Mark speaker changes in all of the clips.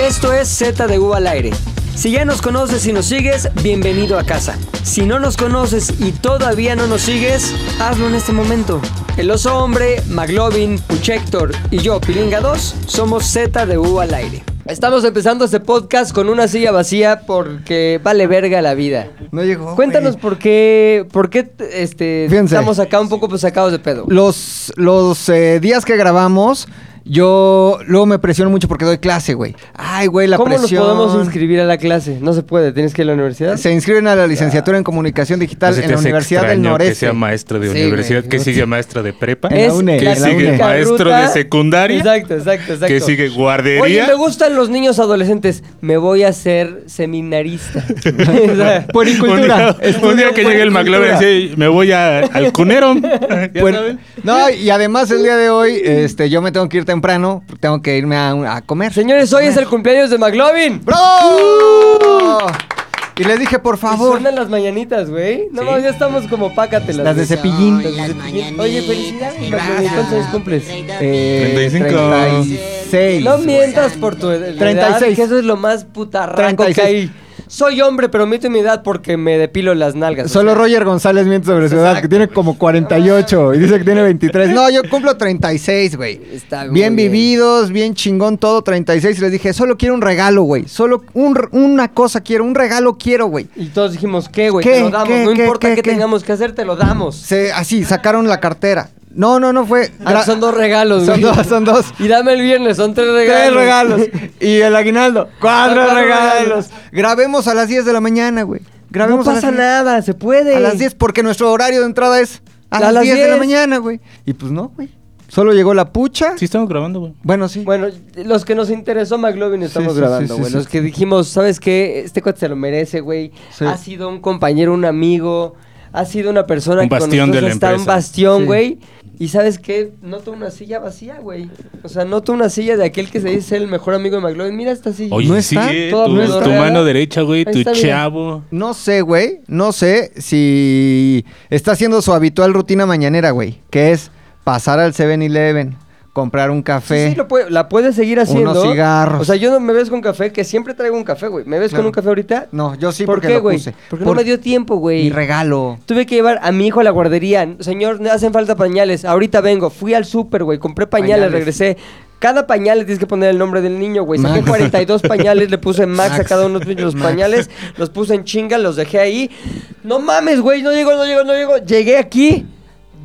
Speaker 1: Esto es Z de U al aire. Si ya nos conoces y nos sigues, bienvenido a casa. Si no nos conoces y todavía no nos sigues, hazlo en este momento. El oso hombre, Maglovin, Puchector y yo, Pilinga 2, somos Z de U al aire. Estamos empezando este podcast con una silla vacía porque vale verga la vida.
Speaker 2: No llegó.
Speaker 1: Cuéntanos
Speaker 2: güey.
Speaker 1: por qué, por qué este,
Speaker 2: Fíjense.
Speaker 1: estamos acá un poco pues, sacados de pedo.
Speaker 2: Los, los eh, días que grabamos, yo luego me presiono mucho porque doy clase, güey. Ay, güey, la
Speaker 1: ¿Cómo
Speaker 2: presión.
Speaker 1: nos podemos inscribir a la clase? No se puede, tienes que ir a la universidad.
Speaker 2: Se inscriben a la licenciatura
Speaker 1: Ah.
Speaker 2: en comunicación digital
Speaker 3: ¿No se te
Speaker 2: en la
Speaker 3: hace
Speaker 2: Universidad del
Speaker 3: extraño
Speaker 2: Noreste.
Speaker 3: Que sea maestro de
Speaker 1: Sí,
Speaker 3: universidad,
Speaker 1: güey,
Speaker 3: que
Speaker 1: no
Speaker 3: sigue maestro de prepa,
Speaker 2: En la UNE,
Speaker 3: que
Speaker 2: en la
Speaker 3: sigue
Speaker 2: UNE.
Speaker 3: maestro
Speaker 1: ruta-
Speaker 3: de secundaria,
Speaker 1: Exacto, exacto, exacto.
Speaker 3: que sigue guardería.
Speaker 1: Oye, me gustan los niños adolescentes. Me voy a ser seminarista. O sea, pues,
Speaker 2: Puericultura.
Speaker 3: Un día, un día que llegue el McLaren, sí, me voy a- al cunero. ¿Ya
Speaker 2: Bueno,
Speaker 3: saben?
Speaker 2: no, y además el día de hoy, este, yo me tengo que ir temprano, tengo que irme a, un- a comer.
Speaker 1: Señores, hoy es el cumpleaños de McLovin.
Speaker 2: ¡Bravo! Y les dije, por
Speaker 1: Y
Speaker 2: favor.
Speaker 1: Suenan las mañanitas, güey. No,
Speaker 3: Sí.
Speaker 1: no, ya estamos como pácatelas.
Speaker 2: Las
Speaker 1: güey.
Speaker 2: de cepillín.
Speaker 1: Las de cepillín. Oye, felicidades, McLovin. ¿Cuántos años cumples?
Speaker 2: Eh,
Speaker 3: 35.
Speaker 2: 36.
Speaker 1: No mientas por tu ed- edad.
Speaker 2: 36.
Speaker 1: Que eso es lo más putarraco que
Speaker 2: 36.
Speaker 1: hay. Soy hombre, pero miento mi edad porque me depilo las nalgas. o
Speaker 2: Solo
Speaker 1: sea.
Speaker 2: Roger González miente sobre su edad, que tiene como 48 y dice que tiene 23. No, yo cumplo 36, güey.
Speaker 1: Está muy
Speaker 2: Bien
Speaker 1: bien.
Speaker 2: vividos, bien chingón todo, 36. Y les dije, solo quiero un regalo, güey. Solo un r- una cosa quiero, un regalo quiero, güey.
Speaker 1: Y todos dijimos, ¿qué, güey?
Speaker 2: ¿Qué?
Speaker 1: Te lo damos.
Speaker 2: ¿Qué?
Speaker 1: no
Speaker 2: ¿Qué?
Speaker 1: importa qué,
Speaker 2: ¿Qué? ¿Qué?
Speaker 1: tengamos que hacer, te lo damos.
Speaker 2: Se, así, sacaron la cartera. No, no, no fue.
Speaker 1: Ah,
Speaker 2: gra-
Speaker 1: son dos regalos,
Speaker 2: Son
Speaker 1: güey.
Speaker 2: dos, son dos.
Speaker 1: Y dame el viernes, son tres regalos.
Speaker 2: Tres regalos. Y el aguinaldo. Cuatro
Speaker 1: Cuatro
Speaker 2: regalos.
Speaker 1: regalos.
Speaker 2: Grabemos a las 10 de la mañana, güey.
Speaker 1: no
Speaker 2: Grabemos a las
Speaker 1: pasa
Speaker 2: 10.
Speaker 1: nada, se puede.
Speaker 2: A las 10, porque nuestro horario de entrada es a, las, 10, de la mañana, güey. Y pues no, güey. Solo llegó la pucha.
Speaker 3: Sí, estamos grabando, güey.
Speaker 2: Bueno, sí.
Speaker 1: Bueno, los que nos interesó McLovin estamos
Speaker 2: Sí, sí, sí,
Speaker 1: grabando,
Speaker 2: sí,
Speaker 1: güey.
Speaker 2: sí.
Speaker 1: los que dijimos, ¿sabes qué? Este cuate se lo merece, güey.
Speaker 2: Sí.
Speaker 1: Ha sido un compañero, un amigo. Ha sido una persona
Speaker 3: Un
Speaker 1: que con
Speaker 3: bastión
Speaker 1: nosotros
Speaker 3: de la
Speaker 1: está un
Speaker 3: empresa.
Speaker 1: bastión,
Speaker 2: Sí.
Speaker 1: güey. Y ¿sabes qué? Noto una silla vacía, güey. O sea, noto una silla de aquel que se dice el mejor amigo de McLovin. Mira esta silla.
Speaker 3: Oye,
Speaker 2: ¿No
Speaker 3: sí,
Speaker 2: está?
Speaker 3: eh,
Speaker 1: Toda
Speaker 3: tu,
Speaker 1: nuestra
Speaker 3: tu
Speaker 1: edad.
Speaker 3: mano derecha, güey,
Speaker 1: Ahí
Speaker 3: tu
Speaker 1: está, mira.
Speaker 3: chavo.
Speaker 2: No sé, güey. No sé si está haciendo su habitual rutina mañanera, güey. Que es pasar al 7-Eleven, comprar un café.
Speaker 1: Sí, sí, lo puede- la puedes seguir haciendo.
Speaker 2: Unos cigarros.
Speaker 1: O sea, yo no me ves con café, que siempre traigo un café, güey. ¿Me ves con
Speaker 2: Claro.
Speaker 1: un café ahorita?
Speaker 2: No, yo sí
Speaker 1: ¿Por
Speaker 2: porque
Speaker 1: qué,
Speaker 2: lo
Speaker 1: güey?
Speaker 2: puse.
Speaker 1: Porque no
Speaker 2: Por-
Speaker 1: me dio tiempo,
Speaker 2: Mi
Speaker 1: güey.
Speaker 2: regalo.
Speaker 1: Tuve que llevar a mi hijo a la guardería. Señor, me hacen falta pañales. Ahorita vengo. Fui al súper, güey. Compré pañales,
Speaker 2: Pañales.
Speaker 1: regresé. Cada pañal le tienes que poner el nombre del niño, güey. Saqué
Speaker 2: Max.
Speaker 1: 42 pañales, le puse Max, a
Speaker 2: Max.
Speaker 1: cada uno de los
Speaker 2: Max.
Speaker 1: pañales. Los puse en chinga, los dejé ahí. No mames, güey. No llego, no llego, no llego. Llegué aquí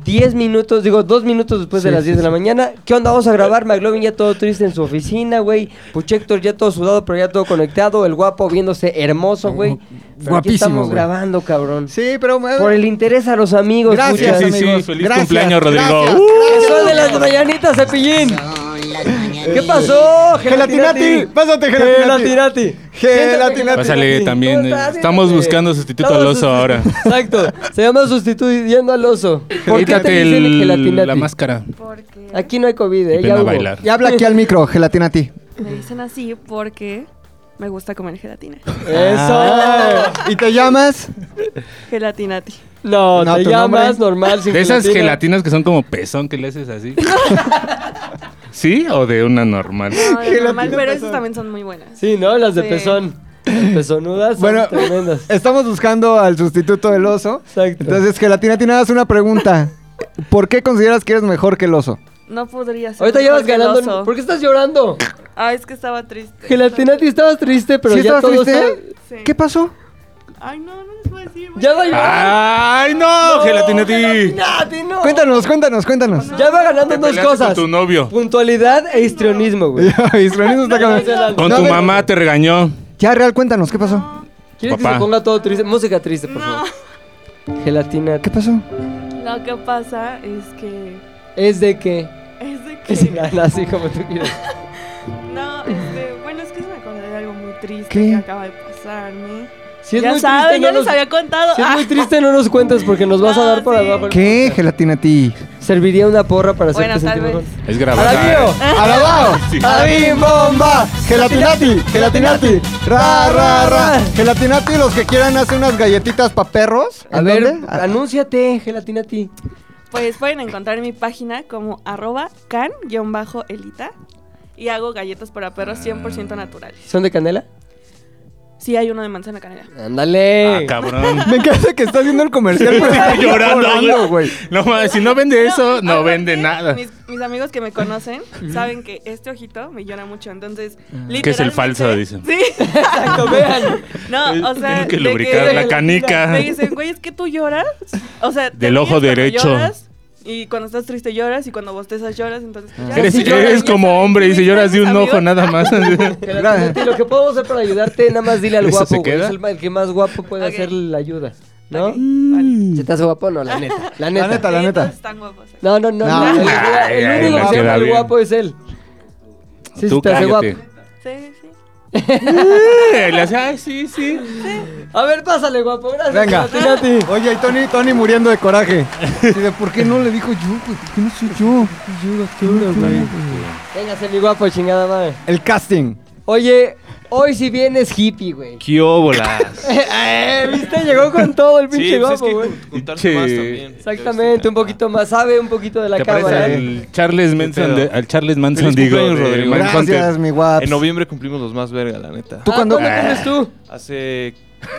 Speaker 1: 10 minutos, digo, 2 minutos después de
Speaker 2: Sí,
Speaker 1: las
Speaker 2: sí,
Speaker 1: 10 de la mañana. ¿Qué onda? Vamos a grabar. McLovin ya todo triste en su oficina, güey. Puchector ya todo sudado, pero ya todo conectado. El guapo viéndose hermoso, güey. Pero aquí
Speaker 2: Guapísimo,
Speaker 1: Estamos
Speaker 2: güey.
Speaker 1: grabando, cabrón.
Speaker 2: Sí, pero. eh,
Speaker 1: Por el interés a los amigos.
Speaker 2: Gracias,
Speaker 3: Sí,
Speaker 1: pucha.
Speaker 3: sí, sí.
Speaker 2: amigos.
Speaker 3: Feliz
Speaker 2: Gracias,
Speaker 3: cumpleaños, Rodrigo.
Speaker 2: gracias,
Speaker 3: ¡Uh!
Speaker 2: gracias.
Speaker 1: Son de las mañanitas, Cepillín. ¿Qué pasó?
Speaker 2: Gelatinati, pásate, Gelatinati.
Speaker 1: Gelatinati.
Speaker 2: Gelatinati.
Speaker 3: Pásale también, eh, estamos buscando sustituto al oso ahora.
Speaker 1: Exacto. Se llama sustituyendo al oso. ¿Por qué te
Speaker 3: Quítate
Speaker 1: dicen
Speaker 3: Uh, el-
Speaker 1: gelatinati?
Speaker 3: la máscara.
Speaker 1: Aquí no hay COVID,
Speaker 3: Y
Speaker 1: eh.
Speaker 3: ven
Speaker 1: ya
Speaker 3: a
Speaker 1: hubo.
Speaker 3: bailar.
Speaker 2: Y habla aquí al micro, Gelatinati.
Speaker 4: Me dicen así porque me gusta comer gelatina.
Speaker 1: Eso.
Speaker 2: Ah. ¿Y te llamas?
Speaker 4: Gelatinati.
Speaker 1: No,
Speaker 2: No,
Speaker 1: te
Speaker 2: tu
Speaker 1: llamas
Speaker 2: nombre.
Speaker 1: normal sin
Speaker 3: De esas
Speaker 1: gelatina.
Speaker 3: gelatinas que son como pezón que le haces así. ¿Sí? ¿O de una normal?
Speaker 4: No, de normal,
Speaker 2: Gelatina
Speaker 4: pero
Speaker 2: pasada.
Speaker 4: esas también son muy buenas.
Speaker 1: Sí, ¿no? Las de
Speaker 4: Sí.
Speaker 1: pezón. Las Pezonudas son
Speaker 2: Bueno,
Speaker 1: tremendas.
Speaker 2: estamos buscando al sustituto del oso.
Speaker 1: Exacto.
Speaker 2: Entonces, Gelatinati, nada más una pregunta. ¿Por qué consideras que eres mejor que el oso?
Speaker 4: No podría ser.
Speaker 1: Ahorita
Speaker 4: mejor
Speaker 1: llevas
Speaker 4: que el
Speaker 1: ganando.
Speaker 4: oso.
Speaker 1: ¿Por qué estás llorando?
Speaker 4: Ah, es que estaba triste.
Speaker 1: Gelatinati, estabas triste, pero
Speaker 2: ¿Sí
Speaker 1: ya
Speaker 2: estabas
Speaker 1: todo
Speaker 2: triste?
Speaker 1: está-
Speaker 4: Sí.
Speaker 2: ¿Qué pasó?
Speaker 4: Ay, no, no les puedo decir.
Speaker 1: Ya va a llorar.
Speaker 3: ¡Ay, no! ¡Gelatinati!
Speaker 1: Gelatinati, no.
Speaker 2: Cuéntanos, cuéntanos, cuéntanos.
Speaker 1: Ya va ganando
Speaker 3: Te
Speaker 1: dos
Speaker 3: peleaste con
Speaker 1: cosas.
Speaker 3: tu novio.
Speaker 1: Puntualidad e histrionismo, güey.
Speaker 2: Y Israel está caminando.
Speaker 3: Con
Speaker 2: No, a
Speaker 3: tu
Speaker 2: ver,
Speaker 3: mamá te regañó.
Speaker 2: Ya, Real, cuéntanos, ¿qué pasó?
Speaker 1: ¿Quieres que
Speaker 3: Papá.
Speaker 1: se ponga todo triste? Música triste, por
Speaker 4: No.
Speaker 1: favor. Gelatina.
Speaker 2: ¿Qué pasó?
Speaker 4: Lo que pasa es que.
Speaker 1: ¿Es de qué?
Speaker 4: Es de que.
Speaker 1: Es nada, así como tú quieres.
Speaker 4: No, este. Bueno, es que se me acordé de algo muy triste
Speaker 2: ¿Qué?
Speaker 4: que acaba de pasarme.
Speaker 1: Si es
Speaker 4: ya
Speaker 1: muy
Speaker 4: saben,
Speaker 1: triste,
Speaker 4: ya
Speaker 1: no nos...
Speaker 4: les había contado.
Speaker 1: Si es muy
Speaker 4: Ah.
Speaker 1: triste, no nos cuentes porque nos vas a
Speaker 4: No,
Speaker 1: dar por
Speaker 4: sí.
Speaker 1: abajo.
Speaker 2: ¿Qué, Gelatinati?
Speaker 1: Serviría una porra para hacerte
Speaker 4: Bueno, tal
Speaker 1: sentir
Speaker 4: vez.
Speaker 1: mejor.
Speaker 3: Es
Speaker 1: ¡A
Speaker 3: grabada.
Speaker 1: la mío!
Speaker 2: ¡Alabao!
Speaker 3: Sí.
Speaker 2: ¡Alabim bomba! ¡Gelatinati! ¡Gelatinati! ¡Ra, ra, ra! Gelatinati, los que quieran hacer unas galletitas para perros.
Speaker 1: A
Speaker 2: ¿En
Speaker 1: ver,
Speaker 2: dónde? Ah,
Speaker 1: anúnciate, Gelatinati.
Speaker 4: Pues pueden encontrar mi página como arroba can-elita. y hago galletas para
Speaker 3: Ah.
Speaker 4: perros 100% naturales.
Speaker 1: ¿Son de canela?
Speaker 4: Sí, hay uno de manzana canela.
Speaker 3: Ah,
Speaker 1: Ándale.
Speaker 3: cabrón.
Speaker 2: Me encanta que estás viendo el comercial, pero estás llorando, güey.
Speaker 3: ¿eh? No mames, si no vende eso, no
Speaker 4: aparte,
Speaker 3: vende nada.
Speaker 4: Mis, mis amigos que me conocen saben que este ojito me llora mucho, entonces...
Speaker 3: Que es el
Speaker 4: literalmente-
Speaker 3: falso, dicen.
Speaker 4: Sí.
Speaker 1: Exacto, vean.
Speaker 4: No, o
Speaker 3: Eh,
Speaker 4: sea...
Speaker 3: tienes que
Speaker 4: de
Speaker 3: lubricar la canica.
Speaker 4: Me dicen, güey, es que tú lloras. O sea... te
Speaker 3: Del
Speaker 4: ríes
Speaker 3: ojo
Speaker 4: cuando
Speaker 3: derecho.
Speaker 4: lloras, y cuando estás triste lloras y cuando bostezas lloras, entonces... pues, ya.
Speaker 3: Eres,
Speaker 4: Sí, lloras,
Speaker 3: eres
Speaker 4: ya
Speaker 3: como
Speaker 4: sabes,
Speaker 3: hombre y si
Speaker 4: mis
Speaker 3: lloras de un
Speaker 4: amigos-
Speaker 3: ojo nada más.
Speaker 1: Gracias a ti. Lo que puedo hacer para ayudarte, nada más dile al
Speaker 3: ¿Eso
Speaker 1: guapo,
Speaker 3: se
Speaker 1: güey.
Speaker 3: queda?
Speaker 1: Es el, el que más guapo puede
Speaker 4: Ok.
Speaker 1: hacer la ayuda. ¿No?
Speaker 4: Ok,
Speaker 3: Mm.
Speaker 4: vale.
Speaker 1: ¿Se te hace guapo o no? La neta. La neta.
Speaker 2: neta, la
Speaker 4: Sí, todos Están guapos.
Speaker 1: No, no, no.
Speaker 2: No.
Speaker 1: no, el- el,
Speaker 3: Ay, ay,
Speaker 1: único
Speaker 3: me
Speaker 1: que se
Speaker 3: queda
Speaker 1: llama el
Speaker 3: bien.
Speaker 1: guapo es él. Sí,
Speaker 3: Tú
Speaker 1: se te hace guapo.
Speaker 3: cállate.
Speaker 4: Sí, sí.
Speaker 3: Eh, Le hace, ay, sí, sí.
Speaker 1: A ver, pásale, guapo. Gracias.
Speaker 2: Venga.
Speaker 1: Tati, Tati.
Speaker 2: Oye, y Tony, Tony muriendo de coraje. Así de, ¿Por qué no le dijo yo, güey? ¿Por qué no soy yo?
Speaker 1: Véngase, mi guapo, chingada madre.
Speaker 2: El casting.
Speaker 1: Oye, hoy si vienes hippie, güey.
Speaker 5: ¿Qué óbolas?
Speaker 1: Eh, ¿Viste? Llegó con todo el pinche
Speaker 5: Sí, pues es
Speaker 1: guapo,
Speaker 5: que
Speaker 1: güey.
Speaker 5: jun- juntarse más
Speaker 3: Che.
Speaker 5: también. Este, ah,
Speaker 1: Exactamente, un poquito más. Sabe un poquito de la
Speaker 3: ¿Te parece
Speaker 1: cámara. ¿eh?
Speaker 3: al Charles Manson?
Speaker 5: pedo.
Speaker 3: de- al Charles Manson,
Speaker 5: Feliz
Speaker 3: digo. eh,
Speaker 5: cumpleaños,
Speaker 3: de
Speaker 5: Rodrigo.
Speaker 3: Mind
Speaker 2: Gracias,
Speaker 3: Hunter.
Speaker 2: mi guaps.
Speaker 5: En noviembre cumplimos los más verga, la neta.
Speaker 1: ¿Tú
Speaker 2: ¿Tú
Speaker 1: cuándo
Speaker 2: cuándo- Eh.
Speaker 1: cumples tú?
Speaker 5: Hace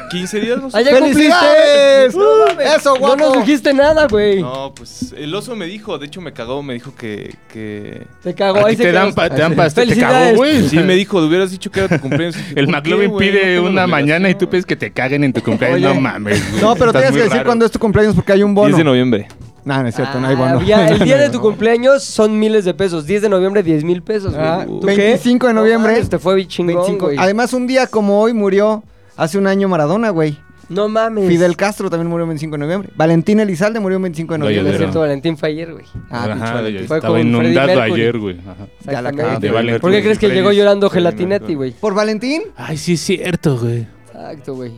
Speaker 5: 15 días, no sé.
Speaker 1: Allá
Speaker 2: ¡Felicidades!
Speaker 1: cumpliste. No mames.
Speaker 2: ¡Eso, guapo!
Speaker 1: No nos dijiste nada, güey.
Speaker 5: No, pues el oso me dijo, de hecho me cagó, me dijo que... que...
Speaker 1: Te cagó.
Speaker 3: A
Speaker 1: ahí se
Speaker 3: ti te
Speaker 1: quedó.
Speaker 3: dan, pa- te dan
Speaker 2: este,
Speaker 3: pastel, te
Speaker 1: Felicidades. Ah,
Speaker 3: cago, güey.
Speaker 5: Sí, me dijo, hubieras dicho que era tu cumpleaños.
Speaker 3: El McLovin pide una mañana y tú pides que te caguen en tu cumpleaños.
Speaker 2: Oye.
Speaker 3: No mames. güey,
Speaker 2: No, pero
Speaker 3: estás
Speaker 2: tienes
Speaker 3: muy
Speaker 2: que decir
Speaker 3: raro.
Speaker 2: cuándo es tu cumpleaños porque hay un
Speaker 5: 10
Speaker 2: bono.
Speaker 5: de noviembre.
Speaker 2: No, no es cierto, no hay
Speaker 1: Ah,
Speaker 2: bono.
Speaker 1: ya, el día de tu cumpleaños son miles de pesos. 10 de noviembre, 10 mil pesos, güey.
Speaker 2: Ah,
Speaker 1: ¿Tú qué?
Speaker 2: 25 de
Speaker 1: No
Speaker 2: noviembre.
Speaker 1: mames, te fue bien chingón,
Speaker 2: 25.
Speaker 1: güey.
Speaker 2: Además, un día como hoy murió hace un año Maradona, güey.
Speaker 1: No mames.
Speaker 2: Fidel Castro también murió el 25 de noviembre. Valentín Elizalde murió el 25 de
Speaker 3: Vaya
Speaker 1: No
Speaker 2: noviembre.
Speaker 1: es
Speaker 3: Pero-
Speaker 1: cierto, Valentín fue ayer, güey.
Speaker 2: Ah, pinche
Speaker 3: Ajá,
Speaker 2: Valentín.
Speaker 3: yo
Speaker 1: Fue
Speaker 3: estaba
Speaker 1: con Freddie
Speaker 3: inundado
Speaker 1: Mercury.
Speaker 3: ayer, güey. Ajá.
Speaker 2: Ya
Speaker 5: Ah,
Speaker 2: la
Speaker 1: Exactamente.
Speaker 2: cagaste.
Speaker 3: De Valen
Speaker 1: ¿Por qué
Speaker 3: Mercury,
Speaker 1: crees que
Speaker 3: Freddie-
Speaker 1: llegó llorando
Speaker 3: Freddie
Speaker 1: Gelatinati,
Speaker 3: Mercury.
Speaker 1: güey?
Speaker 2: ¿Por Valentín?
Speaker 3: Ay, sí es cierto, güey.
Speaker 1: Exacto, güey.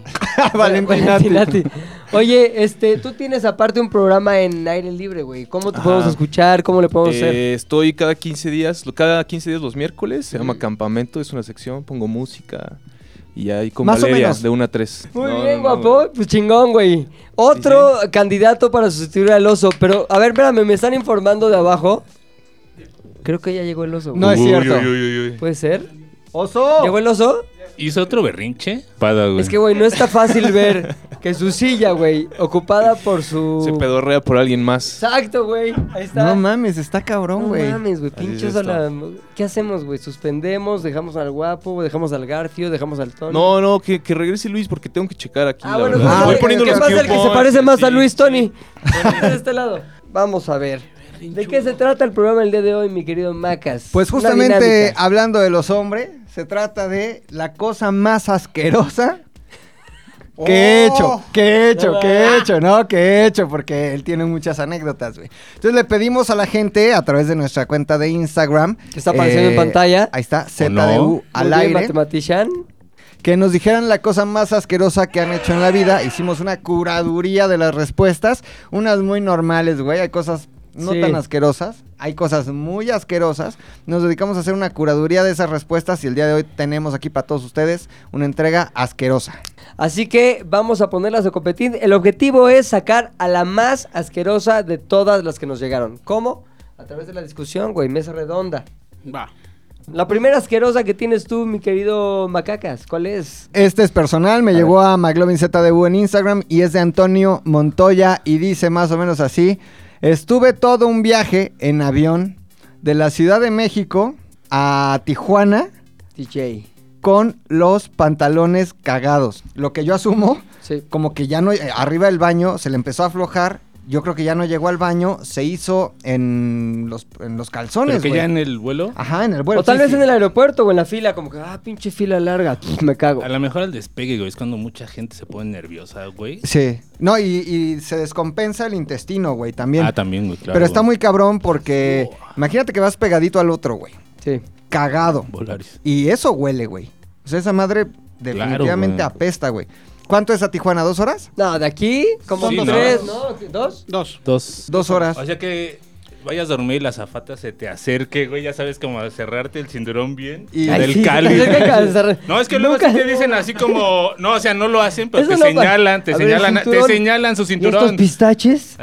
Speaker 2: Valentinati.
Speaker 1: Valentinati. Oye, este, tú tienes aparte un programa en aire libre, güey. ¿Cómo te
Speaker 5: Ajá.
Speaker 1: podemos escuchar? ¿Cómo le podemos hacer?
Speaker 5: Eh, estoy cada 15 días, lo- cada 15 días los miércoles, se llama Campamento, es una sección, pongo música y ahí con
Speaker 2: Más o
Speaker 5: Valeria,
Speaker 2: menos.
Speaker 5: de 1 a 3.
Speaker 1: Muy bien, guapo. Pues chingón, güey. Otro candidato para sustituir al oso. Pero, a ver, espérame, me están informando de abajo. Creo que ya llegó el oso. güey.
Speaker 2: No es
Speaker 3: Uy,
Speaker 2: cierto.
Speaker 3: uy, uy, uy, uy.
Speaker 1: ¿Puede ser?
Speaker 2: ¡Oso!
Speaker 1: ¿Llegó el oso?
Speaker 3: ¿Hizo otro berrinche? Pada, güey.
Speaker 1: Es que, güey, no está fácil ver que su silla, güey, ocupada por su...
Speaker 5: Se pedorrea por alguien más.
Speaker 1: Exacto, güey. Ahí está.
Speaker 2: No mames, está
Speaker 1: No
Speaker 2: cabrón, güey.
Speaker 1: mames, güey,
Speaker 5: Así es
Speaker 1: pinches a
Speaker 5: esto.
Speaker 1: la... ¿Qué hacemos, güey? ¿Suspendemos? ¿Dejamos al guapo? ¿Dejamos al Garfio? ¿Dejamos al Tony?
Speaker 5: No, no, que, que regrese Luis porque tengo que checar aquí.
Speaker 1: Ah,
Speaker 5: la
Speaker 1: bueno,
Speaker 5: verdad.
Speaker 2: pues,
Speaker 5: Voy
Speaker 2: ok,
Speaker 5: poniendo
Speaker 1: ¿qué
Speaker 5: los
Speaker 1: pasa el que se
Speaker 5: coupons,
Speaker 1: parece más a
Speaker 5: sí,
Speaker 1: Luis
Speaker 5: sí.
Speaker 1: Tony? Tony, de este lado. Vamos a ver. ¿De qué se trata el programa el día de hoy, mi querido Macas?
Speaker 2: Pues
Speaker 1: Una
Speaker 2: justamente
Speaker 1: dinámica.
Speaker 2: hablando de los hombres, se trata de la cosa más asquerosa que he
Speaker 1: Oh.
Speaker 2: hecho, que he hecho, que he hecho,
Speaker 1: Ah.
Speaker 2: ¿no? Que he hecho, porque él tiene muchas anécdotas, güey. Entonces le pedimos a la gente a través de nuestra cuenta de Instagram. eh,
Speaker 1: Que está apareciendo en pantalla.
Speaker 2: Ahí está,
Speaker 3: ¿O no?
Speaker 2: ZDU al
Speaker 1: Muy bien,
Speaker 2: aire.
Speaker 1: matematician.
Speaker 2: Que nos dijeran la cosa más asquerosa que han hecho en la vida. Hicimos una curaduría de las respuestas. Unas muy normales, güey. Hay cosas no
Speaker 1: Sí.
Speaker 2: tan asquerosas. Hay cosas muy asquerosas. Nos dedicamos a hacer una curaduría de esas respuestas. Y el día de hoy tenemos aquí para todos ustedes una entrega asquerosa.
Speaker 1: Así que vamos a ponerlas a competir. El objetivo es sacar a la más asquerosa de todas las que nos llegaron. ¿Cómo? A través de la discusión, güey, mesa redonda.
Speaker 3: Va.
Speaker 1: La primera asquerosa que tienes tú, mi querido Macacas, ¿cuál es?
Speaker 2: Este es personal. Me
Speaker 1: A
Speaker 2: llegó a McLovin ZDU en Instagram. Y es de Antonio Montoya. Y dice más o menos así: Estuve todo un viaje en avión de la Ciudad de México a Tijuana.
Speaker 1: DJ.
Speaker 2: con los pantalones cagados. Lo que yo asumo,
Speaker 1: Sí.
Speaker 2: como que ya no, eh, arriba del baño se le empezó a aflojar. Yo creo que ya no llegó al baño, se hizo en los, en los calzones,
Speaker 3: Pero que
Speaker 2: güey. Ah,
Speaker 3: ya en el vuelo,
Speaker 2: Ajá, en el vuelo.
Speaker 1: o tal
Speaker 2: sí,
Speaker 1: vez
Speaker 2: sí.
Speaker 1: en el aeropuerto o en la fila, como que, ah, pinche fila larga, pf, me cago.
Speaker 3: a lo mejor al despegue, güey, es cuando mucha gente se pone nerviosa, güey.
Speaker 2: Sí. No, y, y se descompensa el intestino, güey, también.
Speaker 3: Ah, también, güey, claro.
Speaker 2: Pero está muy cabrón porque imagínate que vas pegadito al otro, güey.
Speaker 1: Sí.
Speaker 2: Cagado.
Speaker 3: Volaris.
Speaker 2: Y eso huele, güey. O sea, esa madre definitivamente
Speaker 3: güey.
Speaker 2: apesta, güey. ¿Cuánto es a Tijuana? ¿Dos horas?
Speaker 1: No, de aquí, como
Speaker 3: Sí, ¿no?
Speaker 1: tres, ¿no? ¿Dos?
Speaker 6: Dos.
Speaker 3: Dos.
Speaker 2: Dos horas.
Speaker 3: O sea que vayas a dormir y la zafata se te acerque, güey, ya sabes como a cerrarte el cinturón bien
Speaker 2: Y-
Speaker 1: Ay,
Speaker 3: del
Speaker 1: sí,
Speaker 3: cáliz.
Speaker 1: se te acerca a cerrar.
Speaker 3: No, es que luego
Speaker 1: Nunca-
Speaker 3: sí te dicen así como, no, o sea, no lo hacen, pero
Speaker 1: Eso
Speaker 3: te
Speaker 1: no pa-
Speaker 3: señalan, te
Speaker 2: A ver, el
Speaker 3: señalan, te
Speaker 2: cinturón.
Speaker 3: señalan su
Speaker 1: ¿Y estos
Speaker 3: cinturón.
Speaker 1: pistaches?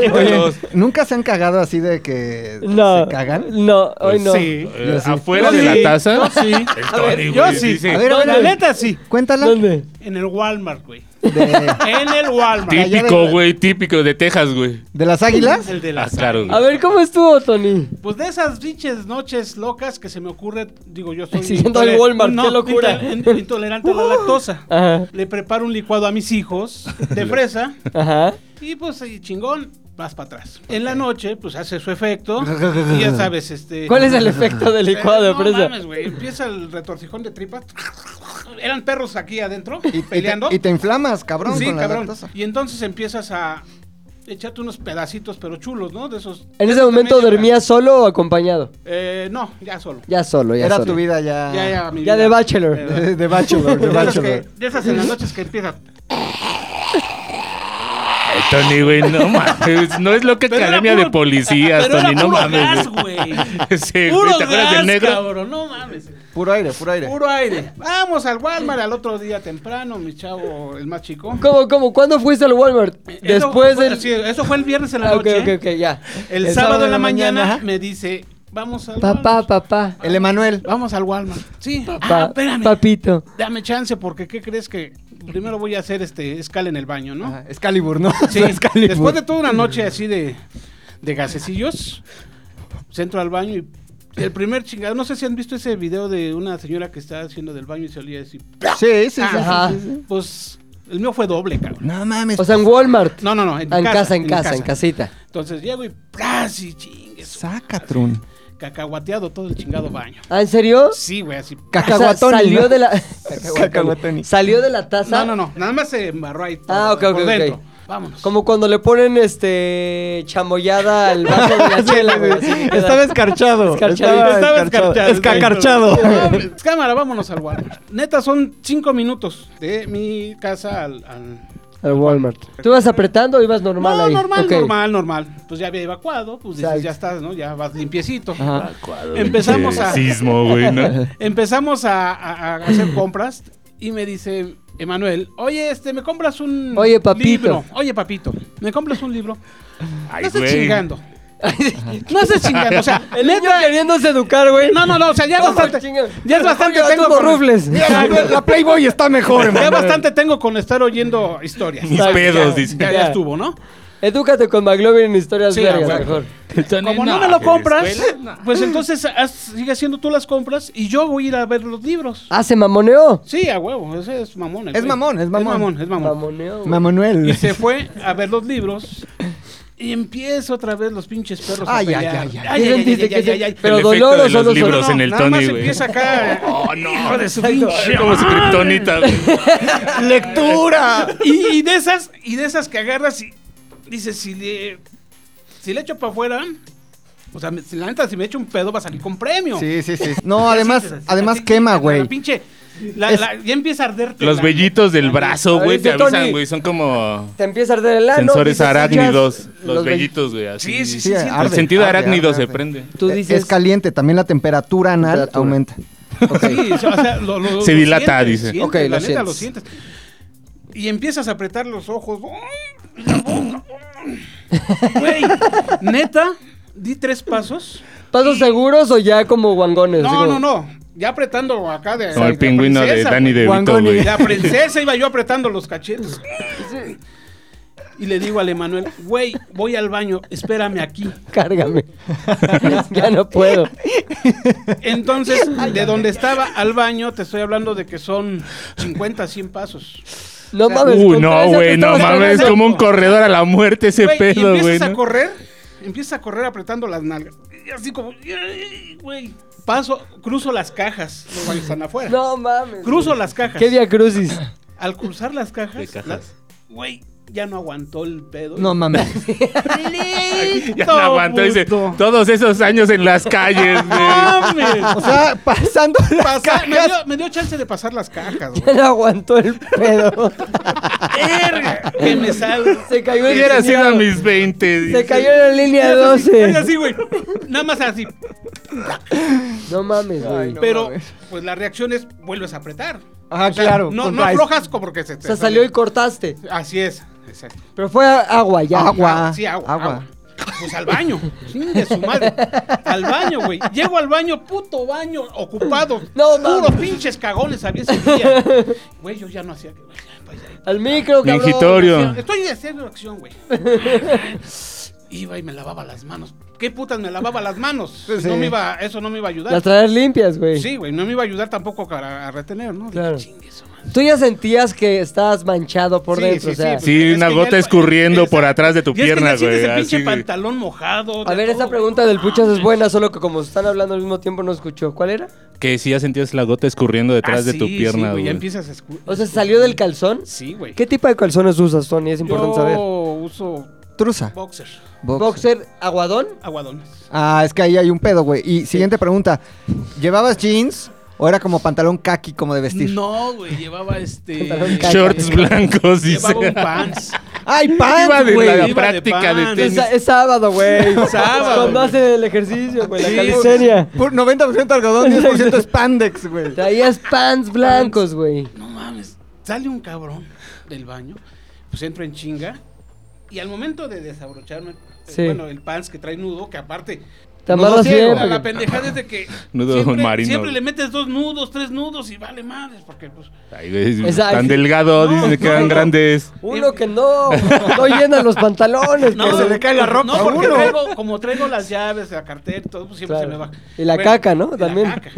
Speaker 3: Quítalos.
Speaker 2: ¿Nunca se han cagado así de que
Speaker 1: No.
Speaker 2: se cagan?
Speaker 1: No, hoy no.
Speaker 6: Sí.
Speaker 3: Eh,
Speaker 2: Yo sí.
Speaker 3: Afuera
Speaker 6: Yo
Speaker 3: de
Speaker 6: sí.
Speaker 3: la taza.
Speaker 6: Yo sí.
Speaker 3: El
Speaker 1: A ver,
Speaker 3: Tony,
Speaker 6: Yo
Speaker 3: güey,
Speaker 6: sí.
Speaker 3: dice,
Speaker 2: A ver,
Speaker 6: No,
Speaker 2: a ver, a
Speaker 6: la
Speaker 2: ver.
Speaker 6: neta sí.
Speaker 2: Cuéntala.
Speaker 1: ¿Dónde?
Speaker 6: En el Walmart, güey.
Speaker 2: De,
Speaker 6: En el Walmart.
Speaker 2: Allá de-
Speaker 3: Típico, güey, típico de Texas, güey.
Speaker 2: de las águilas?
Speaker 6: El de
Speaker 3: Ah,
Speaker 6: las
Speaker 3: claro, güey.
Speaker 1: A ver, ¿cómo estuvo, Tony?
Speaker 6: Pues de esas pinches noches locas que se me ocurre, digo yo soy
Speaker 1: Exigiendo
Speaker 6: intole-
Speaker 1: al Walmart, qué locura. Uh-huh.
Speaker 6: intol- in- intolerante a la lactosa.
Speaker 1: Ajá,
Speaker 6: Le preparo un licuado a mis hijos de fresa
Speaker 1: ajá.
Speaker 6: y pues ahí chingón, vas para atrás. En la noche, pues hace su efecto y ya sabes, este Eh,
Speaker 1: ¿Cuál es el efecto del licuado de
Speaker 6: no
Speaker 1: presa?
Speaker 6: mames, güey, empieza el retorcijón de tripas. Eran perros aquí adentro
Speaker 2: Y, y te,
Speaker 6: peleando.
Speaker 2: y te inflamas, cabrón,
Speaker 6: sí,
Speaker 2: con la
Speaker 6: cabrón.
Speaker 2: lactosa.
Speaker 6: Y entonces empiezas a echarte unos pedacitos pero chulos, ¿no? De esos
Speaker 1: ¿En
Speaker 6: de
Speaker 1: ese
Speaker 6: esos de
Speaker 1: momento
Speaker 6: media-
Speaker 1: dormías solo o acompañado?
Speaker 6: Eh, no, ya solo.
Speaker 1: Ya solo, ya
Speaker 2: Era
Speaker 1: solo.
Speaker 2: tu vida ya.
Speaker 6: Ya, ya, mi
Speaker 1: Ya
Speaker 6: vida.
Speaker 1: de bachelor.
Speaker 6: Eh,
Speaker 2: De, de bachelor, de
Speaker 6: De esas, que-
Speaker 2: bachelor.
Speaker 6: de esas en las noches que empieza.
Speaker 3: Ay, Tony, güey, no mames. No es loca
Speaker 6: Pero era
Speaker 3: academia
Speaker 6: puro-
Speaker 3: de policías,
Speaker 6: Ah, Pero
Speaker 3: Tony,
Speaker 6: era
Speaker 3: no
Speaker 6: puro
Speaker 3: mames.
Speaker 6: gas,
Speaker 3: güey.
Speaker 6: güey.
Speaker 3: Sí, güey,
Speaker 6: Puro
Speaker 3: ¿Te acuerdas
Speaker 6: gas,
Speaker 3: del negro?
Speaker 6: cabrón, no mames.
Speaker 2: Puro aire, puro aire.
Speaker 6: Puro aire. Vamos al Walmart al otro día temprano, mi chavo, el más chico.
Speaker 1: ¿Cómo, cómo? ¿Cuándo fuiste al Walmart? Después
Speaker 6: eso, fue-
Speaker 1: del...
Speaker 6: sí, eso fue el viernes en la
Speaker 1: Ah, ok,
Speaker 6: noche.
Speaker 1: ok, ok, ya.
Speaker 6: El, sábado en la mañana, me dice, vamos al
Speaker 1: Papá,
Speaker 6: Walmart.
Speaker 1: papá.
Speaker 2: El Emanuel.
Speaker 6: Vamos al Walmart. Sí.
Speaker 1: Papá,
Speaker 6: ah, espérame.
Speaker 1: papito.
Speaker 6: Dame chance porque ¿qué crees que primero voy a hacer este escala en el baño, no?
Speaker 2: Ajá, Excalibur, ¿no?
Speaker 6: Sí,
Speaker 2: Excalibur.
Speaker 6: después de toda una noche así de, de gasecillos, centro al baño y el primer chingado. No sé si han visto ese video de una señora que está haciendo del baño y se olía así. ah,
Speaker 2: Sí, sí, sí,
Speaker 1: Ajá.
Speaker 2: sí, sí, sí.
Speaker 6: Pues el mío fue doble, cabrón.
Speaker 2: No mames.
Speaker 1: O sea, en Walmart.
Speaker 6: No, no, no. En,
Speaker 1: Ah, en
Speaker 6: casa,
Speaker 1: casa, en casa, en casita.
Speaker 6: Entonces llego y ¡plas! y chingues.
Speaker 2: saca, Trun.
Speaker 6: Cacahuateado todo el chingado baño.
Speaker 1: ¿Ah, en serio?
Speaker 6: Sí, güey, así.
Speaker 2: Cacahuatón.
Speaker 1: O sea, salió
Speaker 2: ¿no?
Speaker 1: de la...
Speaker 2: Cacahuatón.
Speaker 1: salió de la taza.
Speaker 6: No, no, no. Nada más se embarró ahí.
Speaker 1: Ah, ok,
Speaker 6: por
Speaker 1: ok, ok.
Speaker 6: dentro. Vámonos.
Speaker 1: Como cuando le ponen, este, chamoyada al vaso de la chela, güey. así que queda-
Speaker 2: Estaba escarchado.
Speaker 1: Escarchadito.
Speaker 6: Estaba escarchado.
Speaker 2: Escacarchado.
Speaker 6: No, pues, Cámara, vámonos al Walmart. Neta, son cinco minutos de mi casa al. al-
Speaker 1: Al Walmart. ¿Tú ibas apretando o ibas normal
Speaker 6: no,
Speaker 1: ahí?
Speaker 6: normal,
Speaker 1: Ok.
Speaker 6: normal, normal. Pues ya había evacuado, pues dices,
Speaker 1: Exacto.
Speaker 6: ya estás, ¿no? Ya vas limpiecito.
Speaker 1: Ajá.
Speaker 6: Empezamos
Speaker 3: Pinche
Speaker 6: a-
Speaker 3: Sismo, güey, ¿no?
Speaker 6: Empezamos a, a- a hacer compras y me dice Emanuel, oye, este, ¿me compras un
Speaker 1: Oye, papito.
Speaker 6: libro? Oye, papito, ¿me compras un libro?
Speaker 3: Ay,
Speaker 6: no estés
Speaker 3: güey.
Speaker 6: chingando. no estés chingando, o sea,
Speaker 1: El niño queriéndose educar, güey.
Speaker 6: no, no, no, o sea, ya
Speaker 1: ¿Cómo
Speaker 6: bastante,
Speaker 1: chingas?
Speaker 6: ya es bastante
Speaker 1: Oiga,
Speaker 6: tengo
Speaker 1: tú no
Speaker 6: con-
Speaker 1: rufles.
Speaker 2: Mira, la, la Playboy está mejor,
Speaker 6: Ya
Speaker 2: hermano.
Speaker 6: bastante tengo con estar oyendo historias.
Speaker 3: Mis
Speaker 1: Ay,
Speaker 3: pedos,
Speaker 1: ya,
Speaker 3: dice.
Speaker 6: Ya, ya estuvo, ¿no?
Speaker 1: Edúcate con McLovin en historias
Speaker 6: Sí,
Speaker 1: vergas,
Speaker 6: a huevo.
Speaker 1: mejor.
Speaker 6: Como no, me lo compras, pues entonces haz- sigue haciendo tú las compras y yo voy a ir a ver los libros.
Speaker 1: Ah, se mamoneó.
Speaker 6: Sí, a huevo, ese es mamón. el
Speaker 2: Es
Speaker 6: güey.
Speaker 2: mamón, es mamón.
Speaker 6: Es mamón, es mamón.
Speaker 1: Mamoneó. güey.
Speaker 2: Manuel.
Speaker 6: Y se fue a ver los libros y empieza otra vez los pinches perros
Speaker 2: Ay,
Speaker 6: a pelear.
Speaker 2: ay, ay, ay.
Speaker 1: ¿Qué sentiste? ¿Qué sentiste? Pero
Speaker 3: El efecto
Speaker 1: dolor o
Speaker 3: de los
Speaker 1: solo
Speaker 3: libros
Speaker 1: solo-
Speaker 3: en el
Speaker 6: nada
Speaker 3: Tony,
Speaker 6: más
Speaker 3: güey.
Speaker 6: empieza acá.
Speaker 3: Oh, no.
Speaker 6: hijo de su
Speaker 1: Exacto.
Speaker 6: pinche
Speaker 3: Es como su
Speaker 6: madre.
Speaker 3: kriptonita, güey.
Speaker 2: ¡Lectura!
Speaker 6: Y, y de esas, y de esas que agarras y dices, si le, si le echo para afuera, o sea, me- si la neta, si me echo un pedo va a salir con premio.
Speaker 2: Sí, sí, sí. No, además, además quema,
Speaker 6: La
Speaker 2: güey.
Speaker 6: pinche, la-
Speaker 2: Es-
Speaker 6: la- ya empieza a arderte.
Speaker 3: Los
Speaker 6: la-
Speaker 3: vellitos del brazo, güey, te
Speaker 1: Ahorita,
Speaker 3: avisan,
Speaker 1: Tony.
Speaker 3: güey. Son
Speaker 6: Ah,
Speaker 3: como
Speaker 1: Te empieza a arder el ano.
Speaker 3: sensores
Speaker 1: dices,
Speaker 3: arácnidos.
Speaker 1: "Escuchas
Speaker 3: Los
Speaker 1: ve-
Speaker 3: vellitos, güey. así.
Speaker 6: Sí, sí,
Speaker 2: Sí,
Speaker 6: sí. sí,
Speaker 3: El
Speaker 2: arde,
Speaker 3: sentido
Speaker 2: arde,
Speaker 3: arácnido
Speaker 2: arde,
Speaker 3: se
Speaker 2: arde.
Speaker 3: prende.
Speaker 1: Tú
Speaker 2: Es-
Speaker 1: dices...
Speaker 2: Es caliente, también la temperatura anal
Speaker 1: Temperatura.
Speaker 2: aumenta.
Speaker 6: Sí, o sea, lo- lo- lo
Speaker 3: Se dilata,
Speaker 6: sientes,
Speaker 3: dice.
Speaker 6: sientes,
Speaker 1: Ok,
Speaker 6: la
Speaker 1: lo
Speaker 6: neta,
Speaker 1: sientes.
Speaker 6: lo sientes. Y empiezas a apretar los ojos. ¡Ay, la boca! Güey, neta, di tres pasos.
Speaker 1: ¿Pasos seguros o ya como guangones? Así
Speaker 6: No,
Speaker 1: como-
Speaker 6: no, no. Ya apretando acá de.
Speaker 3: Como
Speaker 6: de
Speaker 3: el pingüino de
Speaker 6: princesa,
Speaker 3: Danny
Speaker 6: güey.
Speaker 3: DeVito,
Speaker 2: Guangoni.
Speaker 3: güey.
Speaker 6: La princesa iba yo apretando los cachetes. Y le digo al Emanuel, güey, voy al baño, espérame aquí.
Speaker 1: Cárgame. ya no puedo.
Speaker 6: Entonces, de donde estaba al baño, te estoy hablando de que son 50, 100 pasos.
Speaker 1: No
Speaker 6: O sea,
Speaker 1: mames.
Speaker 3: Uy,
Speaker 1: con
Speaker 3: no,
Speaker 1: tres ya te
Speaker 3: güey, no
Speaker 1: estabas
Speaker 3: mames.
Speaker 1: cagando.
Speaker 3: Como un corredor a la muerte ese
Speaker 6: Güey, y
Speaker 3: pedo, güey.
Speaker 6: empiezas a
Speaker 3: ¿no?
Speaker 6: correr, empiezas a correr apretando las nalgas. Y así como, "Ay, güey. Paso, cruzo las cajas. Los baños están afuera.
Speaker 1: No mames.
Speaker 6: Cruzo las cajas.
Speaker 1: ¿Qué día crucis?
Speaker 6: Al cruzar las cajas,
Speaker 3: ¿Qué cajas?
Speaker 6: la- güey, ya no aguantó el pedo.
Speaker 2: No mames.
Speaker 3: Ya no aguanto, dice, todos esos años en las calles, güey.
Speaker 2: O
Speaker 6: Ah,
Speaker 2: sea, pasando las
Speaker 6: Pasa- me,
Speaker 2: cajas,
Speaker 6: dio, me dio chance de pasar las cajas, güey.
Speaker 1: Ya no aguantó el pedo.
Speaker 6: Verga, Que me salgo.
Speaker 1: Se cayó el
Speaker 3: Hubiera sido a
Speaker 1: diseñado.
Speaker 3: mis 20.
Speaker 1: Se
Speaker 3: dice.
Speaker 1: cayó en la línea
Speaker 6: Nada más así,
Speaker 1: 12.
Speaker 6: así, güey. Nada más así.
Speaker 1: No mames, güey.
Speaker 2: no.
Speaker 6: Pero,
Speaker 2: mames.
Speaker 6: pues la reacción es, vuelves a apretar.
Speaker 2: Ajá,
Speaker 6: O sea,
Speaker 2: claro,
Speaker 6: No,
Speaker 2: con
Speaker 6: no
Speaker 2: Rice.
Speaker 6: aflojas como que se
Speaker 1: O
Speaker 6: te
Speaker 1: sea, salió y cortaste.
Speaker 6: sale. Así es, exacto. Ah,
Speaker 1: Pero fue a- agua ya.
Speaker 2: Agua.
Speaker 6: Sí, agua,
Speaker 2: agua.
Speaker 6: agua. Pues al baño. Chingue su madre. Al baño, güey. Llego al baño, puto baño, ocupado.
Speaker 1: No,
Speaker 6: Puros
Speaker 1: mames.
Speaker 6: pinches cagones había ese día. Güey, yo ya no hacía. güey, ya, pues, ya.
Speaker 1: Al micro, cabrón.
Speaker 3: Mingitorio.
Speaker 6: Estoy haciendo acción, güey. Iba y me lavaba las manos. ¿Qué putas me lavaba las manos?
Speaker 2: Pues,
Speaker 6: no
Speaker 2: sí.
Speaker 6: me iba, eso no me iba a ayudar.
Speaker 1: Las traer limpias, güey.
Speaker 6: Sí, güey, no me iba a ayudar tampoco para- a retener, ¿no? Dije,
Speaker 1: Claro.
Speaker 6: "Chingue su madre".
Speaker 1: Tú ya sentías que estabas manchado por
Speaker 6: Sí,
Speaker 1: dentro,
Speaker 6: sí,
Speaker 1: o sea.
Speaker 6: sí,
Speaker 3: Sí,
Speaker 6: Es
Speaker 3: una
Speaker 6: Pues que ya
Speaker 3: gota
Speaker 6: el-
Speaker 3: escurriendo
Speaker 6: Exacto.
Speaker 3: por atrás de tu
Speaker 6: Y es que
Speaker 3: pierna,
Speaker 6: ya sientes
Speaker 3: güey.
Speaker 6: el pinche
Speaker 3: así, güey.
Speaker 6: pantalón mojado.
Speaker 1: A
Speaker 6: de
Speaker 1: ver,
Speaker 6: todo,
Speaker 1: esta
Speaker 6: güey.
Speaker 1: pregunta del Puchas es buena, solo que como están hablando al mismo tiempo no escuchó. ¿Cuál era?
Speaker 3: Que sí ya sentías la gota escurriendo detrás
Speaker 6: Ah,
Speaker 3: de tu
Speaker 6: sí,
Speaker 3: pierna,
Speaker 6: sí,
Speaker 3: güey.
Speaker 6: Ya empiezas a escu-
Speaker 1: O sea, ¿salió del calzón?
Speaker 6: Sí, güey.
Speaker 1: ¿Qué tipo de calzones usas, Tony? Es importante
Speaker 6: Yo
Speaker 1: saber.
Speaker 6: uso
Speaker 2: Truza.
Speaker 6: boxer,
Speaker 1: ¿Boxer aguadón?
Speaker 6: aguadones.
Speaker 2: Ah, es que ahí hay un pedo, güey. Y siguiente pregunta. ¿Llevabas jeans o era como pantalón kaki como de vestir?
Speaker 6: No, güey, llevaba este.
Speaker 1: Pantalón
Speaker 6: eh,
Speaker 1: khaki.
Speaker 3: Shorts blancos, dice.
Speaker 6: Llevaba un pants.
Speaker 2: ¡Ay,
Speaker 3: Iba
Speaker 2: pants,
Speaker 3: de
Speaker 2: güey!
Speaker 3: la
Speaker 6: de
Speaker 3: práctica de,
Speaker 6: pan.
Speaker 1: Es,
Speaker 3: tenis.
Speaker 1: sa- es sábado, güey.
Speaker 6: Sábado,
Speaker 1: Cuando
Speaker 6: güey.
Speaker 1: hacen el ejercicio, güey, la
Speaker 6: Sí,
Speaker 1: calistenia.
Speaker 2: Por 90% algodón, 10% spandex, güey.
Speaker 1: Traías pants blancos, güey.
Speaker 6: No mames. Sale un cabrón del baño, pues entro en chinga. Y al momento de desabrocharme, eh,
Speaker 1: Sí.
Speaker 6: bueno, el pants que trae nudo, que aparte.
Speaker 1: Te amarras
Speaker 2: ciego,
Speaker 1: bien.
Speaker 6: La, la
Speaker 1: porque-
Speaker 6: pendejada es de que.
Speaker 3: Nudo
Speaker 6: siempre,
Speaker 3: marino.
Speaker 6: siempre le metes dos nudos, tres nudos y vale madres, porque pues.
Speaker 3: Ay, güey,
Speaker 1: Esa-
Speaker 3: tan delgado,
Speaker 6: No,
Speaker 3: dicen que
Speaker 6: no,
Speaker 3: eran
Speaker 6: no.
Speaker 3: grandes.
Speaker 1: Uno que no, no llena los pantalones.
Speaker 6: No,
Speaker 1: que se le-
Speaker 2: cae la ropa
Speaker 6: No,
Speaker 2: a
Speaker 6: porque
Speaker 2: uno.
Speaker 6: traigo, como traigo las llaves, la cartera, y todo, pues siempre
Speaker 1: Claro.
Speaker 6: se me va.
Speaker 1: Y la caca, ¿no?
Speaker 6: y la
Speaker 1: También.
Speaker 6: caca.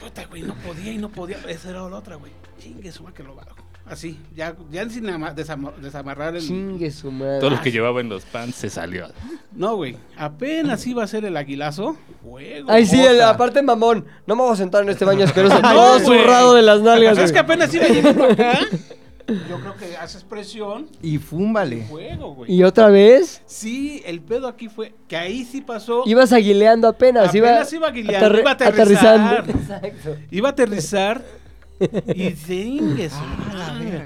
Speaker 6: Puta, güey, no podía y no podía. Esa era la otra, güey. Chingue, suma que lo bajo. Así, ya, ya sin ama- desama- desamarrar el.
Speaker 1: Chingue su madre.
Speaker 3: Todo lo que llevaba en los pants se salió.
Speaker 6: No, güey. Apenas iba a ser el aguilazo. Fuego.
Speaker 1: Ay, sí,
Speaker 6: Otra.
Speaker 1: el- la parte mamón. No me voy a sentar en este baño asqueroso.
Speaker 6: No,
Speaker 1: todo
Speaker 6: güey.
Speaker 1: zurrado de las
Speaker 6: Pues
Speaker 1: nalgas.
Speaker 6: es que
Speaker 1: güey.
Speaker 6: apenas iba llegando acá. Yo creo que haces presión.
Speaker 2: Y fúmbale.
Speaker 6: Fuego, güey.
Speaker 1: Y otra vez,
Speaker 6: Sí, el pedo aquí fue que ahí sí pasó.
Speaker 1: ibas aguileando apenas.
Speaker 6: Apenas iba aguileando, iba a
Speaker 1: aterrizando.
Speaker 6: aterrizar.
Speaker 1: Exacto.
Speaker 6: Iba a aterrizar y chingue su
Speaker 1: Ah,
Speaker 6: madre,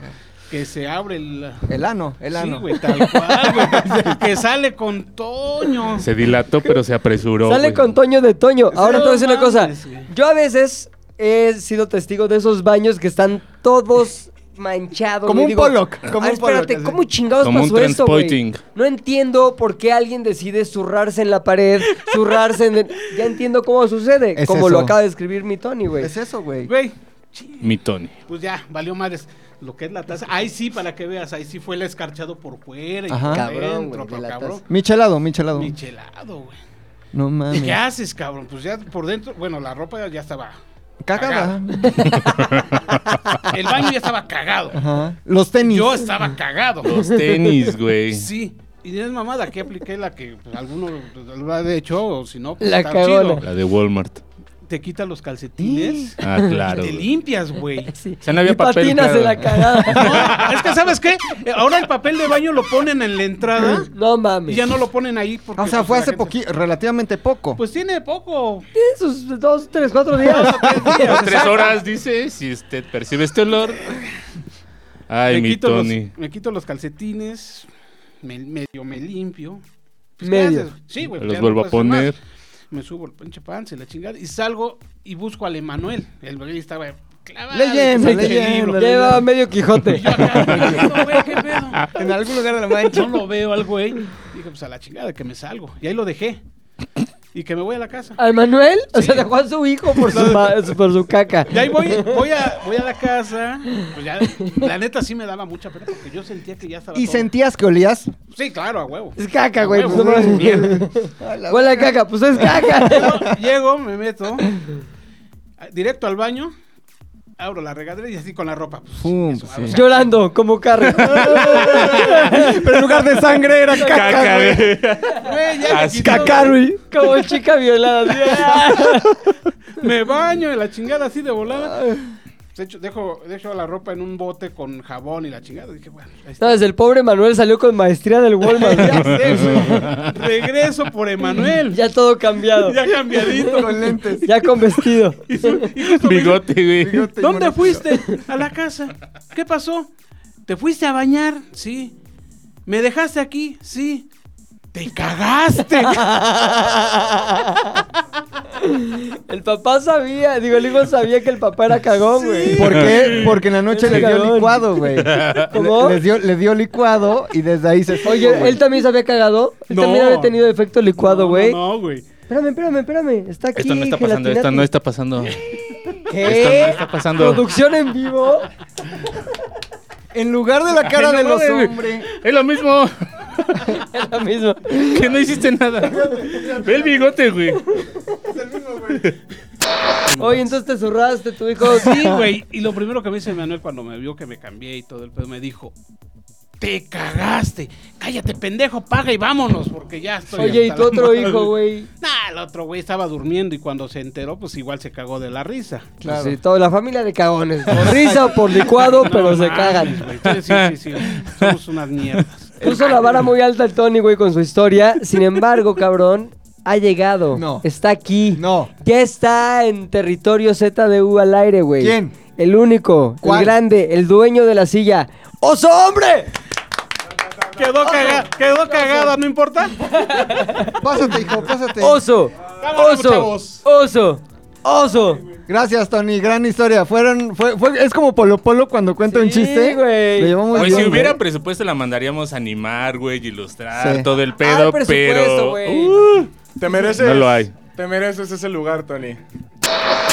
Speaker 6: Que se abre el.
Speaker 2: El ano, el
Speaker 6: Sí,
Speaker 2: ano.
Speaker 6: güey, tal cual, güey. que sale con Toño.
Speaker 3: Se dilató, pero se apresuró.
Speaker 1: Sale
Speaker 3: güey.
Speaker 1: con Toño de Toño. Ahora te voy a decir una
Speaker 6: mames,
Speaker 1: cosa.
Speaker 6: güey.
Speaker 1: Yo a veces he sido testigo de esos baños que están todos manchados.
Speaker 2: Como
Speaker 1: güey.
Speaker 2: un
Speaker 1: Digo,
Speaker 2: Pollock, como
Speaker 1: "Ah,
Speaker 2: un Pollock,
Speaker 1: espérate,
Speaker 2: así".
Speaker 1: ¿cómo chingados
Speaker 3: Como un
Speaker 1: pasó esto, güey?
Speaker 3: transporting.
Speaker 1: No entiendo por qué alguien decide zurrarse en la pared, zurrarse en... el- Ya entiendo cómo sucede,
Speaker 2: Es
Speaker 1: como lo
Speaker 2: eso.
Speaker 1: acaba de escribir mi Tony, güey.
Speaker 2: Es eso, güey.
Speaker 6: Güey,
Speaker 3: Mi Tony.
Speaker 6: pues ya, valió madres. Lo que es la taza. Ahí sí, para que veas, ahí sí fue el escarchado por fuera y
Speaker 2: Ajá.
Speaker 6: por
Speaker 1: Cabrón, güey,
Speaker 6: dentro,
Speaker 1: de
Speaker 6: pero
Speaker 1: la
Speaker 6: cabrón.
Speaker 1: taza.
Speaker 2: Michelado, michelado.
Speaker 6: Michelado, güey.
Speaker 2: no
Speaker 6: ¿Y
Speaker 2: mames.
Speaker 6: qué haces, cabrón? Pues ya por dentro, bueno, la ropa ya estaba.
Speaker 2: Cagada.
Speaker 6: El baño ya estaba cagado.
Speaker 2: Ajá. Los tenis.
Speaker 6: Yo estaba cagado.
Speaker 3: Los tenis, güey.
Speaker 6: Sí. Y no es mamada, que apliqué la que pues, alguno lo ha hecho, o si no, pues,
Speaker 1: La
Speaker 6: está
Speaker 1: cagona.
Speaker 6: chido.
Speaker 3: La de Walmart.
Speaker 6: Te quitas los calcetines,
Speaker 3: Ah, claro.
Speaker 6: te
Speaker 3: güey.
Speaker 6: limpias, güey.
Speaker 1: Sí.
Speaker 3: O sea, no había
Speaker 1: y
Speaker 3: papel,
Speaker 1: patinas
Speaker 3: claro.
Speaker 1: de la cagada.
Speaker 6: No, es que, ¿sabes qué? Eh, Ahora el papel de baño lo ponen en la
Speaker 2: ¿Ah?
Speaker 6: entrada
Speaker 1: No
Speaker 6: y
Speaker 1: mames.
Speaker 6: ya no lo ponen ahí. Porque,
Speaker 2: O sea,
Speaker 6: pues,
Speaker 2: fue
Speaker 6: la
Speaker 2: hace
Speaker 6: gente-
Speaker 2: poquito, relativamente poco.
Speaker 6: Pues tiene poco.
Speaker 1: Tiene sus dos, tres, cuatro días.
Speaker 3: Las tres horas, dice, si usted percibe este olor. Ay,
Speaker 6: me,
Speaker 3: mi
Speaker 6: quito
Speaker 3: Tony.
Speaker 6: los, me quito los calcetines, me, medio me limpio. Pues, ¿qué
Speaker 1: Medio.
Speaker 6: haces? Sí, güey.
Speaker 3: Los
Speaker 6: ya
Speaker 3: vuelvo
Speaker 6: no
Speaker 3: a
Speaker 6: puedes hacer
Speaker 3: poner.
Speaker 6: más. Me subo el pinche pants y la chingada y salgo y busco al Emanuel. El güey estaba clavado.
Speaker 2: Leyendo,
Speaker 6: en su pinche
Speaker 2: leyendo,
Speaker 6: libro.
Speaker 1: Lleva medio Quijote.
Speaker 6: Y yo acá, ¿qué pedo, güey? ¿Qué pedo?
Speaker 2: En algún lugar de la mancha.
Speaker 6: No lo veo al güey. Dije, pues a la chingada que me salgo. Y ahí lo dejé. Y que me voy a la casa.
Speaker 1: ¿Al Manuel? O sea, dejó a su hijo por su, ma- por su caca.
Speaker 6: Y ahí voy, voy a, voy a la casa. Pues ya, la neta sí me daba mucha pena porque yo sentía que ya estaba.
Speaker 2: ¿Y
Speaker 6: todo-
Speaker 2: sentías que olías?
Speaker 6: Sí, claro, a huevo.
Speaker 1: Es caca, güey.
Speaker 6: A
Speaker 1: Pues,
Speaker 6: huevo,
Speaker 1: no mames.
Speaker 6: mierda.
Speaker 1: Huele a caca, pues es caca.
Speaker 6: Llego- Llego, me meto a- directo al baño, abro la regadera y así con la ropa. pues,
Speaker 2: Pum,
Speaker 6: eso,
Speaker 2: sí.
Speaker 6: o sea,
Speaker 1: Llorando, como carro.
Speaker 2: Pero en lugar de sangre era
Speaker 3: Caca, güey.
Speaker 6: güey, ya me quito,
Speaker 1: güey. Como chica violada. así.
Speaker 6: Me baño en la chingada así de volada. De hecho, dejo, dejo la ropa en un bote con jabón y la chingada. Dije, bueno, ahí está.
Speaker 1: Entonces, el pobre Manuel salió con maestría del Walmart. ya,
Speaker 6: Ya sé, güey. Regreso por Emanuel. Ya,
Speaker 1: ya todo cambiado.
Speaker 6: cambiadito.
Speaker 2: Con lentes.
Speaker 1: Ya con vestido.
Speaker 6: Y su- y justo me dice,
Speaker 3: Bigote, güey.
Speaker 2: bigote y
Speaker 6: ¿Dónde
Speaker 2: moretón.
Speaker 6: fuiste? A la casa. ¿Qué pasó? ¿Te fuiste a bañar? Sí. ¿Me dejaste aquí? Sí. ¡Te cagaste!
Speaker 1: El papá sabía, digo, el hijo sabía que el papá era cagón, güey.
Speaker 2: ¿Por qué? Porque en la noche
Speaker 1: Es
Speaker 2: le dio
Speaker 1: cagón.
Speaker 2: licuado, güey. Le-
Speaker 1: ¿Cómo?
Speaker 2: Les dio, le dio licuado y desde ahí se fue.
Speaker 1: Oye, ¿él también se había cagado? ¿Él
Speaker 6: No.
Speaker 1: también había tenido efecto licuado, güey?
Speaker 6: No, no, güey.
Speaker 1: Espérame, espérame, espérame. Está aquí.
Speaker 3: Esto no está pasando, esto
Speaker 1: gelatinate.
Speaker 3: no está pasando.
Speaker 1: ¿Qué?
Speaker 3: Esto no está pasando.
Speaker 1: ¿Producción en vivo?
Speaker 2: En lugar de la cara
Speaker 3: Ay, no
Speaker 2: de los
Speaker 3: mames, güey.
Speaker 2: hombres.
Speaker 3: Es lo mismo
Speaker 1: Es la misma.
Speaker 3: que no hiciste nada. Ve el bigote, güey.
Speaker 1: Oye, entonces te zurraste, tu hijo.
Speaker 6: Pues Sí, güey. Y lo primero que me dice Manuel cuando me vio que me cambié y todo el pedo, me dijo: ¡Te cagaste! ¡Cállate, pendejo! ¡Paga y vámonos! Porque ya estoy.
Speaker 1: Oye, y
Speaker 6: hasta
Speaker 1: tu
Speaker 6: la
Speaker 1: otro
Speaker 6: madre.
Speaker 1: hijo, güey.
Speaker 6: Nah, el otro güey estaba durmiendo y cuando se enteró, pues igual se cagó de la risa.
Speaker 2: Claro.
Speaker 1: Sí, toda la familia de cagones. Por risa o por licuado, pero
Speaker 6: No
Speaker 1: se
Speaker 6: mames,
Speaker 1: cagan.
Speaker 6: güey. Sí, sí, sí, sí. Somos unas mierdas.
Speaker 1: Puso la vara muy alta el Tony, güey, con su historia. Sin embargo, cabrón, ha llegado.
Speaker 2: No.
Speaker 1: Está aquí.
Speaker 2: No.
Speaker 1: Ya está en territorio ZDU al aire, güey.
Speaker 2: ¿Quién?
Speaker 1: El único,
Speaker 2: ¿Cuál?
Speaker 1: el grande, el dueño de la silla. ¡Oso hombre!
Speaker 6: Quedó, caga- quedó cagada, ¿no importa?
Speaker 2: Pásate, hijo, pásate.
Speaker 1: ¡Oso!
Speaker 6: Cámara,
Speaker 1: ¡Oso!
Speaker 6: chavos.
Speaker 1: ¡Oso! ¡Oso!
Speaker 2: Gracias, Tony. Gran historia. Fueron, fue, fue- es como Polo Polo cuando cuenta un
Speaker 1: Sí,
Speaker 2: chiste.
Speaker 1: güey.
Speaker 2: Lo llevamos
Speaker 3: Pues
Speaker 2: bien,
Speaker 3: si
Speaker 2: güey.
Speaker 3: hubiera presupuesto la mandaríamos a animar, güey, ilustrar
Speaker 2: Sí.
Speaker 3: todo el
Speaker 1: Hay
Speaker 3: pedo,
Speaker 1: presupuesto,
Speaker 3: pero uh,
Speaker 1: güey.
Speaker 7: Te mereces.
Speaker 3: No lo hay.
Speaker 7: Te mereces ese lugar, Tony.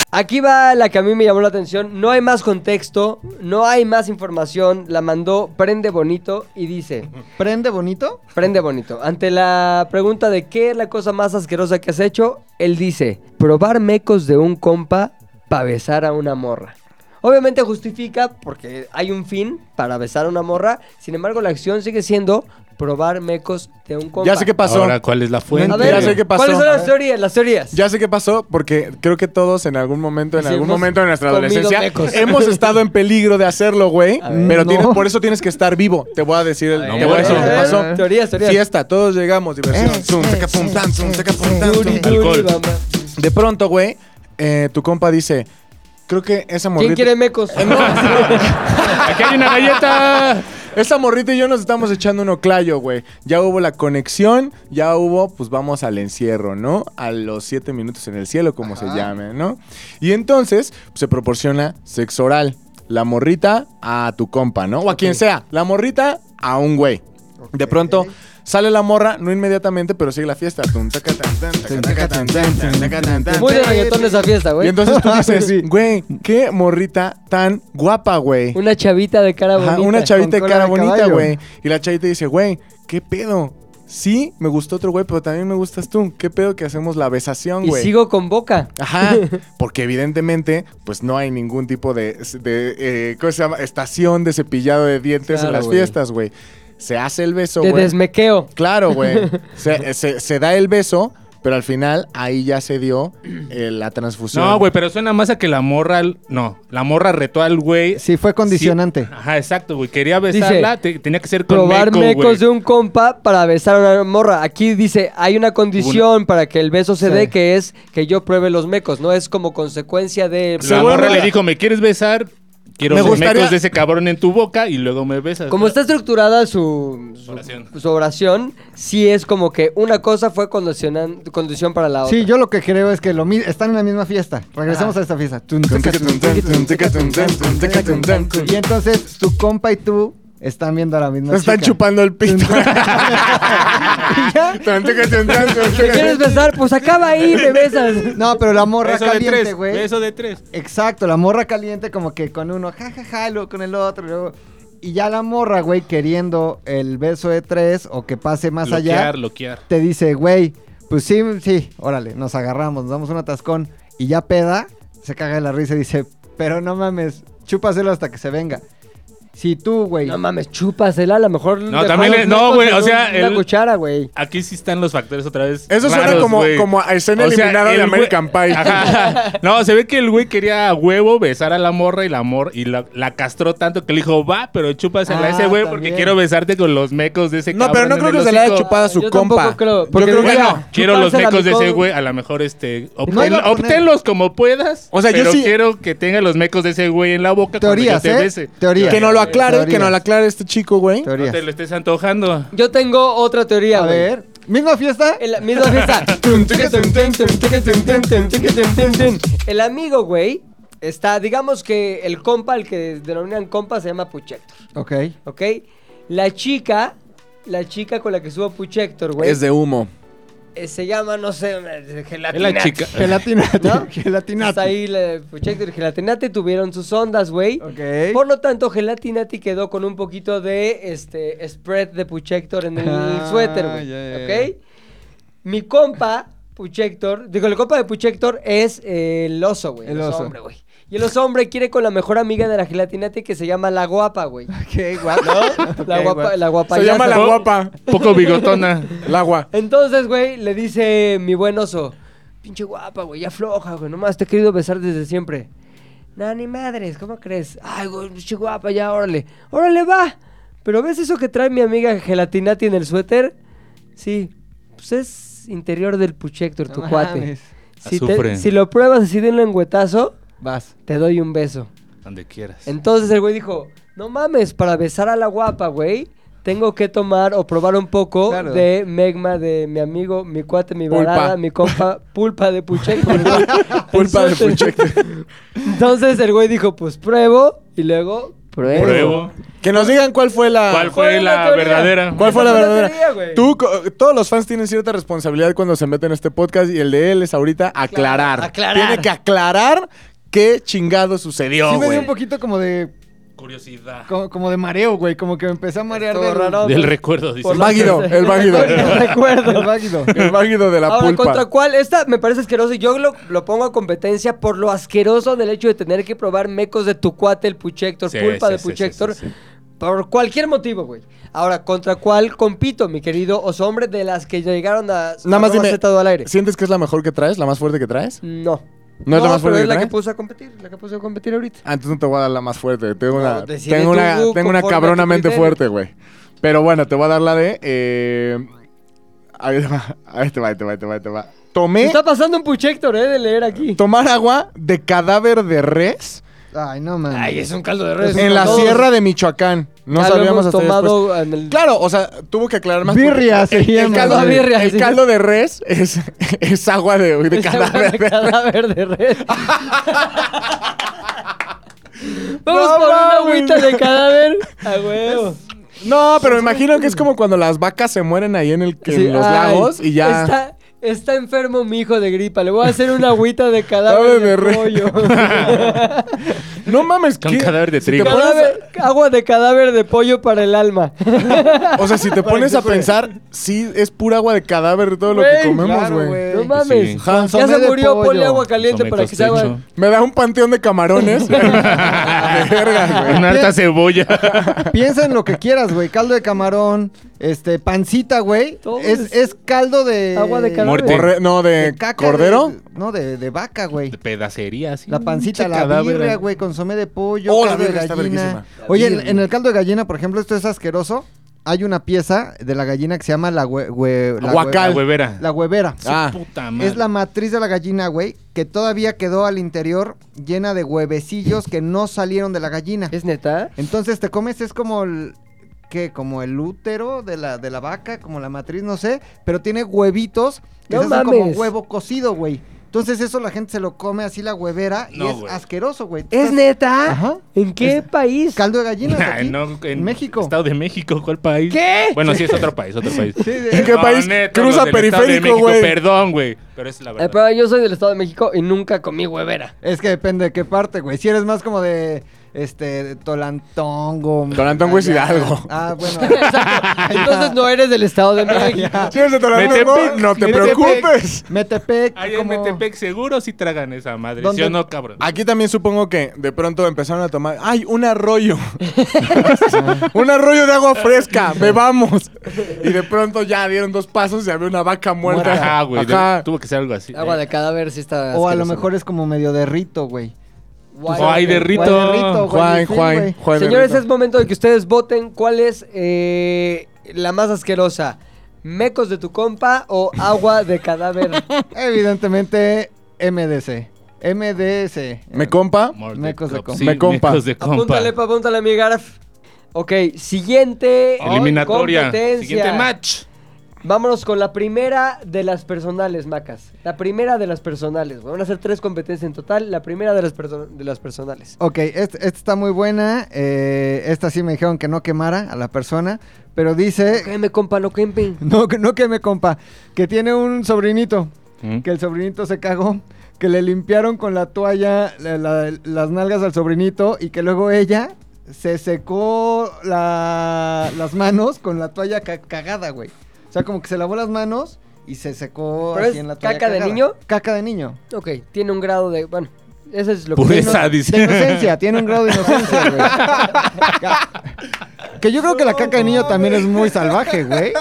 Speaker 1: Aquí va la que a mí me llamó la atención. No hay más contexto, no hay más información. La mandó Prende Bonito y dice:
Speaker 2: ¿Prende bonito?
Speaker 1: Prende Bonito. Ante la pregunta de qué es la cosa más asquerosa que has hecho, él dice: probar mecos de un compa para besar a una morra. Obviamente justifica porque hay un fin para besar a una morra. Sin embargo, la acción sigue siendo probar mecos de un compa.
Speaker 7: Ya sé qué pasó.
Speaker 3: Ahora, ¿cuál es la fuente?
Speaker 1: A ver,
Speaker 7: Ya sé qué pasó.
Speaker 1: ¿cuáles son
Speaker 7: A
Speaker 1: las
Speaker 7: ver.
Speaker 1: teorías? Las teorías.
Speaker 7: Ya sé qué pasó, porque creo que todos en algún momento, en
Speaker 1: Sí,
Speaker 7: algún
Speaker 1: hemos
Speaker 7: momento de nuestra
Speaker 1: comido
Speaker 7: adolescencia,
Speaker 1: mecos.
Speaker 7: hemos estado en peligro de hacerlo, güey.
Speaker 1: A ver.
Speaker 7: Pero
Speaker 2: No.
Speaker 7: tienes- por eso tienes que estar vivo. Te voy a decir, el-
Speaker 3: No,
Speaker 7: te voy a decir lo que
Speaker 1: Eh,
Speaker 7: pasó.
Speaker 1: Teorías, teorías.
Speaker 7: Fiesta, todos llegamos, diversión. Zum, taca, pum, tan, zum, taca, pum, tan, zum.
Speaker 1: Duri, duri,
Speaker 3: Alcohol.
Speaker 1: mamá.
Speaker 7: De pronto, güey, eh, tu compa dice, creo que esa
Speaker 1: ¿Quién
Speaker 7: morrita...
Speaker 1: quiere mecos?
Speaker 3: Aquí hay una galleta.
Speaker 7: Esa morrita y yo nos estamos echando un oclayo, güey. Ya hubo la conexión, ya hubo, pues vamos al encierro, ¿no? A los siete minutos en el cielo, como se llame, ¿no? Y entonces pues, se proporciona sexo oral. La morrita a tu compa, ¿no? O a quien sea. La morrita a un güey. De pronto sale la morra, no inmediatamente, pero sigue la fiesta. Tum, taca, tan, tan, taca, taca, tan, tan, tan, taca, tan, tan.
Speaker 1: Muy de reggaetón esa fiesta,
Speaker 7: Y
Speaker 1: güey.
Speaker 7: entonces tú dices, güey, qué morrita tan guapa, güey.
Speaker 1: Una chavita de cara bonita.
Speaker 7: Ajá, una chavita de
Speaker 2: con cola
Speaker 7: cara
Speaker 2: de
Speaker 7: bonita,
Speaker 2: caballo.
Speaker 7: güey. Y la chavita dice, güey, ¿qué pedo? Sí, me gustó otro güey, pero también me gustas tú. ¿Qué pedo que hacemos la besación,
Speaker 1: Y
Speaker 7: güey?
Speaker 1: sigo con boca.
Speaker 7: Ajá, porque evidentemente, pues no hay ningún tipo de, de, eh, ¿cómo se llama? Estación de cepillado de dientes
Speaker 1: Claro,
Speaker 7: en las
Speaker 1: güey.
Speaker 7: fiestas, güey. Se hace el beso,
Speaker 1: Te
Speaker 7: güey.
Speaker 1: desmequeo.
Speaker 7: Claro, güey. Se, se- se da el beso, pero al final ahí ya se dio eh, la transfusión.
Speaker 3: No, güey, pero suena más a que la morra. No, la morra retó al güey.
Speaker 2: Sí, fue condicionante.
Speaker 3: Ajá, exacto, güey. Quería besarla, te- tenía que ser con
Speaker 1: Probar
Speaker 3: meco,
Speaker 1: mecos
Speaker 3: güey.
Speaker 1: de un compa para besar a una morra. Aquí dice, hay una condición para que el beso se
Speaker 2: Sí.
Speaker 1: dé, que es que yo pruebe los mecos. No es como consecuencia de...
Speaker 3: La morra le dijo, ¿me quieres besar? Quiero
Speaker 7: Me
Speaker 3: los
Speaker 7: gustaría-
Speaker 3: mecos de ese cabrón en tu boca y luego me besas.
Speaker 1: Como está estructurada su, su- su
Speaker 3: Oración.
Speaker 1: oración. sí es como que una cosa fue condicionan- condición para
Speaker 3: Ah,
Speaker 1: la otra.
Speaker 2: Sí, yo lo que creo es que lo mi- están en la misma fiesta. Regresamos
Speaker 7: Ah.
Speaker 2: a esta fiesta. Tun, taca, tun, taca, tun, taca, tun, tan, tun, taca, tun, tan, tun. Y entonces tu compa y tú están viendo a la misma
Speaker 7: Nos están
Speaker 2: chica.
Speaker 7: chupando el pito.
Speaker 1: ¿Me quieres besar? Pues acaba ahí, me besas.
Speaker 2: No, pero la morra
Speaker 3: Beso de
Speaker 2: caliente,
Speaker 3: tres,
Speaker 2: güey.
Speaker 3: beso de tres.
Speaker 2: Exacto, la morra caliente como que con uno, jajaja, luego con el otro, y luego... Y ya la morra, güey, queriendo el beso de tres o que pase más allá,
Speaker 3: Loquear, loquear.
Speaker 2: te dice, güey, pues sí, sí, órale, nos agarramos, nos damos un atascón y ya peda, se caga de la risa y dice, pero no mames, chúpaselo hasta que se venga. Si tú, güey.
Speaker 1: No mames, chúpasela, a lo mejor.
Speaker 3: No,
Speaker 1: dejó
Speaker 3: también
Speaker 1: los
Speaker 3: le-
Speaker 1: mecos
Speaker 3: no, güey,
Speaker 1: en
Speaker 3: o
Speaker 1: un-
Speaker 3: sea,
Speaker 1: Una
Speaker 3: el-
Speaker 1: cuchara, güey.
Speaker 3: Aquí sí están los factores otra vez.
Speaker 7: Eso suena
Speaker 3: raros,
Speaker 7: como,
Speaker 3: güey.
Speaker 7: como a escena
Speaker 3: O sea,
Speaker 7: eliminada
Speaker 3: el
Speaker 7: de
Speaker 3: güey-
Speaker 7: American Pie.
Speaker 3: Ajá. No, se ve que el güey quería a huevo besar a la morra y la mor y la, la castró tanto que le dijo, va, pero chúpasela a
Speaker 2: Ah,
Speaker 3: ese güey porque
Speaker 2: también.
Speaker 3: quiero besarte con los mecos de ese
Speaker 7: No, pero
Speaker 3: cabrón
Speaker 7: no
Speaker 3: en
Speaker 7: creo
Speaker 3: el
Speaker 7: que se le haya
Speaker 3: hocico".
Speaker 7: chupado a su
Speaker 1: Yo
Speaker 7: compa.
Speaker 1: tampoco creo,
Speaker 7: Yo
Speaker 1: porque
Speaker 7: creo que
Speaker 1: diría-
Speaker 7: no.
Speaker 3: Quiero los
Speaker 1: Chúpasela,
Speaker 3: mecos de
Speaker 1: mijo.
Speaker 3: ese güey, a lo mejor este,
Speaker 2: No iba
Speaker 3: obtén-
Speaker 2: a poner-
Speaker 3: obténlos como puedas.
Speaker 7: O sea, yo
Speaker 3: pero
Speaker 7: sí-
Speaker 3: quiero que tenga los mecos de ese güey en la boca
Speaker 2: Teorías,
Speaker 3: cuando yo te
Speaker 2: ¿eh?
Speaker 3: bese.
Speaker 2: Teorías.
Speaker 7: Que no lo aclare,
Speaker 2: Teorías.
Speaker 7: que no lo aclare este chico, güey.
Speaker 3: No
Speaker 2: Teoría.
Speaker 3: te lo estés antojando.
Speaker 1: Yo tengo otra teoría,
Speaker 2: A
Speaker 1: güey.
Speaker 2: ver. ¿Misma fiesta?
Speaker 1: El, misma fiesta. el amigo, güey, está, digamos que el compa, el que denominan compa, se llama Puchector,
Speaker 2: Ok.
Speaker 1: ¿ok? La chica, la chica con la que subo Puchector, güey,
Speaker 7: Es de humo.
Speaker 1: eh, se llama, no sé, eh,
Speaker 3: Es
Speaker 1: gelatina.
Speaker 3: la chica.
Speaker 2: Gelatinati.
Speaker 1: ¿No? Está
Speaker 2: Gelatinati.
Speaker 1: ahí la- Puchector y Gelatinati tuvieron sus ondas, güey.
Speaker 2: Ok.
Speaker 1: Por lo tanto, Gelatinati quedó con un poquito de este spread de Puchector en el
Speaker 2: Ah,
Speaker 1: suéter, güey.
Speaker 2: ya, ya, ya.
Speaker 1: ¿Ok? Mi compa, Puchector, digo, el compa de Puchector es eh, el oso, güey. El,
Speaker 2: El
Speaker 1: oso
Speaker 2: oso.
Speaker 1: hombre, güey. Y el oso hombre quiere con la mejor amiga de la Gelatinati que se llama La Guapa, güey.
Speaker 2: Ok, guapo.
Speaker 1: La guapa, la guapa.
Speaker 7: Se llama la
Speaker 3: ¿no?
Speaker 7: guapa.
Speaker 3: Poco bigotona.
Speaker 7: El agua.
Speaker 1: Entonces, güey, le dice mi buen oso, pinche guapa, güey, ya floja, güey, nomás te he querido besar desde siempre. No, ni madres, ¿cómo crees? Ay, güey, pinche guapa, ya, órale. Órale, va. Pero ¿ves eso que trae mi amiga Gelatinati en el suéter? Sí, pues es interior del Puchector, tu
Speaker 2: No
Speaker 1: cuate.
Speaker 2: mames.
Speaker 1: Si, te-
Speaker 3: Azufre.
Speaker 1: si lo pruebas así de un lengüetazo,
Speaker 2: Vas.
Speaker 1: te doy un beso.
Speaker 3: Donde quieras.
Speaker 1: Entonces el güey dijo, no mames, para besar a la guapa, güey, tengo que tomar o probar un poco
Speaker 2: Claro.
Speaker 1: de megma de mi amigo, mi cuate, mi
Speaker 7: Pulpa.
Speaker 1: balada, mi compa, pulpa de pucheco.
Speaker 7: Pulpa de Puchector.
Speaker 1: Entonces el güey dijo, pues pruebo y luego pruebo.
Speaker 3: Pruebo.
Speaker 7: Que nos digan cuál fue la.
Speaker 3: ¿Cuál fue
Speaker 1: ¿Cuál es la
Speaker 3: la
Speaker 1: teoría?
Speaker 3: verdadera?
Speaker 7: ¿Cuál fue la
Speaker 1: Esa fue la
Speaker 7: verdadera?
Speaker 1: teoría, güey.
Speaker 7: Tú, co- todos los fans tienen cierta responsabilidad cuando se meten en este podcast y el de él es ahorita aclarar.
Speaker 1: aclarar.
Speaker 7: Tiene que aclarar qué chingado sucedió,
Speaker 2: Sí me dio
Speaker 7: güey.
Speaker 2: un poquito como de
Speaker 3: Curiosidad.
Speaker 2: como, como de mareo, güey, como que me empecé a marear
Speaker 1: Estuvo
Speaker 2: del-
Speaker 1: raro.
Speaker 3: Del recuerdo, dice.
Speaker 1: Por la-
Speaker 7: váguido, el váguido.
Speaker 2: del
Speaker 1: Recuerdo.
Speaker 2: váguido.
Speaker 7: el váguido de la
Speaker 1: Ahora,
Speaker 7: pulpa.
Speaker 1: ¿contra cuál? Esta me parece asquerosa y yo lo, lo pongo a competencia por lo asqueroso del hecho de tener que probar mecos de tu cuate, el Puchector,
Speaker 3: Sí,
Speaker 1: pulpa
Speaker 3: sí,
Speaker 1: de
Speaker 3: sí,
Speaker 1: Puchector.
Speaker 3: sí, sí, sí.
Speaker 1: Por cualquier motivo, güey. Ahora, ¿contra cuál compito, mi querido oso hombre, de las que llegaron a
Speaker 7: Nada más
Speaker 1: arroba
Speaker 7: dime.
Speaker 1: Z al aire?
Speaker 7: ¿Sientes que es la mejor que traes? ¿La más fuerte que traes?
Speaker 1: No.
Speaker 7: ¿No es la más ¿eh?
Speaker 1: pero
Speaker 7: fuerte
Speaker 1: es
Speaker 7: que
Speaker 1: la que
Speaker 7: traes?
Speaker 1: puse a competir, la que puse a competir ahorita.
Speaker 7: Ah, entonces no te voy a dar la más fuerte. Tengo una,
Speaker 1: decide
Speaker 7: tengo
Speaker 1: tú,
Speaker 7: una, tengo
Speaker 1: conforme a
Speaker 7: una
Speaker 1: tu
Speaker 7: cabronamente
Speaker 1: criterio.
Speaker 7: fuerte, güey. Pero bueno, te voy a dar la de. eh, ahí te va, ahí te va, ahí te va, ahí te va, ahí te va.
Speaker 1: Me
Speaker 7: Tomé
Speaker 1: está pasando un Puchector, eh, de leer aquí.
Speaker 7: tomar agua de cadáver de res
Speaker 2: Ay, no mames.
Speaker 1: Ay, es un caldo de res.
Speaker 7: en la
Speaker 1: Todos
Speaker 7: sierra de Michoacán. No
Speaker 1: ya lo hemos
Speaker 7: sabíamos hasta después.
Speaker 1: tomado en el...
Speaker 7: Claro, o sea, tuvo que aclarar más. porque
Speaker 2: Birria se
Speaker 7: El,
Speaker 2: llama.
Speaker 7: caldo,
Speaker 1: güey. Birria,
Speaker 7: el
Speaker 1: sí.
Speaker 7: caldo de res es, es agua de, de
Speaker 1: Esa buena
Speaker 7: cadáver. de-
Speaker 1: cadáver Este de res. Vamos
Speaker 7: No
Speaker 1: por una
Speaker 7: mames.
Speaker 1: agüita de cadáver. A huevo.
Speaker 7: No, pero me imagino que es como cuando las vacas se mueren ahí en, el, en
Speaker 1: Sí,
Speaker 7: los
Speaker 1: ay,
Speaker 7: lagos y ya.
Speaker 1: Está, está enfermo mi hijo de gripa. Le voy a hacer una agüita de cadáver
Speaker 7: Cadáver de
Speaker 1: de
Speaker 7: res.
Speaker 1: pollo.
Speaker 7: No mames,
Speaker 3: Con
Speaker 7: ¿qué?
Speaker 3: cadáver de
Speaker 7: Si te
Speaker 3: trigo.
Speaker 7: pones a-
Speaker 1: Cadáver- agua de cadáver de pollo para el alma.
Speaker 7: o sea, si te pones a pensar, sí, es pura agua de cadáver todo lo que
Speaker 1: Güey,
Speaker 7: comemos,
Speaker 2: Claro,
Speaker 7: güey.
Speaker 2: güey.
Speaker 1: No mames.
Speaker 3: sí.
Speaker 7: Ja,
Speaker 1: Ya
Speaker 2: consomé
Speaker 1: se
Speaker 2: de
Speaker 1: murió,
Speaker 2: pollo.
Speaker 1: ponle agua caliente para que se haga.
Speaker 7: me da un panteón de camarones. De verga, güey.
Speaker 3: Una harta cebolla.
Speaker 2: Piensa en lo que quieras, güey. Caldo de camarón, este, pancita, güey.
Speaker 1: Todo
Speaker 2: Es,
Speaker 1: es-
Speaker 2: es caldo de.
Speaker 1: Agua
Speaker 7: Eh,
Speaker 1: de cadáver.
Speaker 3: Muerte.
Speaker 7: Borre- no, de,
Speaker 2: de caca,
Speaker 7: cordero.
Speaker 2: de- no, de, de vaca, güey.
Speaker 3: Pedacería, así.
Speaker 2: La pancita,
Speaker 7: Pinche
Speaker 2: la
Speaker 7: cadáver,
Speaker 2: birria,
Speaker 7: eh.
Speaker 2: güey, consomé de pollo,
Speaker 7: Oh, la
Speaker 2: caldo de
Speaker 7: birria está
Speaker 2: gallina.
Speaker 7: verguísima.
Speaker 2: Oye, en, en el caldo de gallina, por ejemplo, esto es asqueroso. Hay una pieza de la gallina que se llama la, hue- hue- la hue-
Speaker 7: Aguacal.
Speaker 3: La huevera.
Speaker 2: la huevera.
Speaker 7: Ah,
Speaker 3: puta madre.
Speaker 2: Es la matriz de la gallina, güey, que todavía quedó al interior llena de huevecillos que no salieron de la gallina.
Speaker 1: ¿Es neta?
Speaker 2: Entonces te comes, es como el. ¿Qué? Como el útero de la, de la vaca, como la matriz, no sé. Pero tiene huevitos que
Speaker 1: No
Speaker 2: se hacen como
Speaker 1: mames.
Speaker 2: huevo cocido, güey. Entonces eso la gente se lo come así la huevera y
Speaker 3: No,
Speaker 2: es
Speaker 3: güey.
Speaker 2: asqueroso, güey.
Speaker 1: ¿Es
Speaker 2: Estás-
Speaker 1: neta?
Speaker 2: Ajá.
Speaker 1: ¿En qué país?
Speaker 2: Caldo de gallinas
Speaker 3: Nah,
Speaker 2: aquí,
Speaker 3: no,
Speaker 2: en México.
Speaker 3: Estado de México, ¿cuál país?
Speaker 1: ¿Qué?
Speaker 3: Bueno, sí, es otro país, otro país.
Speaker 7: ¿En qué
Speaker 3: No,
Speaker 7: país?
Speaker 3: neta,
Speaker 7: Cruza
Speaker 3: los del Estado de
Speaker 7: periférico,
Speaker 3: México,
Speaker 7: güey.
Speaker 3: Perdón, güey. Pero es la
Speaker 1: Eh,
Speaker 3: verdad.
Speaker 1: pero yo soy del Estado de México y nunca comí huevera.
Speaker 2: Es que depende de qué parte, güey. Si eres más como de este, Tolantongo.
Speaker 7: Tolantongo es
Speaker 2: allá.
Speaker 7: Hidalgo.
Speaker 2: Ah, bueno. Exacto.
Speaker 1: Entonces no eres del Estado de México.
Speaker 7: Si eres de Tolantongo,
Speaker 3: Metepec,
Speaker 7: no te
Speaker 3: Metepec.
Speaker 7: preocupes.
Speaker 2: Metepec.
Speaker 3: Ahí en
Speaker 2: como-
Speaker 3: Metepec seguro sí tragan esa madre.
Speaker 2: ¿Dónde?
Speaker 3: ¿Sí o no, cabrón?
Speaker 7: Aquí también supongo que de pronto empezaron a tomar. ¡Ay, un arroyo! un arroyo de agua fresca, bebamos. Y de pronto ya dieron dos pasos y había una vaca muerta.
Speaker 3: Ajá, Ah, güey. de-
Speaker 7: Ajá.
Speaker 3: Tuvo que ser algo así.
Speaker 1: Agua de cadáver sí está.
Speaker 2: O a lo
Speaker 1: asqueroso.
Speaker 2: mejor es como medio de rito, güey.
Speaker 1: Guay.
Speaker 3: O hay de
Speaker 2: Guay
Speaker 3: Rito.
Speaker 2: rito, güey,
Speaker 7: Juan,
Speaker 2: sí,
Speaker 7: Juan,
Speaker 2: güey.
Speaker 7: Juan.
Speaker 1: Señores,
Speaker 7: Benito.
Speaker 1: es momento de que ustedes voten cuál es eh, la más asquerosa. ¿Mecos de tu compa o agua de cadáver?
Speaker 2: Evidentemente, MDC. MDC.
Speaker 7: ¿Me compa?
Speaker 3: Mordecai.
Speaker 2: Mecos de compa.
Speaker 3: Sí,
Speaker 7: Me compa.
Speaker 3: mecos de compa.
Speaker 1: Apúntale, pa, apúntale, mi Garf. Ok, siguiente
Speaker 3: Eliminatoria.
Speaker 1: competencia.
Speaker 3: Siguiente match.
Speaker 1: Vámonos con la primera de las personales, Macas. La primera de las personales. güey. Van a ser tres competencias en total. La primera de las, perso- de las personales.
Speaker 2: Ok, est- esta está muy buena. eh, esta sí me dijeron que no quemara a la persona, pero dice...
Speaker 1: Ok, me compa, no quempe.
Speaker 2: No, que- no queme, compa. Que tiene un sobrinito.
Speaker 3: Mm.
Speaker 2: Que el sobrinito se cagó. Que le limpiaron con la toalla la- la- las nalgas al sobrinito. Y que luego ella se secó la- las manos con la toalla ca- cagada, güey. O sea, como que se lavó las manos y se secó
Speaker 1: ¿Pero
Speaker 2: así
Speaker 1: es
Speaker 2: en la toalla.
Speaker 1: caca de
Speaker 2: cagada.
Speaker 1: niño?
Speaker 2: Caca de niño.
Speaker 1: Ok, tiene un grado de. Bueno, eso es lo que.
Speaker 3: Pureza,
Speaker 2: De
Speaker 3: dice.
Speaker 2: inocencia, tiene un grado de inocencia, güey. que yo creo que la caca de niño también es muy salvaje, güey.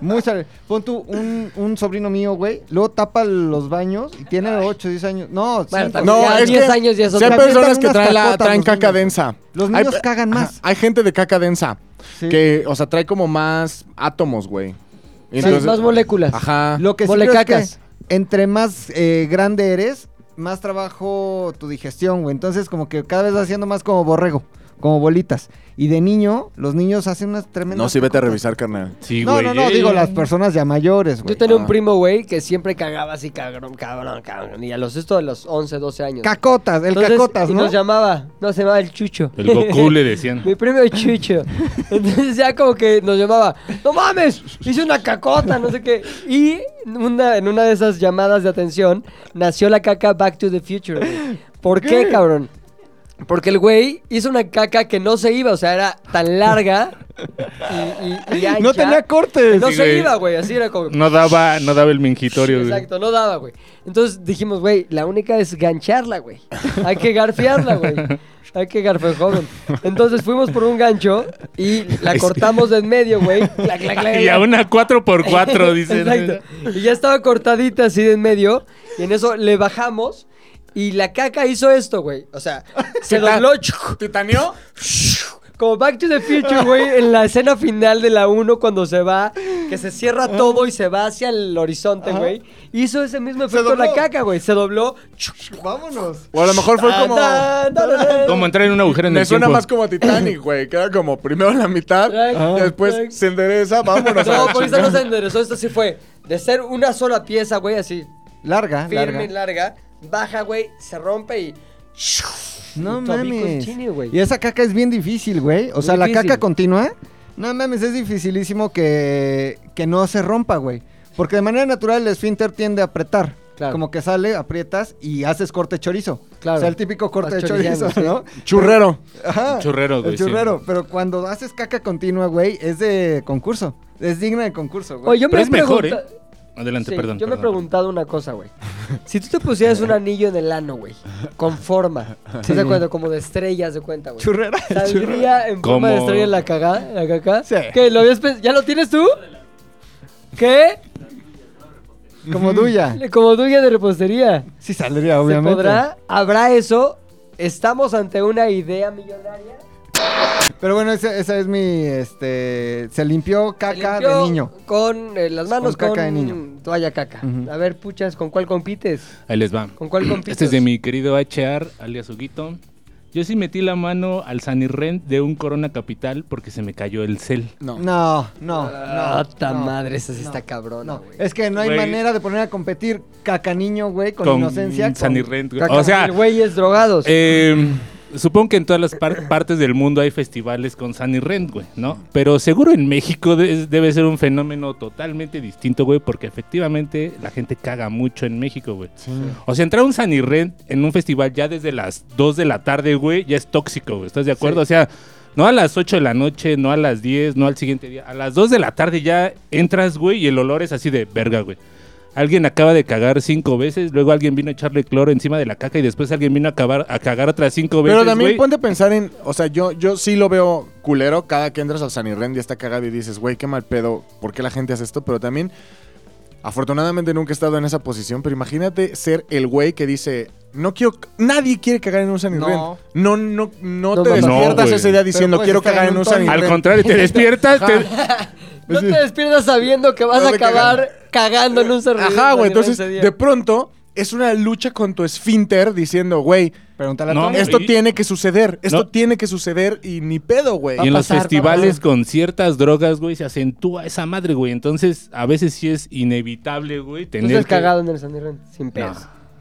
Speaker 2: Muy salvaje. Pon tú, un, un sobrino mío, güey, luego tapa los baños y tiene 8, 10 años. No,
Speaker 1: Bueno,
Speaker 2: cinco.
Speaker 1: también.
Speaker 7: No,
Speaker 1: Ya,
Speaker 7: es
Speaker 1: 10
Speaker 7: que
Speaker 1: años ya es
Speaker 7: sí
Speaker 1: otra
Speaker 7: hay
Speaker 1: cosa.
Speaker 7: personas
Speaker 2: También
Speaker 7: que traen, la,
Speaker 2: unas cacotas,
Speaker 7: traen
Speaker 2: los
Speaker 7: caca
Speaker 2: niños.
Speaker 7: densa.
Speaker 2: Los
Speaker 7: Hay
Speaker 2: niños
Speaker 7: pe-
Speaker 2: cagan
Speaker 7: Ajá,
Speaker 2: más.
Speaker 7: Hay gente de caca densa
Speaker 2: Sí.
Speaker 7: que, o sea, trae como más átomos, güey.
Speaker 1: Sí, más moléculas.
Speaker 7: Ajá.
Speaker 2: Lo que sí
Speaker 1: Mole
Speaker 2: creo es que
Speaker 1: cacas.
Speaker 2: entre más eh, grande eres, más trabajo tu digestión, güey. Entonces, como que cada vez vas haciendo más como borrego, como bolitas. Y de niño, los niños hacen unas tremendas.
Speaker 7: No, sí, vete a
Speaker 2: cacotas.
Speaker 7: revisar, carnal.
Speaker 3: Sí,
Speaker 2: No,
Speaker 3: güey.
Speaker 2: no, no,
Speaker 3: eh.
Speaker 2: digo las personas ya mayores,
Speaker 1: Yo
Speaker 2: güey.
Speaker 1: tenía un
Speaker 7: Ah.
Speaker 1: primo, güey, que siempre cagaba así, cabrón, cabrón, cabrón. Y a los esto de los 11, 12 años.
Speaker 2: Ah. Cacotas, el
Speaker 1: Entonces,
Speaker 2: cacotas,
Speaker 1: y
Speaker 2: ¿no?
Speaker 1: nos llamaba, no, se llamaba el Chucho.
Speaker 3: El Goku le decían.
Speaker 1: Mi primo el Chucho. Entonces ya como que nos llamaba, no mames, hice una cacota, no sé qué. Y una- en una de esas llamadas de atención nació la caca Back to the Future. güey. ¿Por qué, cabrón? Porque el güey hizo una caca que no se iba, o sea, era tan larga y, y- y ancha
Speaker 2: No tenía cortes.
Speaker 1: que No
Speaker 3: Sí,
Speaker 1: se
Speaker 3: güey.
Speaker 1: iba, güey, así era como...
Speaker 3: No daba, no daba el mingitorio, güey.
Speaker 1: Exacto, no daba, güey. Entonces dijimos, güey, la única es gancharla, güey. Hay que garfearla, güey. Hay que garfear joven. Entonces fuimos por un gancho y la cortamos de en medio, güey. Clac, clac, clac,
Speaker 3: Y a
Speaker 1: clac.
Speaker 3: una 4x4, dicen.
Speaker 1: Exacto. Y ya estaba cortadita así de en medio. Y en eso le bajamos. Y la caca hizo esto, güey. O sea, se dobló. chuc,
Speaker 7: ¿Titaneó?
Speaker 1: Como Back to the Future, güey, en la escena final de la 1 cuando se va, que se cierra todo y se va hacia el horizonte, güey. Hizo ese mismo efecto la
Speaker 2: dobló.
Speaker 1: caca, güey. Se dobló.
Speaker 2: Vámonos.
Speaker 7: O a lo mejor
Speaker 2: Ah,
Speaker 7: fue como.
Speaker 1: Tan, tan, tan, tan.
Speaker 3: Como entrar en un agujero en
Speaker 7: Me
Speaker 3: el
Speaker 7: suena
Speaker 3: tiempo.
Speaker 7: más como Titanic, güey. Que era como primero la mitad,
Speaker 1: Ajá.
Speaker 7: después se endereza, vámonos. a
Speaker 1: No,
Speaker 7: la
Speaker 1: por eso no
Speaker 7: chingada.
Speaker 1: se enderezó. Esto sí fue de ser una sola pieza, güey, así.
Speaker 2: Larga,
Speaker 1: Firme,
Speaker 2: larga.
Speaker 1: Ah, larga. Baja, güey, se rompe y.
Speaker 2: No
Speaker 1: Y tu abrigo
Speaker 2: mames.
Speaker 1: chile, güey.
Speaker 2: Y esa caca es bien difícil, güey. O sea, la
Speaker 1: difícil.
Speaker 2: caca continua. No mames, es dificilísimo que, que no se rompa, güey. Porque de manera natural el esfínter tiende a apretar.
Speaker 1: Claro.
Speaker 2: Como que sale, aprietas y haces corte chorizo.
Speaker 1: Claro.
Speaker 2: O sea, el típico corte
Speaker 1: Vas
Speaker 2: de chorizo,
Speaker 1: choriceando,
Speaker 2: ¿no?
Speaker 7: Churrero.
Speaker 2: Ajá.
Speaker 3: Churrero, güey,
Speaker 2: El
Speaker 3: sí.
Speaker 2: churrero. Pero cuando haces caca continua, güey, es de concurso. Es digna de concurso, güey.
Speaker 1: Oye, yo
Speaker 3: Pero
Speaker 1: me
Speaker 3: es mejor, ¿eh?
Speaker 1: pregunta-
Speaker 3: Adelante,
Speaker 1: Sí,
Speaker 3: perdón.
Speaker 1: Yo me he
Speaker 3: perdón.
Speaker 1: preguntado una cosa, güey. Si tú te pusieras un anillo en el ano, güey, con forma, ¿estás de acuerdo? Como de estrellas de cuenta, güey.
Speaker 2: Churrera.
Speaker 1: ¿Saldría en forma de
Speaker 3: Como-
Speaker 1: estrella la cagada? ¿La caca?
Speaker 2: Sí.
Speaker 1: ¿Qué? ¿Lo habías pens- ¿Ya lo tienes tú? ¿Qué?
Speaker 2: Como duya.
Speaker 1: Como tuya de repostería.
Speaker 2: Sí saldría,
Speaker 1: ¿Se
Speaker 2: obviamente.
Speaker 1: podrá? ¿Habrá eso? ¿Estamos ante una idea millonaria?
Speaker 2: Pero bueno, esa, esa es mi, este... Se limpió
Speaker 1: Se
Speaker 2: caca
Speaker 1: limpió
Speaker 2: de niño.
Speaker 1: Con eh, las manos
Speaker 2: Con
Speaker 1: con,
Speaker 2: caca de niño.
Speaker 1: toalla caca.
Speaker 2: Ujú.
Speaker 1: A ver, puchas, ¿con cuál compites?
Speaker 3: Ahí les va.
Speaker 1: ¿Con cuál compites?
Speaker 3: Este es de mi querido HR, alias Huguito. Yo sí metí la mano al Sanirrent de un Corona Capital porque se me cayó el cel.
Speaker 2: No, no, no.
Speaker 1: Ah, ta
Speaker 2: no,
Speaker 1: madre, esa sí está
Speaker 2: no,
Speaker 1: cabrona,
Speaker 2: No, eh,
Speaker 1: güey.
Speaker 2: es que no hay
Speaker 3: Güey.
Speaker 2: manera de poner a competir caca niño, güey, con, inocencia.
Speaker 3: Sanirrent. güey.
Speaker 1: Caca,
Speaker 3: O sea,
Speaker 1: el güey es drogados.
Speaker 3: eh, Supongo que en todas las par- partes del mundo hay festivales con San y Rent, güey, ¿no? Pero seguro en México de- debe ser un fenómeno totalmente distinto, güey, porque efectivamente la gente caga mucho en México, güey. O sea, entrar a un San y Rent en un festival ya desde las 2 de la tarde, güey, ya es tóxico, güey. ¿Estás de acuerdo? O sea, no a las 8 de la noche, no a las 10, no al siguiente día. A las 2 de la tarde ya entras, güey, y el olor es así de verga, güey. Alguien acaba de cagar cinco veces, luego alguien vino a echarle cloro encima de la caca y después alguien vino a, acabar, a cagar otras cinco veces.
Speaker 7: Pero también
Speaker 3: güey.
Speaker 7: ponte a pensar en, o sea, yo, yo sí lo veo culero cada que entras al San Irren ya está cagado y dices, güey, qué mal pedo, ¿por qué la gente hace esto? Pero también, afortunadamente nunca he estado en esa posición, pero imagínate ser el güey que dice, no quiero, nadie quiere cagar en un San Irren.
Speaker 2: No.
Speaker 7: No, no, no,
Speaker 2: No,
Speaker 7: te
Speaker 2: no,
Speaker 7: despiertas
Speaker 3: güey.
Speaker 7: esa idea diciendo,
Speaker 2: puedes
Speaker 7: quiero
Speaker 2: estar
Speaker 7: cagar
Speaker 2: en
Speaker 7: en
Speaker 2: un
Speaker 7: un San
Speaker 2: tono.
Speaker 3: Al
Speaker 7: Irren.
Speaker 3: contrario, te despiertas, te-
Speaker 1: No te despiertas sabiendo que vas
Speaker 7: No
Speaker 1: a
Speaker 7: te
Speaker 1: acabar cagando en un servidor.
Speaker 7: Ajá, güey,
Speaker 1: durante
Speaker 7: entonces,
Speaker 1: ese día.
Speaker 7: de pronto, es una lucha con tu esfínter diciendo, güey,
Speaker 2: Pregúntale a
Speaker 3: No,
Speaker 2: Tony.
Speaker 3: güey.
Speaker 7: esto tiene que suceder, esto
Speaker 3: No.
Speaker 7: tiene que suceder y ni pedo, güey.
Speaker 3: Y en los
Speaker 2: pasar, va a
Speaker 3: festivales
Speaker 2: pasar.
Speaker 3: con ciertas drogas, güey, se acentúa esa madre, güey. Entonces, a veces sí es inevitable, güey,
Speaker 1: Tú
Speaker 3: tener
Speaker 1: estás
Speaker 3: que-
Speaker 1: cagado en el San Irren, sin pedos.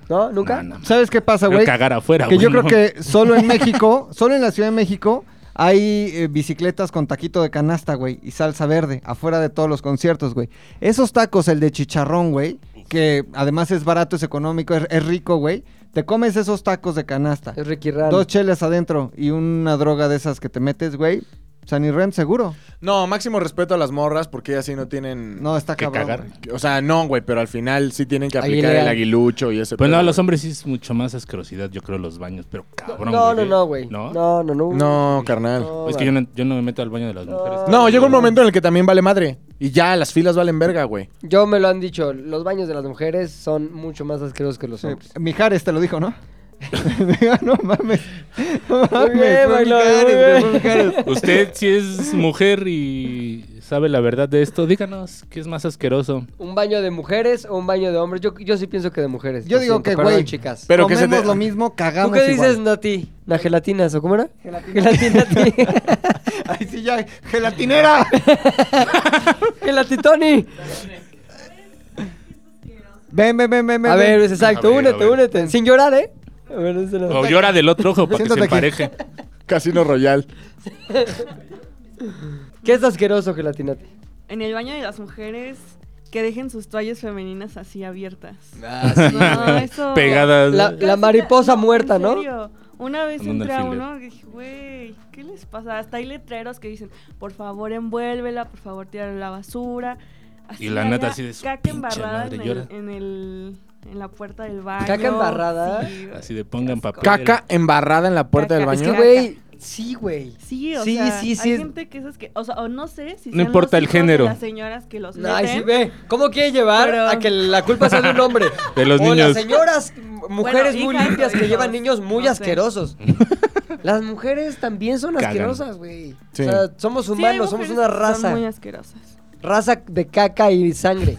Speaker 1: ¿No? ¿Nunca?
Speaker 3: Ah, No, no,
Speaker 2: ¿Sabes qué pasa,
Speaker 3: pero
Speaker 2: güey?
Speaker 3: cagar afuera,
Speaker 2: Que
Speaker 3: güey,
Speaker 2: yo creo
Speaker 3: ¿no?
Speaker 2: que solo en México, solo en la Ciudad de México, hay eh, bicicletas con taquito de canasta, güey, y salsa verde, afuera de todos los conciertos, güey. Esos tacos, el de chicharrón, güey, que además es barato, es económico, es, es rico, güey. Te comes esos tacos de canasta.
Speaker 1: Es Ricky Ram.
Speaker 2: Dos chelas adentro y una droga de esas que te metes, güey. San Irrem, seguro.
Speaker 7: No, máximo respeto a las morras porque ellas sí no tienen.
Speaker 2: No, está
Speaker 3: Que
Speaker 2: cabrón.
Speaker 3: cagar.
Speaker 2: güey.
Speaker 7: O sea, no, güey, pero al final sí tienen que
Speaker 1: Ahí
Speaker 7: aplicar
Speaker 1: legal.
Speaker 7: el aguilucho y ese.
Speaker 3: Pues no,
Speaker 7: pedo,
Speaker 3: a los
Speaker 7: güey.
Speaker 3: hombres sí es mucho más asquerosidad, yo creo, los baños, pero cabrón,
Speaker 1: No, no, no, güey.
Speaker 3: ¿No?
Speaker 1: No, no, no.
Speaker 7: No, carnal. No.
Speaker 1: No,
Speaker 3: Es que yo no, yo no me meto al baño de las mujeres.
Speaker 7: llega un momento en el que también vale madre. Y ya, las filas valen verga, güey.
Speaker 1: Yo me lo han dicho, los baños de las mujeres son mucho más asquerosos que los
Speaker 2: Sí,
Speaker 1: hombres.
Speaker 2: Mijares te lo dijo, ¿no? no mames. No mames.
Speaker 1: Muy bien,
Speaker 2: fue
Speaker 1: Maglón,
Speaker 2: Mijares,
Speaker 1: muy
Speaker 2: güey,
Speaker 1: bien.
Speaker 2: fue Mijares.
Speaker 3: Usted, si es mujer y sabe la verdad de esto, díganos qué es más asqueroso.
Speaker 1: ¿Un baño de mujeres o un baño de hombres? Yo, yo sí pienso que de mujeres.
Speaker 2: Yo
Speaker 1: lo
Speaker 2: digo
Speaker 1: siento,
Speaker 2: que,
Speaker 1: perdón,
Speaker 2: güey,
Speaker 1: chicas.
Speaker 7: Pero que se
Speaker 2: Comemos
Speaker 7: te-
Speaker 2: lo mismo,
Speaker 1: ¿Tú
Speaker 2: cagamos
Speaker 1: qué dices,
Speaker 2: igual.
Speaker 1: Nati? ¿La gelatinas o cómo era? Gelatina.
Speaker 2: Ay, sí, ya. ¡Gelatinera!
Speaker 1: Gelatitoni.
Speaker 2: Ven, ven, ven, ven.
Speaker 1: A
Speaker 2: ven.
Speaker 1: ver, es exacto.
Speaker 3: A ver, a
Speaker 1: únete,
Speaker 3: ver.
Speaker 1: únete. Sin llorar, ¿eh? A ver, ese no.
Speaker 3: O llora del otro ojo para que se
Speaker 2: Siéntate aquí.
Speaker 3: empareje.
Speaker 7: Casino Royal.
Speaker 1: ¿Qué es asqueroso, gelatinati?
Speaker 4: En el baño de las mujeres que dejen sus toallas femeninas así abiertas.
Speaker 3: Ah.
Speaker 4: No, eso-
Speaker 3: Pegadas.
Speaker 1: La-
Speaker 4: Casi
Speaker 1: mariposa
Speaker 4: en
Speaker 1: muerta, ¿no?
Speaker 4: serio. Una vez
Speaker 3: Con un
Speaker 4: entré a
Speaker 3: alfiler.
Speaker 4: uno y dije, güey, ¿qué les pasa? Hasta hay letreros que dicen, por favor envuélvela, por favor tírala a la basura. Así
Speaker 3: Y la neta
Speaker 4: había
Speaker 3: así de su
Speaker 4: Caca
Speaker 3: pinche
Speaker 4: embarrada
Speaker 3: madre,
Speaker 4: en,
Speaker 3: llora.
Speaker 4: el, en el- en la puerta del baño.
Speaker 1: ¿Caca embarrada?
Speaker 4: Sí, güey.
Speaker 3: Así de pongan papel.
Speaker 7: Caca embarrada en la puerta del
Speaker 4: Caca.
Speaker 1: Es que,
Speaker 7: baño.
Speaker 4: Caca.
Speaker 1: güey, sí, güey.
Speaker 4: Sí, o
Speaker 1: Sí,
Speaker 4: sea,
Speaker 1: sí, sí,
Speaker 4: hay
Speaker 1: es-
Speaker 4: gente que esas que, o sea, o no sé si
Speaker 3: No
Speaker 4: sean
Speaker 3: importa
Speaker 4: los
Speaker 3: el
Speaker 4: hijos de
Speaker 3: género.
Speaker 4: las señoras que los
Speaker 1: Ay, sí,
Speaker 4: meten.
Speaker 1: ve. ¿Cómo quiere llevar
Speaker 4: Pues ¿eh? Pero-
Speaker 1: a que la culpa sea de un hombre?
Speaker 3: De los
Speaker 1: o
Speaker 3: niños.
Speaker 1: las señoras, m- mujeres muy
Speaker 4: hijas,
Speaker 1: limpias que
Speaker 4: hijos,
Speaker 1: llevan niños muy
Speaker 4: no sé.
Speaker 1: asquerosos. Las mujeres también son
Speaker 3: Cagan.
Speaker 1: asquerosas, güey.
Speaker 7: Sí.
Speaker 1: O sea, somos
Speaker 4: Sí, hay
Speaker 1: humanos, somos
Speaker 4: mujeres
Speaker 1: una
Speaker 4: que son
Speaker 1: raza.
Speaker 4: muy asquerosas.
Speaker 1: Raza de caca y sangre.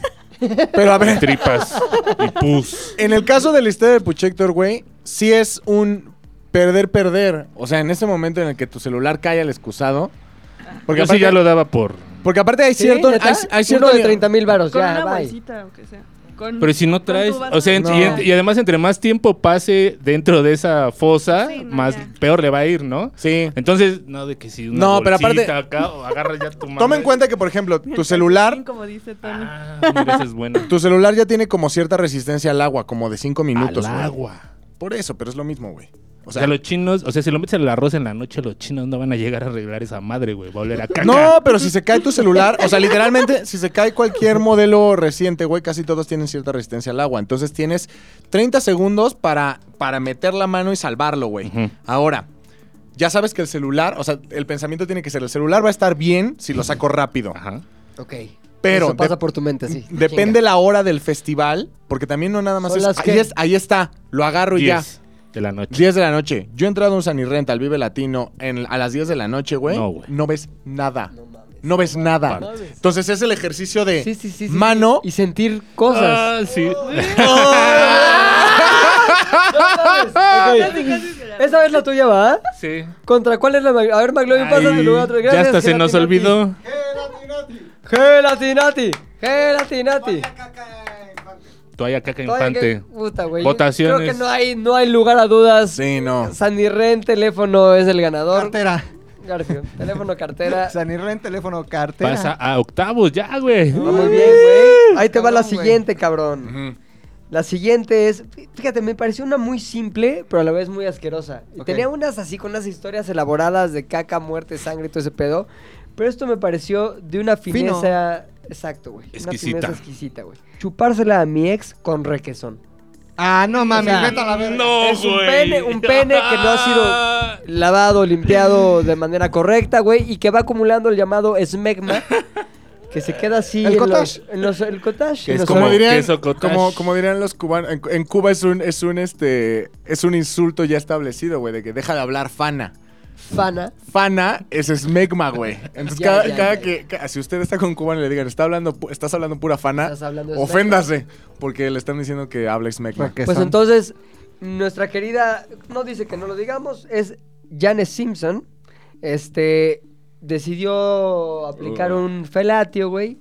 Speaker 7: Pero a ver,
Speaker 3: Tripas y pus.
Speaker 7: En el caso de la historia de Puchector, güey, sí es un perder, perder. O sea, en ese momento en el que tu celular cae al excusado. Porque
Speaker 3: Yo sí
Speaker 7: aparte,
Speaker 3: ya lo daba por.
Speaker 7: porque aparte hay cierto.
Speaker 1: ¿Sí, neta?
Speaker 7: hay, hay cierto
Speaker 1: Uno de 30 mil varos,
Speaker 4: Con
Speaker 1: ya,
Speaker 4: una
Speaker 1: bye.
Speaker 4: bolsita o que sea. Con-
Speaker 3: Pero si no
Speaker 4: con
Speaker 3: traes.
Speaker 4: tu vaso
Speaker 3: O sea,
Speaker 4: de
Speaker 3: ent- y,
Speaker 4: agua.
Speaker 3: ent- y además, entre más tiempo pase dentro de esa fosa,
Speaker 4: Sí, no,
Speaker 3: más
Speaker 4: ya.
Speaker 3: peor le va a ir, ¿no?
Speaker 7: Sí.
Speaker 3: Entonces, no, de que si una
Speaker 7: No, pero
Speaker 3: bolsita
Speaker 7: aparte-
Speaker 3: acá, o agarras ya tu mano.
Speaker 7: Toma en cuenta que, por ejemplo, tu celular.
Speaker 4: Como dice Tony.
Speaker 3: Ah, mira, esa es buena.
Speaker 7: Tu celular ya tiene como cierta resistencia al agua, como de 5 minutos.
Speaker 3: Al
Speaker 7: güey.
Speaker 3: agua.
Speaker 7: Por eso, pero es lo mismo, güey. O
Speaker 3: O
Speaker 7: sea,
Speaker 3: sea, los chinos, o sea, si lo metes en el arroz en la noche, los chinos no van a llegar a arreglar esa madre, güey. Va a oler a caca.
Speaker 7: no, pero si se cae tu celular, o sea, literalmente, si se cae cualquier modelo reciente, güey, casi todos tienen cierta resistencia al agua. Entonces tienes 30 segundos para, para meter la mano y salvarlo, güey.
Speaker 3: Ujú.
Speaker 7: Ahora, ya sabes que el celular, o sea, el pensamiento tiene que ser, el celular va a estar bien si lo saco rápido.
Speaker 3: Ajá.
Speaker 1: Ok.
Speaker 7: Pero
Speaker 1: Eso pasa
Speaker 7: de-
Speaker 1: por tu mente, sí.
Speaker 7: Depende la hora del festival, porque también no nada más
Speaker 1: Son
Speaker 7: es,
Speaker 1: las
Speaker 7: ahí,
Speaker 1: que-
Speaker 7: es- ahí está, lo agarro y ya.
Speaker 3: 10 de la noche.
Speaker 7: 10 de la noche. Yo he entrado a un Sanirrenta al Vive Latino en- a las 10 de la noche, güey.
Speaker 3: No,
Speaker 7: No,
Speaker 3: güey.
Speaker 7: ves nada. No, ves nada. Entonces es el ejercicio de
Speaker 1: Sí, sí, sí, sí, sí.
Speaker 7: mano.
Speaker 1: Y sentir cosas.
Speaker 3: Ah, sí.
Speaker 1: Ok. Esa vez la tuya va.
Speaker 3: sí.
Speaker 1: ¿Contra cuál es la Mag- A ver, McLovin, pasa de
Speaker 3: Ay,
Speaker 1: lugar a otro.
Speaker 3: ya
Speaker 1: Gracias,
Speaker 3: hasta se nos
Speaker 1: Gelatinati.
Speaker 3: olvidó.
Speaker 1: Gelatinati. Gelatinati.
Speaker 3: toalla caca
Speaker 1: Todavía que-
Speaker 3: infante.
Speaker 1: puta, güey.
Speaker 3: Votaciones.
Speaker 1: Creo que no hay, no hay lugar a dudas.
Speaker 7: Sí, no.
Speaker 1: Sandy Ren, teléfono es el ganador.
Speaker 2: Cartera.
Speaker 1: Garfio, teléfono, cartera.
Speaker 2: Sanirren, teléfono, cartera.
Speaker 3: Pasa a octavos ya, güey.
Speaker 1: Va Ah, muy bien, güey. Ahí te va la
Speaker 2: Cabrón, güey.
Speaker 1: siguiente, cabrón.
Speaker 7: Ujú.
Speaker 1: La siguiente es, fíjate, me pareció una muy simple, pero a la vez muy asquerosa. Y
Speaker 2: Ok.
Speaker 1: Tenía unas así con unas historias elaboradas de caca, muerte, sangre y todo ese pedo, pero esto me pareció de una
Speaker 2: Fino.
Speaker 1: fineza, exacto, güey. Una
Speaker 3: Exquisita.
Speaker 1: fineza exquisita, güey. Chupársela a mi ex con requesón.
Speaker 2: Ah, no mames,
Speaker 1: O sea,
Speaker 2: vete a la verga.
Speaker 1: Es un pene, un pene que no ha sido lavado, limpiado de manera correcta, güey, y que va acumulando el llamado esmegma, que se queda así
Speaker 2: El
Speaker 1: en, los,
Speaker 2: cottage.
Speaker 1: en los- el cottage.
Speaker 7: Que
Speaker 1: en
Speaker 7: es
Speaker 1: los-
Speaker 7: como dirían,
Speaker 3: queso cottage.
Speaker 7: como, como dirían los cubanos, en, en Cuba es un, es un este, es un insulto ya establecido, güey, de que deja de hablar fana.
Speaker 1: fana.
Speaker 7: Ah, Fana es smegma, güey. Entonces
Speaker 1: Ya,
Speaker 7: cada,
Speaker 1: ya,
Speaker 7: cada
Speaker 1: ya.
Speaker 7: que, ca- si usted está con cubano y le digan, está hablando, pu- estás hablando pura fana,
Speaker 1: Estás hablando smegma.
Speaker 7: oféndase, porque le están diciendo que habla smegma.
Speaker 2: Porque
Speaker 1: Pues
Speaker 2: son-
Speaker 1: entonces, nuestra querida, no dice que no lo digamos, es Janet Simpson. Este decidió aplicar un felatio, güey.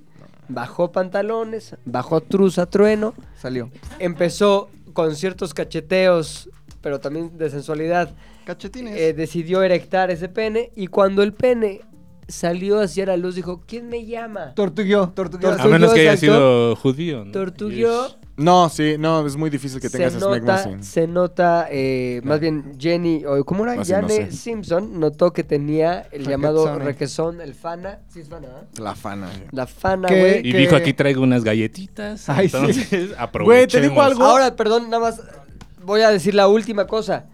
Speaker 1: Bajó pantalones, bajó truza trueno,
Speaker 2: Salió.
Speaker 1: empezó con ciertos cacheteos, pero también de sensualidad.
Speaker 2: Cachetines.
Speaker 1: eh, decidió erectar ese pene y cuando el pene salió hacia la luz dijo, ¿quién me llama?
Speaker 2: tortuguió, tortuguió.
Speaker 1: Tortu-
Speaker 3: A menos que haya
Speaker 1: exacto.
Speaker 3: sido judío. ¿no?
Speaker 1: Tortuguió.
Speaker 3: Yes.
Speaker 7: No, sí, no, es muy difícil que tengas
Speaker 1: se
Speaker 7: smegma
Speaker 1: nota,
Speaker 7: sin.
Speaker 1: se nota eh, más bien Jenny, o ¿cómo era?
Speaker 7: No sé, no
Speaker 1: Jane
Speaker 7: sé.
Speaker 1: Simpson notó que tenía el llamado
Speaker 2: Requesón, eh.
Speaker 1: requesón, el fana, sí es fana, ¿verdad?
Speaker 7: La fana, eh. güey.
Speaker 1: La fana,
Speaker 2: ¿Qué?
Speaker 1: güey.
Speaker 3: Y
Speaker 2: Que-
Speaker 3: dijo, aquí traigo unas galletitas.
Speaker 2: Ay, sí.
Speaker 3: entonces, aprovechemos.
Speaker 7: Güey, te digo algo.
Speaker 1: Ahora, perdón, nada más voy a decir la última cosa.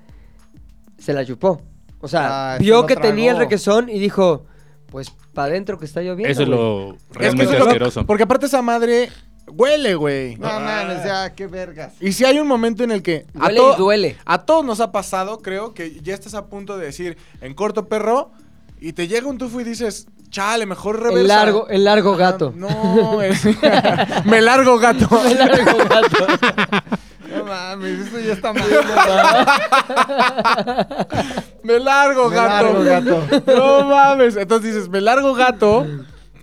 Speaker 1: Se la chupó. O sea,
Speaker 2: Ah, se
Speaker 1: vio
Speaker 2: lo
Speaker 1: que tenía el
Speaker 2: tragó.
Speaker 1: requesón y dijo, pues para adentro que está lloviendo.
Speaker 3: Eso es
Speaker 1: güey".
Speaker 3: lo
Speaker 7: Es que
Speaker 3: realmente
Speaker 7: eso es lo-
Speaker 3: asqueroso.
Speaker 7: porque aparte esa madre huele, güey.
Speaker 2: No mames, ya, qué vergas.
Speaker 7: Y si hay un momento en el que a,
Speaker 1: Huele
Speaker 7: to-
Speaker 1: y duele.
Speaker 7: a todos nos ha pasado, creo que ya estás a punto de decir en corto perro y te llega un tufo y dices, chale, mejor reversa.
Speaker 1: El largo, el largo gato.
Speaker 7: Ah, no, es- me largo gato.
Speaker 1: El largo gato.
Speaker 2: No
Speaker 1: Ah,
Speaker 2: mames, esto ya está mal.
Speaker 7: me largo
Speaker 2: Me largo
Speaker 7: gato.
Speaker 2: gato.
Speaker 7: No mames. Entonces dices, me largo gato.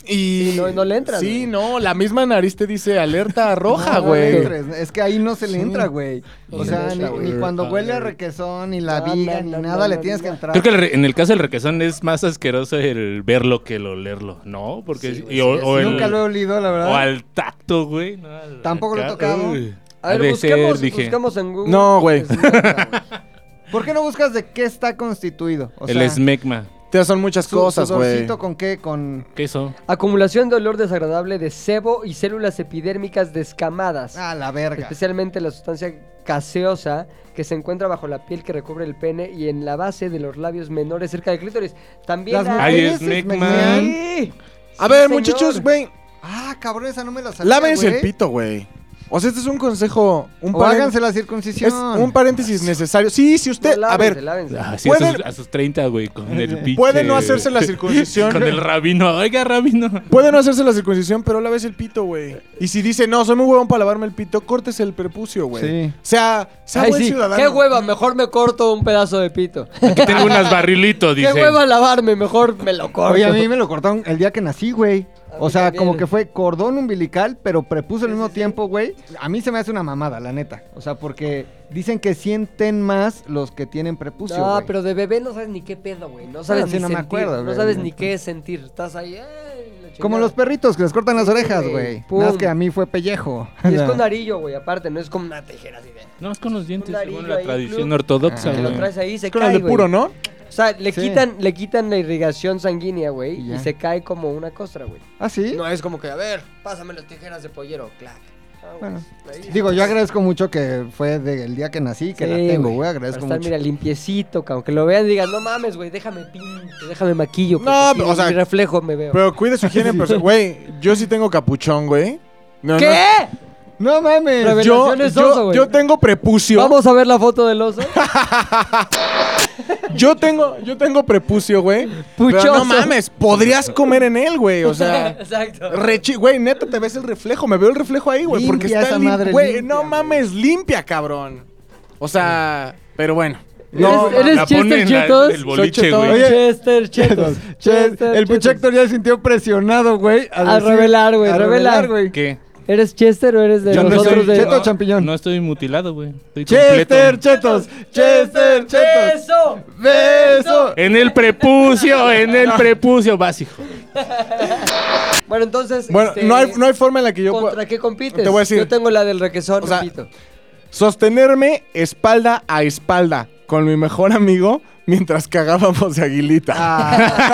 Speaker 7: Y
Speaker 1: Sí, no- no le entras,
Speaker 7: Sí,
Speaker 1: güey.
Speaker 7: no, la misma nariz te dice alerta roja,
Speaker 2: No, no le
Speaker 7: güey.
Speaker 2: entres, Es que ahí no se le entra, güey.
Speaker 1: No
Speaker 2: O
Speaker 1: se
Speaker 2: sea,
Speaker 1: le entra,
Speaker 2: ni,
Speaker 1: güey.
Speaker 2: ni cuando huele a requesón, ni la
Speaker 1: No,
Speaker 2: viga,
Speaker 1: no,
Speaker 2: ni
Speaker 1: no,
Speaker 2: nada,
Speaker 1: no,
Speaker 2: le
Speaker 1: no,
Speaker 2: tienes que
Speaker 1: no.
Speaker 2: entrar.
Speaker 3: Creo que el re- en el caso del requesón es más asqueroso el verlo que el olerlo, ¿no? Porque
Speaker 1: Sí,
Speaker 3: y o, o el-
Speaker 2: Nunca lo he olido, la
Speaker 3: o
Speaker 2: verdad.
Speaker 3: al tacto, güey. ¿no? Al-
Speaker 2: Tampoco lo he
Speaker 3: acá,
Speaker 2: tocado.
Speaker 3: uy.
Speaker 1: A ver,
Speaker 3: Ha de
Speaker 1: busquemos,
Speaker 3: ser, dije.
Speaker 1: busquemos en Google.
Speaker 7: No, güey.
Speaker 1: Es neta, güey.
Speaker 2: ¿Por qué no buscas de qué está constituido? O sea,
Speaker 3: el smegma.
Speaker 7: Te son muchas
Speaker 2: su-
Speaker 7: cosas, güey.
Speaker 2: sudorcito con qué, con...
Speaker 3: Queso.
Speaker 1: Acumulación de olor desagradable de sebo y células epidérmicas descamadas.
Speaker 2: Ah, la verga.
Speaker 1: especialmente la sustancia caseosa que se encuentra bajo la piel que recubre el pene y en la base de los labios menores cerca del clítoris. También
Speaker 2: Las
Speaker 3: Ahí
Speaker 2: mujeres
Speaker 3: es Smegman.
Speaker 2: Smegman.
Speaker 1: Sí.
Speaker 7: A
Speaker 1: Sí,
Speaker 7: ver,
Speaker 1: señor.
Speaker 7: muchachos, güey.
Speaker 2: Ah, cabrón, esa no me la sabía,
Speaker 7: Lávense el
Speaker 2: güey.
Speaker 7: pito, güey. O sea, este es un consejo. Un
Speaker 2: O
Speaker 7: paren-
Speaker 2: háganse la
Speaker 7: Es
Speaker 2: circuncisión.
Speaker 7: un paréntesis necesario. Sí, si usted.
Speaker 1: No,
Speaker 7: a
Speaker 1: lávense,
Speaker 7: ver,
Speaker 1: lávense.
Speaker 3: Así a,
Speaker 7: Pueden-
Speaker 3: sus, Ah, a sus 30, güey, con el pinche...
Speaker 7: puede no hacerse la circuncisión.
Speaker 3: Con el rabino. Oiga, rabino.
Speaker 7: Puede no hacerse la circuncisión, pero lávese el pito, güey. Y si dice, no, soy muy huevón para lavarme el pito, córtese el prepucio, güey.
Speaker 2: Sí.
Speaker 7: Sea, sea
Speaker 1: Ay,
Speaker 7: buen
Speaker 1: sí.
Speaker 7: ciudadano.
Speaker 1: Qué hueva, mejor me corto un pedazo de pito.
Speaker 3: Aquí tengo unas barrilitos,
Speaker 1: Qué
Speaker 3: dice.
Speaker 1: hueva lavarme, mejor me lo corto.
Speaker 2: Oye, a mí me lo cortaron el día que nací, güey.
Speaker 1: A
Speaker 2: O
Speaker 1: mí
Speaker 2: sea,
Speaker 1: también.
Speaker 2: como que fue cordón umbilical, pero prepuso al mismo tiempo, güey. A mí se me hace una mamada, la neta. O sea, porque dicen que sienten más los que tienen prepucio.
Speaker 1: No,
Speaker 2: güey.
Speaker 1: Ah, pero de bebé no sabes ni qué pedo, güey. No sabes
Speaker 2: Ah, sí,
Speaker 1: ni
Speaker 2: no me
Speaker 1: sentir.
Speaker 2: acuerdo,
Speaker 1: no
Speaker 2: güey.
Speaker 1: sabes ni qué sentir. Estás ahí. ay, la
Speaker 2: Como
Speaker 1: chingada.
Speaker 2: los perritos que les cortan las
Speaker 1: Sí,
Speaker 2: orejas,
Speaker 1: güey.
Speaker 2: güey.
Speaker 1: Pum.
Speaker 2: Nada Más que a mí fue pellejo.
Speaker 1: Y es con arillo, güey, aparte, no es como una tijera así de.
Speaker 3: No, es con los dientes,
Speaker 1: Un
Speaker 3: según
Speaker 1: ladrillo
Speaker 3: la
Speaker 1: ahí,
Speaker 3: tradición
Speaker 1: club.
Speaker 3: ortodoxa,
Speaker 1: Que lo
Speaker 3: güey.
Speaker 1: traes ahí y se
Speaker 7: Con
Speaker 1: cae,
Speaker 7: el de
Speaker 1: güey.
Speaker 7: puro, ¿no?
Speaker 1: O sea, le
Speaker 2: Sí.
Speaker 1: quitan, le quitan la irrigación sanguínea, güey,
Speaker 2: Y
Speaker 1: y,
Speaker 2: ya.
Speaker 1: se cae como una costra, güey.
Speaker 2: ¿Ah, sí?
Speaker 1: No es como que, a ver, pásame las tijeras de pollero, clac. Ah, güey.
Speaker 2: Bueno.
Speaker 1: Ahí.
Speaker 2: Digo, yo agradezco mucho que fue del día que nací, que la
Speaker 1: Sí,
Speaker 2: tengo, güey.
Speaker 1: Para
Speaker 2: Agradezco
Speaker 1: estar,
Speaker 2: mucho.
Speaker 1: mira, limpiecito, que aunque lo vean y digan, no mames, güey, déjame pinto, déjame maquillo.
Speaker 7: No,
Speaker 1: porque
Speaker 7: pero,
Speaker 1: sí,
Speaker 7: o sea,
Speaker 1: mi reflejo me veo.
Speaker 7: Pero cuide su higiene personal. Güey, yo sí tengo capuchón, güey. No,
Speaker 1: ¿Qué?
Speaker 2: No mames.
Speaker 7: no. Yo,
Speaker 1: Revelaciones
Speaker 7: yo-
Speaker 1: oso, güey.
Speaker 7: yo tengo prepucio.
Speaker 1: Vamos a ver la foto del oso.
Speaker 7: Yo tengo, yo tengo prepucio, güey. Pero
Speaker 1: Puchoso.
Speaker 7: no mames, podrías comer en él, güey. O sea,
Speaker 1: exacto.
Speaker 7: rechi, güey, neta, te ves el reflejo. Me veo el reflejo ahí, güey. Porque
Speaker 2: Limpia
Speaker 7: está
Speaker 2: esa
Speaker 7: lim-
Speaker 2: madre,
Speaker 7: Güey,
Speaker 2: limpia,
Speaker 7: no
Speaker 2: güey.
Speaker 7: mames, limpia, cabrón. O sea, pero bueno.
Speaker 1: No, ¿Eres- eres
Speaker 3: la pone en la-
Speaker 1: Chester Chetos?
Speaker 3: el boliche,
Speaker 7: Soy
Speaker 3: güey.
Speaker 7: Oye,
Speaker 1: Chester, Chetos.
Speaker 2: Che, el
Speaker 1: Chester,
Speaker 2: Pucho
Speaker 1: Chetos.
Speaker 2: Héctor ya se sintió presionado, güey.
Speaker 1: A
Speaker 2: decir-
Speaker 1: revelar, güey,
Speaker 2: A
Speaker 1: revelar.
Speaker 2: revelar, güey.
Speaker 3: ¿Qué?
Speaker 1: ¿Eres Chester o eres de
Speaker 3: Yo no
Speaker 1: nosotros?
Speaker 3: soy-
Speaker 1: de...
Speaker 2: Cheto champiñón.
Speaker 3: No estoy mutilado, güey. Estoy
Speaker 2: Chester,
Speaker 3: completo.
Speaker 2: chetos, Chester, chetos.
Speaker 1: ¡Eso!
Speaker 2: Beso.
Speaker 3: En el prepucio, en el prepucio, vas, hijo.
Speaker 1: Bueno, entonces.
Speaker 7: Bueno,
Speaker 1: este,
Speaker 7: no, hay, no hay forma en la que yo
Speaker 1: ¿Contra
Speaker 7: pueda
Speaker 1: qué compites?
Speaker 7: Te voy a decir.
Speaker 1: Yo tengo la del requesón,
Speaker 7: O sea,
Speaker 1: repito.
Speaker 7: sostenerme espalda a espalda con mi mejor amigo mientras cagábamos de aguilita.
Speaker 2: Ah.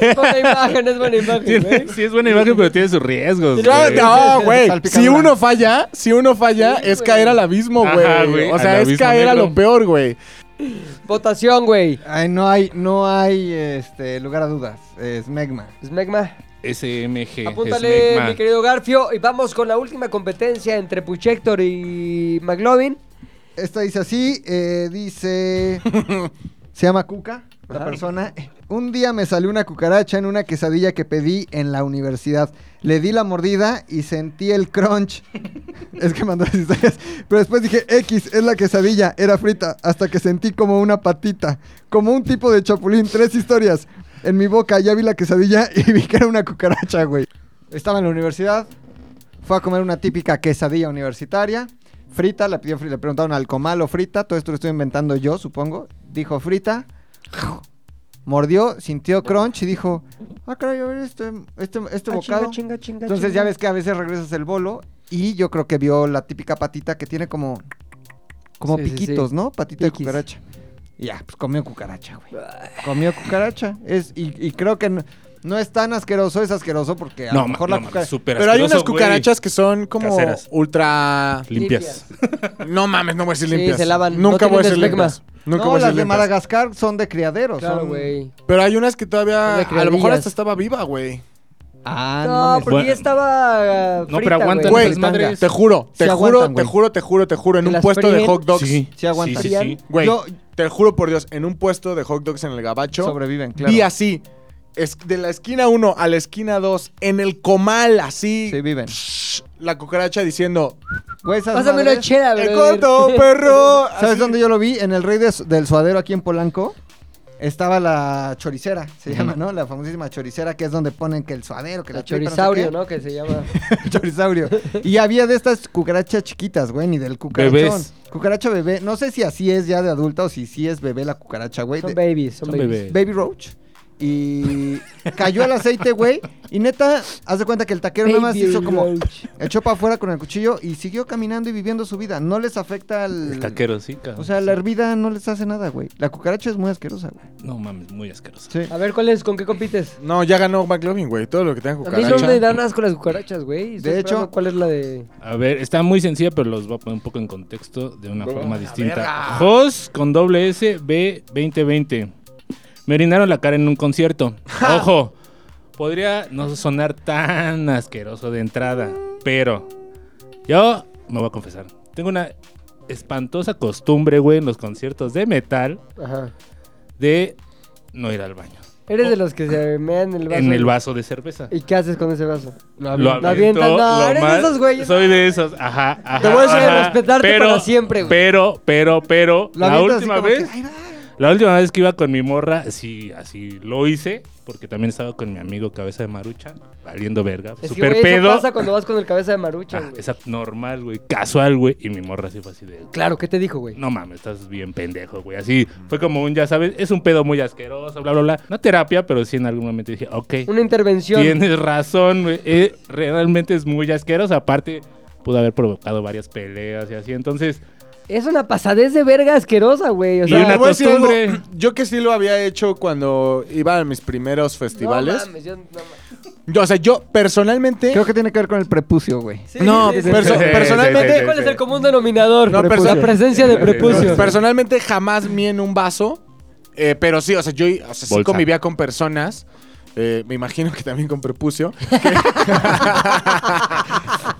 Speaker 1: Es buena imagen, es buena imagen. ¿eh?
Speaker 3: Tiene- Sí, es buena imagen, pero tiene sus riesgos.
Speaker 7: No,
Speaker 3: güey.
Speaker 7: no, ah, güey.
Speaker 2: Salpicadura.
Speaker 7: Si uno falla, si uno falla, es caer al abismo,
Speaker 3: Ajá, güey,
Speaker 7: güey. O
Speaker 3: al
Speaker 7: sea, es
Speaker 3: abismo
Speaker 7: caer a
Speaker 3: negro.
Speaker 7: lo peor, güey.
Speaker 1: Votación, güey.
Speaker 2: Ay, no hay, no hay este, lugar a dudas. Es Megma.
Speaker 1: Smegma.
Speaker 3: SMG.
Speaker 1: Apúntale,
Speaker 3: Smegma.
Speaker 1: mi querido Garfio. Y vamos con la última competencia entre Puchector y McLovin.
Speaker 2: Esta dice así, eh, dice... se llama Cuca, la
Speaker 1: Ajá.
Speaker 2: persona. Un día me salió una cucaracha en una quesadilla que pedí en la universidad. Le di la mordida y sentí el crunch. es que mandó las historias. Pero después dije, X, es la quesadilla, era frita. Hasta que sentí como una patita. Como un tipo de chapulín, tres historias. En mi boca ya vi la quesadilla y vi que era una cucaracha, güey. Estaba en la universidad, fue a comer una típica quesadilla universitaria. Frita, la pidió fri- le preguntaron al comal o frita, todo esto lo estoy inventando yo, supongo. Dijo frita, mordió, sintió crunch y dijo, ah, caray, a ver este, este, este
Speaker 1: Ah,
Speaker 2: bocado.
Speaker 1: chinga, chinga, chinga,
Speaker 2: Entonces
Speaker 1: chinga.
Speaker 2: ya ves que a veces regresas el bolo y yo creo que vio la típica patita que tiene como, como
Speaker 1: Sí, sí, sí.
Speaker 2: piquitos, ¿no? Patita
Speaker 1: Piquis.
Speaker 2: de cucaracha. Y ya, pues comió cucaracha, güey. Comió cucaracha. Es, y, y creo que no, no es tan asqueroso, es asqueroso porque a
Speaker 3: No,
Speaker 2: lo mejor la cucaracha...
Speaker 7: Pero hay unas cucarachas que son como
Speaker 3: Caseras.
Speaker 7: ultra.
Speaker 3: limpias.
Speaker 7: No mames, no voy a decir
Speaker 1: Sí,
Speaker 7: limpias.
Speaker 1: se lavan. No
Speaker 7: Nunca voy a
Speaker 1: tienen
Speaker 7: decir
Speaker 1: esmegma.
Speaker 7: limpias. Nunca
Speaker 2: no,
Speaker 7: voy a
Speaker 2: las
Speaker 7: decir
Speaker 2: de
Speaker 7: limpias.
Speaker 2: Madagascar son de criaderos.
Speaker 1: Claro,
Speaker 2: son-
Speaker 1: güey.
Speaker 7: Pero hay unas que
Speaker 1: Son
Speaker 7: todavía.
Speaker 1: de
Speaker 7: A lo mejor
Speaker 1: criadillas.
Speaker 7: hasta estaba viva, güey.
Speaker 2: Ah,
Speaker 1: No,
Speaker 2: no,
Speaker 1: porque
Speaker 3: Bueno.
Speaker 1: ya estaba.
Speaker 3: No, pero aguantan
Speaker 7: Güey,
Speaker 3: esas madres.
Speaker 7: Te juro, te
Speaker 2: Sí
Speaker 7: juro,
Speaker 2: aguantan,
Speaker 7: te
Speaker 2: güey.
Speaker 7: juro, te juro, te juro. En
Speaker 1: ¿Te
Speaker 7: un
Speaker 1: las
Speaker 7: puesto de
Speaker 1: fríen?
Speaker 7: hot dogs.
Speaker 3: Sí.
Speaker 2: sí aguantan.
Speaker 3: Sí, sí, sí.
Speaker 7: Güey,
Speaker 2: Yo-
Speaker 7: te juro por Dios, en un puesto de hot dogs en el gabacho.
Speaker 2: sobreviven, claro.
Speaker 7: Vi así, es- de la esquina 1 a la esquina 2, en el comal, así,
Speaker 2: Sí, viven.
Speaker 7: la cucaracha diciendo,
Speaker 2: Güey, esas
Speaker 1: Pásame una
Speaker 2: madres-
Speaker 1: chela,
Speaker 7: ¡El
Speaker 1: brother.
Speaker 7: corto, perro!
Speaker 1: ¿Ah,
Speaker 2: ¿Sabes dónde yo lo vi? En el Rey de- del Suadero, aquí en Polanco. Estaba la choricera, se llama, ¿no? La famosísima choricera, que es donde ponen que el suadero, que la
Speaker 1: El
Speaker 2: tripa, no sé
Speaker 1: chorizaurio,
Speaker 2: qué.
Speaker 1: ¿no? Que se llama.
Speaker 2: El chorizaurio. Y había de estas cucarachas chiquitas, güey, ni del cucarachón.
Speaker 3: Bebés.
Speaker 2: Cucaracha bebé. No sé si así es ya de adulta o si sí es bebé la cucaracha, güey.
Speaker 1: Son
Speaker 2: De-
Speaker 1: babies, son,
Speaker 3: Son
Speaker 1: babies.
Speaker 3: bebés.
Speaker 2: Baby Roach. Y cayó el aceite, güey. Y neta, haz de cuenta que el taquero nada más
Speaker 1: Baby
Speaker 2: hizo como.
Speaker 1: Roach.
Speaker 2: Echó para afuera con el cuchillo y siguió caminando y viviendo su vida. No les afecta al.
Speaker 3: El taquero, sí, cabrón.
Speaker 2: O sea, la hervida no les hace nada, güey. La cucaracha es muy asquerosa, güey.
Speaker 3: No mames, muy asqueroso.
Speaker 2: Sí.
Speaker 1: A ver, ¿cuál es? ¿Con qué compites?
Speaker 7: No, ya ganó McLovin, güey, todo lo que
Speaker 1: A
Speaker 7: tenga
Speaker 1: mí no me
Speaker 7: cucaracha.
Speaker 1: dan asco las cucarachas, güey. Estoy
Speaker 2: De
Speaker 1: esperando
Speaker 2: hecho-
Speaker 1: ¿cuál es la de.?
Speaker 3: A ver, está muy sencilla, pero los voy a poner un poco en contexto de una forma distinta. Jos con doble S, B 2020. Me orinaron la cara en un concierto. Ojo, podría no sonar tan asqueroso de entrada, pero yo me voy a confesar. Tengo una espantosa costumbre, güey, en los conciertos de metal
Speaker 1: Ajá.
Speaker 3: de no ir al baño.
Speaker 1: Eres de los que se mean en el vaso.
Speaker 3: En el vaso de cerveza.
Speaker 1: ¿Y qué haces con ese vaso?
Speaker 3: Lo
Speaker 1: Lo avientas,
Speaker 3: aviento,
Speaker 1: no,
Speaker 3: lo
Speaker 1: eres de
Speaker 3: mal-
Speaker 1: esos güeyes.
Speaker 3: Soy de esos, ajá, ajá.
Speaker 1: Te voy a decir de
Speaker 3: ajá.
Speaker 1: respetarte para siempre, güey.
Speaker 3: Pero, pero, pero,
Speaker 2: Lo
Speaker 3: la
Speaker 2: avientas así
Speaker 3: última
Speaker 2: como que,
Speaker 3: vez,
Speaker 2: "Ay, va".
Speaker 3: la última vez que iba con mi morra, sí, así lo hice, porque también estaba con mi amigo Cabeza de Marucha, valiendo verga,
Speaker 1: Es que,
Speaker 3: super
Speaker 1: güey,
Speaker 3: pedo.
Speaker 1: eso pasa cuando vas con el cabeza de marucha,
Speaker 3: Ah,
Speaker 1: güey.
Speaker 3: esa normal, güey, casual, güey, y mi morra así fue así de...
Speaker 1: Claro, ¿qué te dijo, güey?
Speaker 3: No mames, estás bien pendejo, güey. Así fue como un, ya sabes, es un pedo muy asqueroso, bla, bla, bla. No terapia, pero sí en algún momento dije, ok,
Speaker 1: Una intervención.
Speaker 3: Tienes razón, güey. Eh, realmente es muy asqueroso. Aparte, pudo haber provocado varias peleas y así. Entonces,
Speaker 1: Es una pasadez de verga asquerosa, güey. O
Speaker 3: Y
Speaker 1: sea,
Speaker 3: una
Speaker 7: Te voy a decir algo,
Speaker 3: costumbre.
Speaker 7: yo que sí lo había hecho cuando iba a mis primeros
Speaker 1: No,
Speaker 7: festivales.
Speaker 1: mames, yo no mames.
Speaker 7: Yo, o sea, yo personalmente...
Speaker 2: Creo que tiene que ver con el prepucio, güey.
Speaker 1: Sí,
Speaker 7: no,
Speaker 1: sí, sí,
Speaker 7: perso-
Speaker 1: sí.
Speaker 3: sí,
Speaker 7: personalmente...
Speaker 3: sí, sí,
Speaker 1: ¿Cuál es el común denominador?
Speaker 7: No,
Speaker 1: Prepucio.
Speaker 7: perso-
Speaker 1: la presencia de
Speaker 3: No,
Speaker 1: prepucio.
Speaker 3: perso-
Speaker 7: Personalmente jamás vi en un vaso, eh, pero sí, o sea, yo o sea, sí
Speaker 3: Bolsa.
Speaker 7: convivía con personas, eh, me imagino que también con prepucio, que,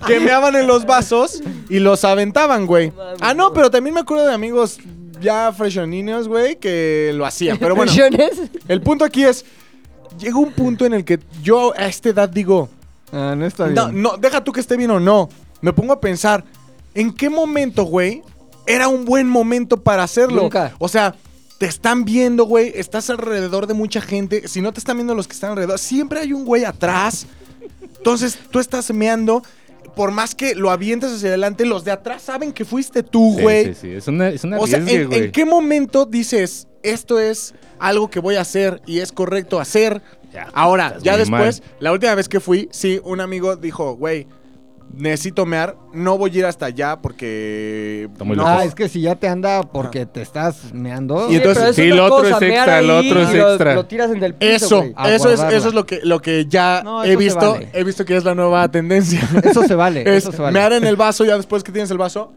Speaker 7: que meaban en los vasos y los aventaban, güey.
Speaker 1: Mames,
Speaker 7: Ah, no, pero también me acuerdo de amigos ya freshoninos, güey, que lo hacían. Pero bueno,
Speaker 1: ¿Presiones?
Speaker 7: el punto aquí es, llegó un punto en el que yo a esta edad digo,
Speaker 2: Ah, no está bien.
Speaker 7: no, no, deja tú que esté bien o no. Me pongo a pensar, ¿en qué momento, güey? Era un buen momento para hacerlo.
Speaker 1: Nunca.
Speaker 7: O sea, te están viendo, güey. Estás alrededor de mucha gente. Si no te están viendo los que están alrededor, siempre hay un güey atrás. Entonces tú estás meando. por más que lo avientes hacia adelante, los de atrás saben que fuiste tú,
Speaker 3: Sí,
Speaker 7: güey.
Speaker 3: sí, sí, Es una, es una
Speaker 7: O sea,
Speaker 3: riesgue,
Speaker 7: ¿en,
Speaker 3: güey.
Speaker 7: en qué momento dices esto es algo que voy a hacer y es correcto hacer?
Speaker 3: Ya,
Speaker 7: Ahora,
Speaker 3: estás
Speaker 7: ya
Speaker 3: muy
Speaker 7: después,
Speaker 3: mal.
Speaker 7: la última vez que fui, sí, un amigo dijo, güey, necesito mear, no voy a ir hasta allá porque.
Speaker 3: Está muy
Speaker 7: no".
Speaker 3: lejos.
Speaker 2: Ah, es que si ya te anda porque te estás meando.
Speaker 7: Y
Speaker 1: Sí,
Speaker 7: entonces-
Speaker 1: pero es
Speaker 3: sí,
Speaker 1: otra
Speaker 3: lo otro
Speaker 1: cosa,
Speaker 3: es
Speaker 1: mear
Speaker 3: extra, lo
Speaker 1: ahí
Speaker 3: otro es
Speaker 1: y lo-
Speaker 3: extra.
Speaker 1: Lo tiras en el piso,
Speaker 7: Eso,
Speaker 1: güey.
Speaker 2: A
Speaker 7: eso es,
Speaker 2: guardarla.
Speaker 7: eso es lo que, lo que ya
Speaker 2: No, eso
Speaker 7: he
Speaker 2: se
Speaker 7: visto,
Speaker 2: vale.
Speaker 7: he visto que es la nueva tendencia.
Speaker 2: Eso se vale,
Speaker 7: es
Speaker 2: eso se vale.
Speaker 7: mear en el vaso, ya después que tienes el vaso,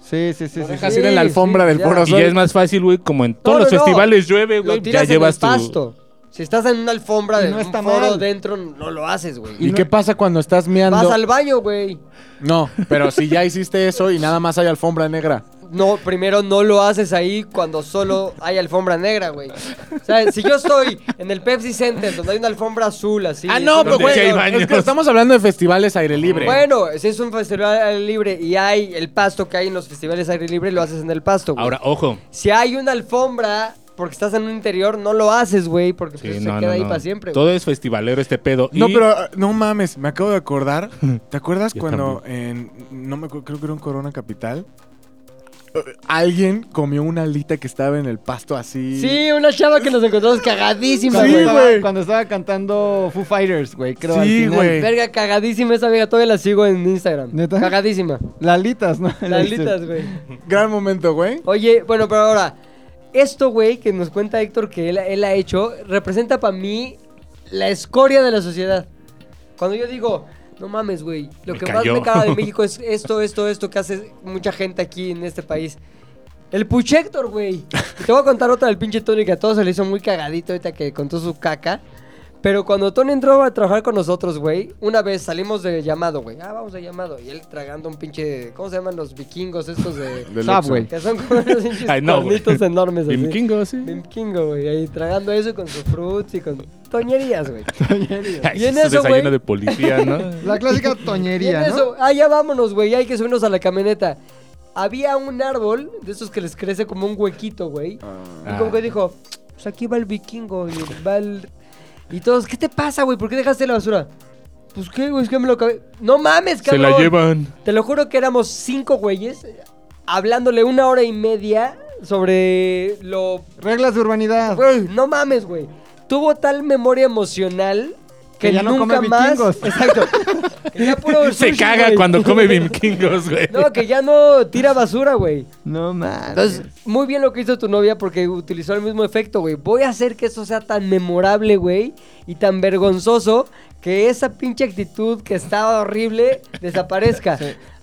Speaker 2: Sí, sí, sí.
Speaker 7: lo
Speaker 2: sí,
Speaker 7: dejas
Speaker 2: sí.
Speaker 7: ir en la
Speaker 1: sí,
Speaker 7: alfombra
Speaker 1: sí,
Speaker 7: del
Speaker 1: ya.
Speaker 7: foro
Speaker 3: Y ya es más fácil, güey, como en todos
Speaker 1: No,
Speaker 3: los
Speaker 1: no, no.
Speaker 3: festivales llueve,
Speaker 1: Lo
Speaker 3: güey,
Speaker 1: tiras
Speaker 3: ya llevas
Speaker 1: en el
Speaker 3: tu...
Speaker 1: pasto. Si estás en una alfombra de
Speaker 2: Y no
Speaker 1: un
Speaker 2: está
Speaker 1: foro
Speaker 2: mal.
Speaker 1: dentro, no lo haces, güey.
Speaker 7: ¿Y, qué pasa cuando estás meando?
Speaker 1: Vas al baño, güey.
Speaker 7: No, pero si ya hiciste eso y nada más hay alfombra negra.
Speaker 1: No, primero no lo haces ahí cuando solo hay alfombra negra, güey. O sea, si yo estoy en el Pepsi Center donde hay una alfombra azul así.
Speaker 7: ah, no,
Speaker 1: es una
Speaker 7: pero
Speaker 3: donde
Speaker 7: güey,
Speaker 3: sí hay
Speaker 7: es
Speaker 3: baños.
Speaker 7: que estamos hablando de festivales aire libre.
Speaker 1: Bueno, si es un festival al aire libre y hay el pasto que hay en los festivales aire libre, lo haces en el pasto, güey.
Speaker 3: Ahora, ojo,
Speaker 1: si hay una alfombra porque estás en un interior, no lo haces, güey, porque
Speaker 3: Sí,
Speaker 1: pues, se
Speaker 3: no,
Speaker 1: queda
Speaker 3: no,
Speaker 1: ahí
Speaker 3: no.
Speaker 1: para siempre. güey.
Speaker 3: Todo es festivalero este pedo.
Speaker 7: No,
Speaker 3: Y-
Speaker 7: pero ah, no mames, me acabo de acordar. ¿Te acuerdas
Speaker 3: Yo
Speaker 7: cuando en no me acu- creo que era un Corona Capital? eh, Alguien comió una alita que estaba en el pasto así.
Speaker 1: Sí, una chava que nos encontramos cagadísima,
Speaker 2: Cuando
Speaker 7: Sí,
Speaker 1: güey.
Speaker 2: estaba-
Speaker 7: güey.
Speaker 2: Cuando estaba cantando Foo Fighters, güey, creo al
Speaker 7: Sí,
Speaker 2: final.
Speaker 7: güey.
Speaker 1: Verga, cagadísima esa vieja, todavía la sigo en Instagram.
Speaker 2: ¿Neta?
Speaker 1: Cagadísima.
Speaker 2: Lalitas, ¿no?
Speaker 1: Lalitas, güey.
Speaker 7: Gran momento, güey.
Speaker 1: ¿Eh? Oye, bueno, pero ahora, esto, güey, que nos cuenta Héctor que él, él ha hecho, representa para mí la escoria de la sociedad. Cuando yo digo, no mames, güey, lo
Speaker 3: Me
Speaker 1: que
Speaker 3: cayó.
Speaker 1: más me caga de México es esto, esto, esto que hace mucha gente aquí en este país. El Puchector, güey. Y Te voy a contar otra del pinche Tony que a todos se le hizo muy cagadito ahorita que contó su caca. Pero cuando Tony entró a trabajar con nosotros, güey, una vez salimos de llamado, güey. Ah, vamos de llamado. Y él tragando un pinche. ¿Cómo se llaman los vikingos estos de.?
Speaker 7: Del
Speaker 2: Sab,
Speaker 7: Oxxo.
Speaker 2: güey.
Speaker 1: Que son como unos pinches
Speaker 3: Ay, no, güey.
Speaker 1: cuernitos enormes así.
Speaker 3: Bimkingo, sí.
Speaker 1: Bimkingo, güey. Ahí tragando eso con sus fruits y con toñerías, güey.
Speaker 3: Ay,
Speaker 1: Y en
Speaker 3: su
Speaker 1: eso,
Speaker 3: desayuno
Speaker 1: güey.
Speaker 3: de policía, ¿no?
Speaker 2: La clásica
Speaker 1: Y en
Speaker 2: toñería, ¿no?
Speaker 1: eso, ah, ya vámonos, güey. Hay que subirnos a la camioneta. Había un árbol de esos que les crece como un huequito, güey. Y como
Speaker 3: Ah.
Speaker 1: que dijo, pues aquí va el vikingo y va el... Y todos, ¿qué te pasa, güey? ¿Por qué dejaste la basura? Pues qué, güey, es que me lo acabé. ¡No mames,
Speaker 3: Se
Speaker 1: cabrón!
Speaker 3: la llevan.
Speaker 1: Te lo juro que éramos cinco güeyes eh, hablándole una hora y media sobre lo...
Speaker 2: Reglas de urbanidad.
Speaker 1: Güey, no mames, güey. Tuvo tal memoria emocional que,
Speaker 2: Que ya no
Speaker 1: nunca
Speaker 2: come
Speaker 1: más...
Speaker 2: vikingos.
Speaker 1: Exacto. Que ya puro
Speaker 3: Se
Speaker 1: sushi,
Speaker 3: caga
Speaker 1: güey.
Speaker 3: cuando come bimkingos, güey.
Speaker 1: No, que ya no tira basura, güey.
Speaker 2: No mames.
Speaker 1: Entonces, muy bien lo que hizo tu novia porque utilizó el mismo efecto, güey. Voy a hacer que eso sea tan memorable, güey, y tan vergonzoso que esa pinche actitud que estaba horrible desaparezca.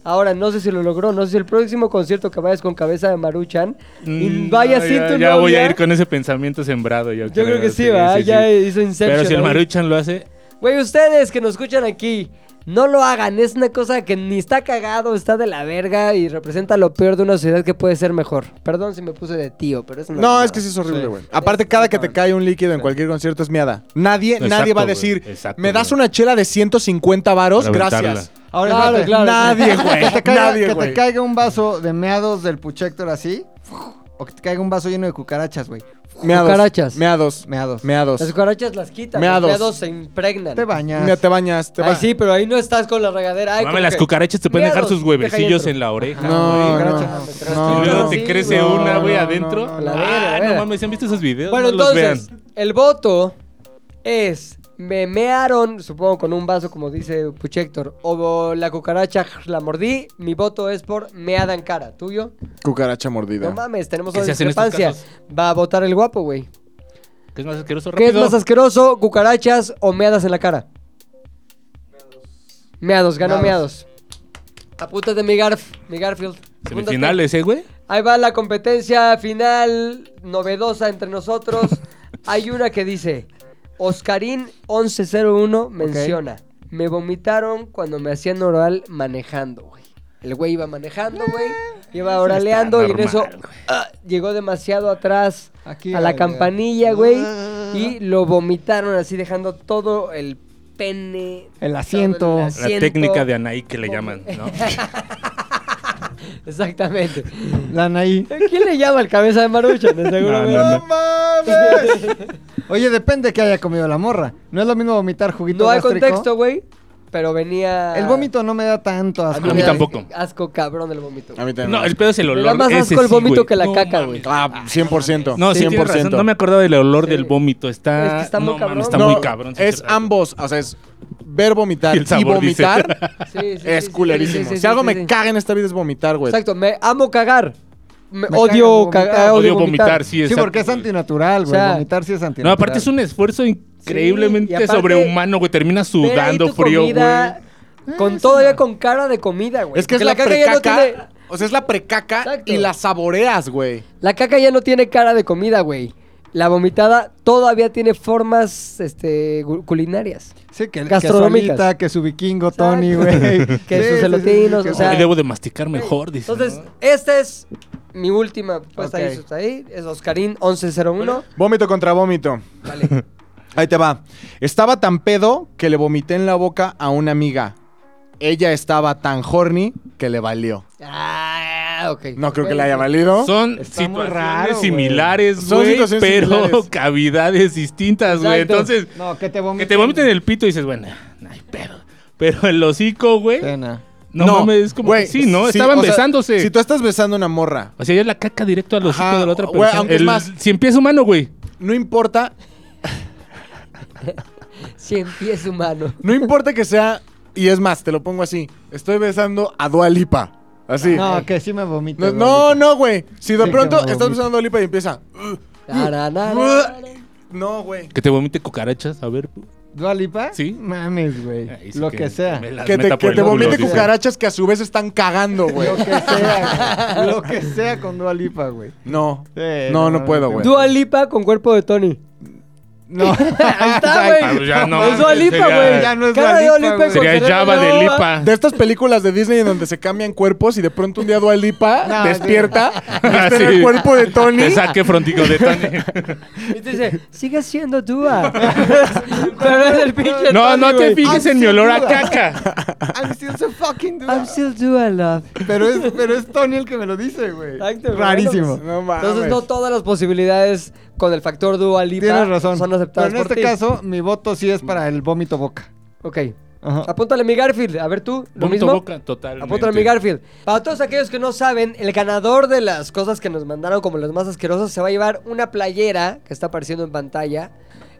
Speaker 1: Ahora, no sé si lo logró, no sé si el próximo concierto que vayas con cabeza de Maruchan y
Speaker 3: Mm,
Speaker 1: vaya
Speaker 3: no,
Speaker 1: sin
Speaker 3: ya,
Speaker 1: tu
Speaker 3: ya
Speaker 1: novia.
Speaker 3: voy a ir con ese pensamiento sembrado. Yo,
Speaker 1: Yo creo que sí, va,
Speaker 3: sí,
Speaker 1: ya
Speaker 3: sí.
Speaker 1: hizo Inception.
Speaker 3: Pero si el
Speaker 1: ¿no?
Speaker 3: Maruchan lo hace,
Speaker 1: Güey, ustedes que nos escuchan aquí, no lo hagan. Es una cosa que ni está cagado, está de la verga y representa lo peor de una sociedad que puede ser mejor. Perdón si me puse de tío, pero es una
Speaker 7: No,
Speaker 1: mamada.
Speaker 7: es que sí es horrible, güey. Aparte, cada que te cae un líquido en cualquier concierto es miada. Nadie,
Speaker 3: Exacto,
Speaker 7: nadie va a
Speaker 3: güey.
Speaker 7: decir,
Speaker 3: Exacto,
Speaker 7: me das
Speaker 3: güey.
Speaker 7: una chela de 150 varos,
Speaker 3: Para
Speaker 7: gracias.
Speaker 3: aventarla.
Speaker 2: Ahora,
Speaker 1: Claro,
Speaker 2: espérate.
Speaker 1: claro.
Speaker 7: Nadie, güey.
Speaker 2: Que te caiga,
Speaker 7: Nadie,
Speaker 2: que te
Speaker 7: güey.
Speaker 2: caiga un vaso de meados del Puchector así. O que te caiga un vaso lleno de cucarachas, güey.
Speaker 7: Meados.
Speaker 1: Cucarachas.
Speaker 7: Meados.
Speaker 2: Meados.
Speaker 7: Meados.
Speaker 1: Las cucarachas las quitan,
Speaker 7: Meados.
Speaker 1: los meados se impregnan.
Speaker 2: Te bañas.
Speaker 7: Mira, te bañas, te
Speaker 1: Ay,
Speaker 7: bañas.
Speaker 1: sí, pero ahí no estás con la regadera. Ay,
Speaker 3: mame,
Speaker 1: como
Speaker 3: las
Speaker 1: que-
Speaker 3: cucarachas te pueden dejar
Speaker 1: Meados,
Speaker 3: sus
Speaker 1: deja
Speaker 3: huevecillos
Speaker 1: ahí
Speaker 3: en la oreja.
Speaker 7: No,
Speaker 3: güey.
Speaker 7: no,
Speaker 1: cucaracha,
Speaker 7: no,
Speaker 1: me traes
Speaker 7: no,
Speaker 3: Y
Speaker 1: tu-
Speaker 3: luego
Speaker 1: no,
Speaker 3: te
Speaker 1: sí,
Speaker 3: crece
Speaker 1: güey.
Speaker 3: una, güey,
Speaker 7: no, no,
Speaker 3: adentro.
Speaker 7: no,
Speaker 1: no.
Speaker 3: Ah,
Speaker 1: Era, era.
Speaker 3: no mames, ¿han visto esos videos?
Speaker 1: Bueno,
Speaker 3: No los
Speaker 1: entonces,
Speaker 3: vean.
Speaker 1: el voto es. Me mearon, supongo, con un vaso, como dice Puchector. O la cucaracha la mordí. Mi voto es por meada en cara. ¿Tuyo?
Speaker 7: Cucaracha mordida.
Speaker 1: No mames, tenemos
Speaker 3: ¿Qué
Speaker 1: una
Speaker 3: se hace en estos
Speaker 1: discrepancia. Va a votar el guapo, güey.
Speaker 3: ¿Qué es más asqueroso?
Speaker 1: ¿Qué es
Speaker 3: Rápido.
Speaker 1: más asqueroso, cucarachas o meadas en la cara? Meados, ganó meados. Apúntate mi Garf, mi Garfield. Apúntate.
Speaker 3: Semifinales, ¿eh, güey?
Speaker 1: Ahí va la competencia final novedosa entre nosotros. Hay una que dice, Oscarín 1101 menciona, me vomitaron cuando me hacían oral manejando, güey. El güey iba manejando, güey.
Speaker 2: Eh.
Speaker 1: Iba oraleando y en
Speaker 3: normal,
Speaker 1: eso ah, llegó demasiado atrás
Speaker 2: Aquí,
Speaker 1: a la
Speaker 2: ay,
Speaker 1: campanilla, güey.
Speaker 2: Ah.
Speaker 1: Y lo vomitaron así dejando todo el pene.
Speaker 2: El asiento.
Speaker 1: todo el
Speaker 2: La
Speaker 3: La
Speaker 1: asiento.
Speaker 3: técnica de Anaí que le llaman, ¿no?
Speaker 1: Exactamente.
Speaker 2: La Anaí.
Speaker 1: ¿A ¿Quién le llama el cabeza de Maruchan? De seguro,
Speaker 3: No,
Speaker 1: güey.
Speaker 3: no, no.
Speaker 2: Oye, depende que haya comido la morra. No es lo mismo vomitar juguito
Speaker 1: No hay
Speaker 2: gástrico
Speaker 1: contexto, güey. pero venía...
Speaker 2: El vómito no me da tanto asco.
Speaker 3: A mí
Speaker 1: Mira,
Speaker 3: tampoco.
Speaker 1: Asco cabrón el vómito.
Speaker 7: A mí también.
Speaker 3: No, el pedo es el
Speaker 1: Me
Speaker 3: olor.
Speaker 1: da más
Speaker 3: ese
Speaker 1: asco el
Speaker 3: sí,
Speaker 1: vómito
Speaker 3: güey.
Speaker 1: que la
Speaker 3: No
Speaker 1: caca,
Speaker 3: mames.
Speaker 1: güey.
Speaker 7: Ah, 100%.
Speaker 3: No, sí, tienes
Speaker 7: 100%.
Speaker 3: razón. No me acordaba del olor
Speaker 1: Sí.
Speaker 3: del vómito. Está.
Speaker 1: Es que está muy
Speaker 3: no, mames,
Speaker 1: cabrón.
Speaker 3: está
Speaker 1: No,
Speaker 3: muy cabrón. sí,
Speaker 7: Es
Speaker 3: cierto.
Speaker 7: ambos, o sea, es ver vomitar
Speaker 3: Y el
Speaker 7: y,
Speaker 3: sabor, dice.
Speaker 7: vomitar
Speaker 1: Sí, sí, sí,
Speaker 7: es
Speaker 1: sí,
Speaker 7: culerísimo.
Speaker 1: sí, sí,
Speaker 7: si algo
Speaker 1: sí,
Speaker 7: me
Speaker 1: sí.
Speaker 7: caga en esta vida es vomitar, güey.
Speaker 1: Exacto, me amo cagar. Me
Speaker 2: Me
Speaker 1: odio
Speaker 2: caga
Speaker 1: cagar,
Speaker 2: vomitar.
Speaker 1: odio,
Speaker 3: Odio
Speaker 1: vomitar.
Speaker 3: vomitar, sí,
Speaker 2: Sí,
Speaker 3: exacto,
Speaker 2: porque es
Speaker 3: güey.
Speaker 2: antinatural, güey.
Speaker 1: O sea,
Speaker 2: Vomitar sí es antinatural.
Speaker 3: No, aparte es un esfuerzo increíblemente
Speaker 1: y aparte,
Speaker 3: sobrehumano, güey. Terminas
Speaker 1: Ve ahí
Speaker 3: sudando
Speaker 1: tu
Speaker 3: frío, güey.
Speaker 1: comida Con todavía con cara de comida, güey.
Speaker 7: Es que es
Speaker 1: Porque
Speaker 7: la,
Speaker 1: ya no
Speaker 7: precaca.
Speaker 1: tiene-
Speaker 7: O sea, es la precaca
Speaker 1: Exacto.
Speaker 7: y la saboreas, güey.
Speaker 1: La caca ya no tiene cara de comida, güey. La vomitada todavía tiene formas este, gu- culinarias.
Speaker 2: Sí, que, que su
Speaker 1: Gastronómicas.
Speaker 2: alita, que su vikingo
Speaker 1: Exacto.
Speaker 2: Tony, güey.
Speaker 1: Que
Speaker 2: Sí,
Speaker 1: sus
Speaker 2: sí,
Speaker 1: elotinos,
Speaker 2: sí, sí,
Speaker 1: o sea,
Speaker 2: sí.
Speaker 3: Ay, debo de masticar mejor, dice.
Speaker 1: Entonces,
Speaker 3: ¿no?
Speaker 1: esta es mi última propuesta.
Speaker 2: Ok.
Speaker 1: Ahí, está ahí. Es Oscarín 1101.
Speaker 7: Vómito contra vómito.
Speaker 1: Dale.
Speaker 7: Ahí te va. Estaba tan pedo que le vomité en la boca a una amiga. Ella estaba tan horny que le valió.
Speaker 1: ah, ok.
Speaker 7: No creo que le haya valido.
Speaker 3: Son
Speaker 2: Está muy
Speaker 3: situaciones
Speaker 2: raro, güey.
Speaker 3: similares,
Speaker 7: Son
Speaker 3: güey,
Speaker 7: situaciones
Speaker 3: pero
Speaker 7: similares.
Speaker 3: cavidades distintas, güey.
Speaker 1: Exacto.
Speaker 3: Entonces,
Speaker 2: No, que te
Speaker 3: que
Speaker 2: vomiten.
Speaker 3: te vomiten el pito y dices, bueno, no hay pedo. Pero el hocico, güey,
Speaker 2: Sí, no.
Speaker 3: no, mames, es como
Speaker 7: güey,
Speaker 3: que sí, ¿no?
Speaker 7: sí,
Speaker 3: Estaban
Speaker 7: o sea,
Speaker 3: besándose.
Speaker 7: Si tú estás besando a una morra,
Speaker 3: O sea, ya es la caca directo al hocico
Speaker 7: Ajá,
Speaker 3: de la otra
Speaker 7: güey,
Speaker 3: persona.
Speaker 7: aunque es
Speaker 3: El-
Speaker 7: más-
Speaker 3: Si empieza humano, güey.
Speaker 7: no importa,
Speaker 1: Cien pies humano.
Speaker 7: no importa que sea. Y es más, te lo pongo así. Estoy besando a Dua Lipa. Así.
Speaker 2: No, que sí me vomito.
Speaker 7: No, no, no, güey. Si de
Speaker 2: Sí,
Speaker 7: pronto
Speaker 2: que me
Speaker 7: estás
Speaker 2: vomito.
Speaker 7: besando a Dua Lipa y empieza.
Speaker 1: Tararara.
Speaker 7: No, güey.
Speaker 3: Que te vomite cucarachas, a ver.
Speaker 2: ¿Dualipa?
Speaker 3: Sí.
Speaker 2: Mames, güey.
Speaker 3: Ahí sí
Speaker 2: Lo que, sea.
Speaker 3: me las
Speaker 7: Que te,
Speaker 3: meta por
Speaker 7: que
Speaker 3: el
Speaker 7: te
Speaker 3: culo,
Speaker 7: vomite
Speaker 3: dice.
Speaker 7: cucarachas que a su vez están cagando, güey.
Speaker 2: Lo que sea. güey. Lo que sea con Dualipa, güey.
Speaker 7: No.
Speaker 2: Sí,
Speaker 7: No, no
Speaker 2: mames,
Speaker 7: puedo,
Speaker 2: que-
Speaker 7: güey.
Speaker 1: Dua Lipa con cuerpo de Tony.
Speaker 2: No.
Speaker 1: Ahí está, güey.
Speaker 3: Ah, ya no,
Speaker 1: es Dua Lipa,
Speaker 3: sería-
Speaker 1: güey.
Speaker 2: ya no es
Speaker 1: Cara
Speaker 2: Dua
Speaker 1: de Dua
Speaker 2: Lipa,
Speaker 1: Lipa
Speaker 2: güey.
Speaker 1: con
Speaker 3: Sería
Speaker 1: cara
Speaker 3: Java de
Speaker 1: Dua.
Speaker 3: Lipa.
Speaker 7: De estas películas de Disney en donde se cambian cuerpos y de pronto un día Dua Lipa
Speaker 2: No,
Speaker 7: despierta y está en
Speaker 3: Ah, Sí.
Speaker 7: el cuerpo de Tony.
Speaker 3: Te saque frontico de Tony.
Speaker 1: Y te dice, sigue siendo Dua. Pero es el pinche
Speaker 3: No,
Speaker 1: Tony,
Speaker 3: no te
Speaker 1: güey.
Speaker 3: fijes
Speaker 2: Ah,
Speaker 3: en
Speaker 2: sí,
Speaker 3: mi olor a
Speaker 2: duda.
Speaker 3: caca.
Speaker 2: I'm still so fucking
Speaker 1: I'm
Speaker 2: Dua.
Speaker 1: still Dua love.
Speaker 2: Pero es, pero es Tony el que me lo dice, güey.
Speaker 1: Exacto, güey.
Speaker 2: Rarísimo.
Speaker 7: No mames.
Speaker 1: Entonces no todas las posibilidades con el factor Dua Lipa
Speaker 2: Tienes razón.
Speaker 1: son
Speaker 2: Pero
Speaker 1: aceptadas
Speaker 2: en
Speaker 1: por
Speaker 2: este
Speaker 1: ti.
Speaker 2: caso, mi voto sí es para el vómito boca.
Speaker 1: Ok.
Speaker 2: Ajá.
Speaker 1: Apúntale mi Garfield. A ver tú, lo
Speaker 3: Vomito
Speaker 1: mismo.
Speaker 3: boca, totalmente.
Speaker 1: Apúntale mi Garfield. Para todos aquellos que no saben, el ganador de las cosas que nos mandaron como las más asquerosas se va a llevar una playera que está apareciendo en pantalla.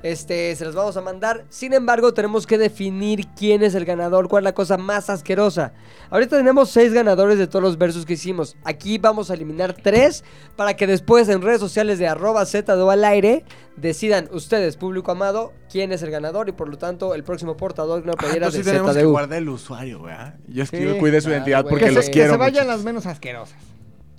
Speaker 1: Este, se las vamos a mandar. Sin embargo, tenemos que definir quién es el ganador, cuál es la cosa más asquerosa. Ahorita tenemos seis ganadores de todos los versos que hicimos. Aquí vamos a eliminar tres para que después en redes sociales de arroba ZDO al aire decidan ustedes, público amado, quién es el ganador y por lo tanto el próximo portador
Speaker 7: Ah,
Speaker 1: de una playera de ZDU.
Speaker 7: el usuario, güey. Yo es que
Speaker 2: Sí,
Speaker 7: yo cuidé su
Speaker 1: claro,
Speaker 7: identidad
Speaker 1: güey.
Speaker 7: porque
Speaker 2: que
Speaker 7: los
Speaker 2: se, que
Speaker 7: quiero.
Speaker 2: se vayan
Speaker 7: mucho.
Speaker 2: las menos asquerosas.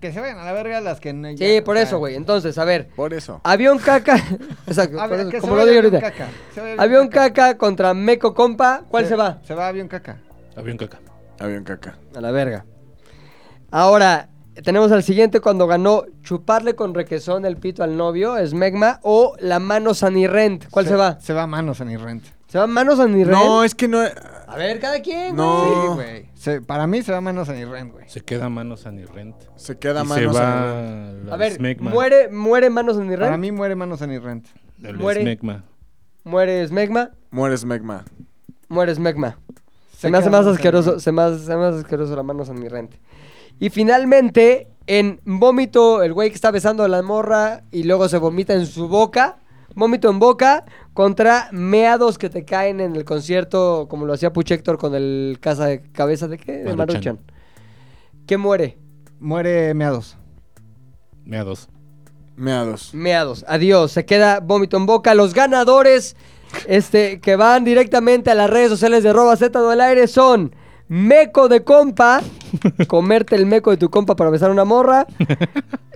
Speaker 2: Que se vayan a la verga las que no.
Speaker 1: Sí,
Speaker 2: ya,
Speaker 1: por
Speaker 2: o sea,
Speaker 1: eso, güey. Entonces, a ver.
Speaker 7: Por eso.
Speaker 1: Avión caca. Exacto.
Speaker 2: A
Speaker 1: por
Speaker 2: ver,
Speaker 1: eso,
Speaker 2: que
Speaker 1: como
Speaker 2: se
Speaker 1: lo
Speaker 2: vaya
Speaker 1: digo
Speaker 2: avión
Speaker 1: ahorita.
Speaker 2: caca, se vaya
Speaker 1: Avión caca contra Meco Compa. ¿Cuál se va?
Speaker 2: Se va avión caca.
Speaker 3: Avión caca.
Speaker 7: Avión caca.
Speaker 1: A la verga. Ahora, tenemos al siguiente cuando ganó chuparle con requesón el pito al novio, es Megma, o la mano Sanirrent. ¿Cuál se, va?
Speaker 2: Se va a manos en Irrent.
Speaker 1: ¿Se va mano Sanirrent?
Speaker 7: No, es que no.
Speaker 1: A ver, cada quien, güey.
Speaker 7: No.
Speaker 2: Sí, güey. Se- Para mí se va a manos en Irrent, güey.
Speaker 3: Se queda manos a ni rent.
Speaker 7: Se queda
Speaker 3: Y
Speaker 7: más.
Speaker 3: se va
Speaker 1: A ver, muere, muere mano Sanirrent.
Speaker 2: Para mí muere manos en Irrent.
Speaker 1: muere.
Speaker 3: muere. Smegma.
Speaker 1: Muere Smegma,
Speaker 7: Mueres Megma.
Speaker 1: muere Smegma. Se me hace más asqueroso, se me hace, se me hace asqueroso la mano San Mirrente. Y finalmente, en vómito, el güey que está besando a la morra y luego se vomita en su boca, vómito en boca, contra meados que te caen en el concierto, como lo hacía Puch Héctor con el casa de cabeza de qué? De
Speaker 3: Maruchan.
Speaker 1: Maruchan. ¿Qué muere?
Speaker 2: Muere meados.
Speaker 3: Me a dos.
Speaker 7: Meados.
Speaker 1: Meados. Adiós. Se queda vómito en boca. Los ganadores este, que van directamente a las redes sociales de arroba Z del aire son Meco de compa. Comerte el meco de tu compa para besar una morra.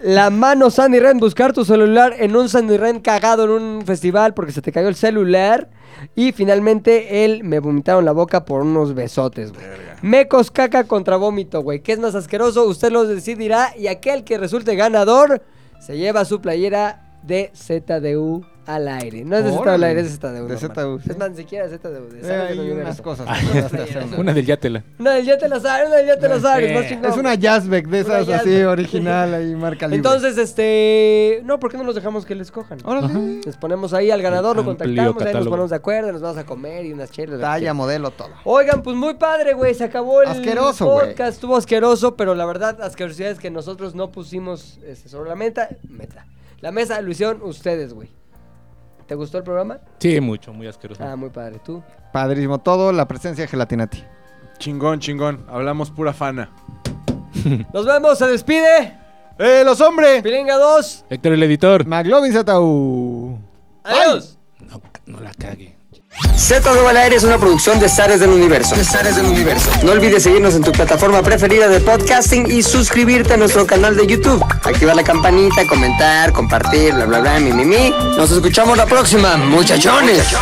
Speaker 1: La mano Sandy Ren, buscar tu celular en un Sandy Ren cagado en un festival porque se te cayó el celular. Y finalmente él me vomitaron la boca por unos besotes, güey. Mecos caca contra vómito, güey. ¿Qué es más asqueroso? Usted lo decidirá. Y aquel que resulte ganador se lleva su playera de ZDU al aire. No es de Z al
Speaker 2: Órale.
Speaker 1: aire, es de Z de
Speaker 2: De ZDU, sí.
Speaker 1: Es más, ni siquiera ZDU. de
Speaker 2: Eh,
Speaker 1: sabes que
Speaker 2: hay
Speaker 1: no viene
Speaker 2: unas
Speaker 1: eso.
Speaker 2: cosas.
Speaker 3: Ah,
Speaker 2: que acordaste hace una-
Speaker 3: Una del Yatela.
Speaker 1: No, el ya te la sabes, no, el ya te la sabes. más
Speaker 3: sé.
Speaker 1: chingón.
Speaker 2: Es una jazzback
Speaker 1: Una
Speaker 2: de esas así,
Speaker 1: jazzback.
Speaker 2: original, ahí, marca libre.
Speaker 1: Entonces, este. No, ¿por qué no los dejamos que les cojan?
Speaker 2: Órale.
Speaker 1: Les ponemos ahí al ganador, lo
Speaker 3: Amplio
Speaker 1: contactamos, ahí nos
Speaker 3: catálogo.
Speaker 1: ponemos de acuerdo, nos vamos a comer y unas chelas. lo que
Speaker 2: Talla,
Speaker 1: quieran.
Speaker 2: modelo, todo.
Speaker 1: Oigan, pues muy padre, güey. Se acabó el
Speaker 2: Asqueroso, güey.
Speaker 1: podcast. Estuvo asqueroso, pero la verdad, asquerosidades que nosotros no pusimos este, sobre la meta, meta. La mesa lo hicieron ustedes, güey. ¿Te gustó el programa?
Speaker 3: Sí, mucho, muy asqueroso.
Speaker 1: Ah, muy padre. ¿Tú?
Speaker 2: Padrísimo todo, la presencia de Gelatinati.
Speaker 7: Chingón, chingón. Hablamos pura fana.
Speaker 1: Nos vemos, se despide.
Speaker 7: ¡Eh, los hombres!
Speaker 1: Pilinga 2.
Speaker 3: Héctor, el editor.
Speaker 2: McLovin ZU.
Speaker 1: Adiós.
Speaker 3: No, no la cague.
Speaker 1: Z2 al aire es una producción de Zares del Universo. del Universo. No olvides seguirnos en tu plataforma preferida de podcasting y suscribirte a nuestro canal de YouTube. Activar la campanita, comentar, compartir, bla, bla, bla, mi, mi, mi. Nos escuchamos la próxima, muchachones.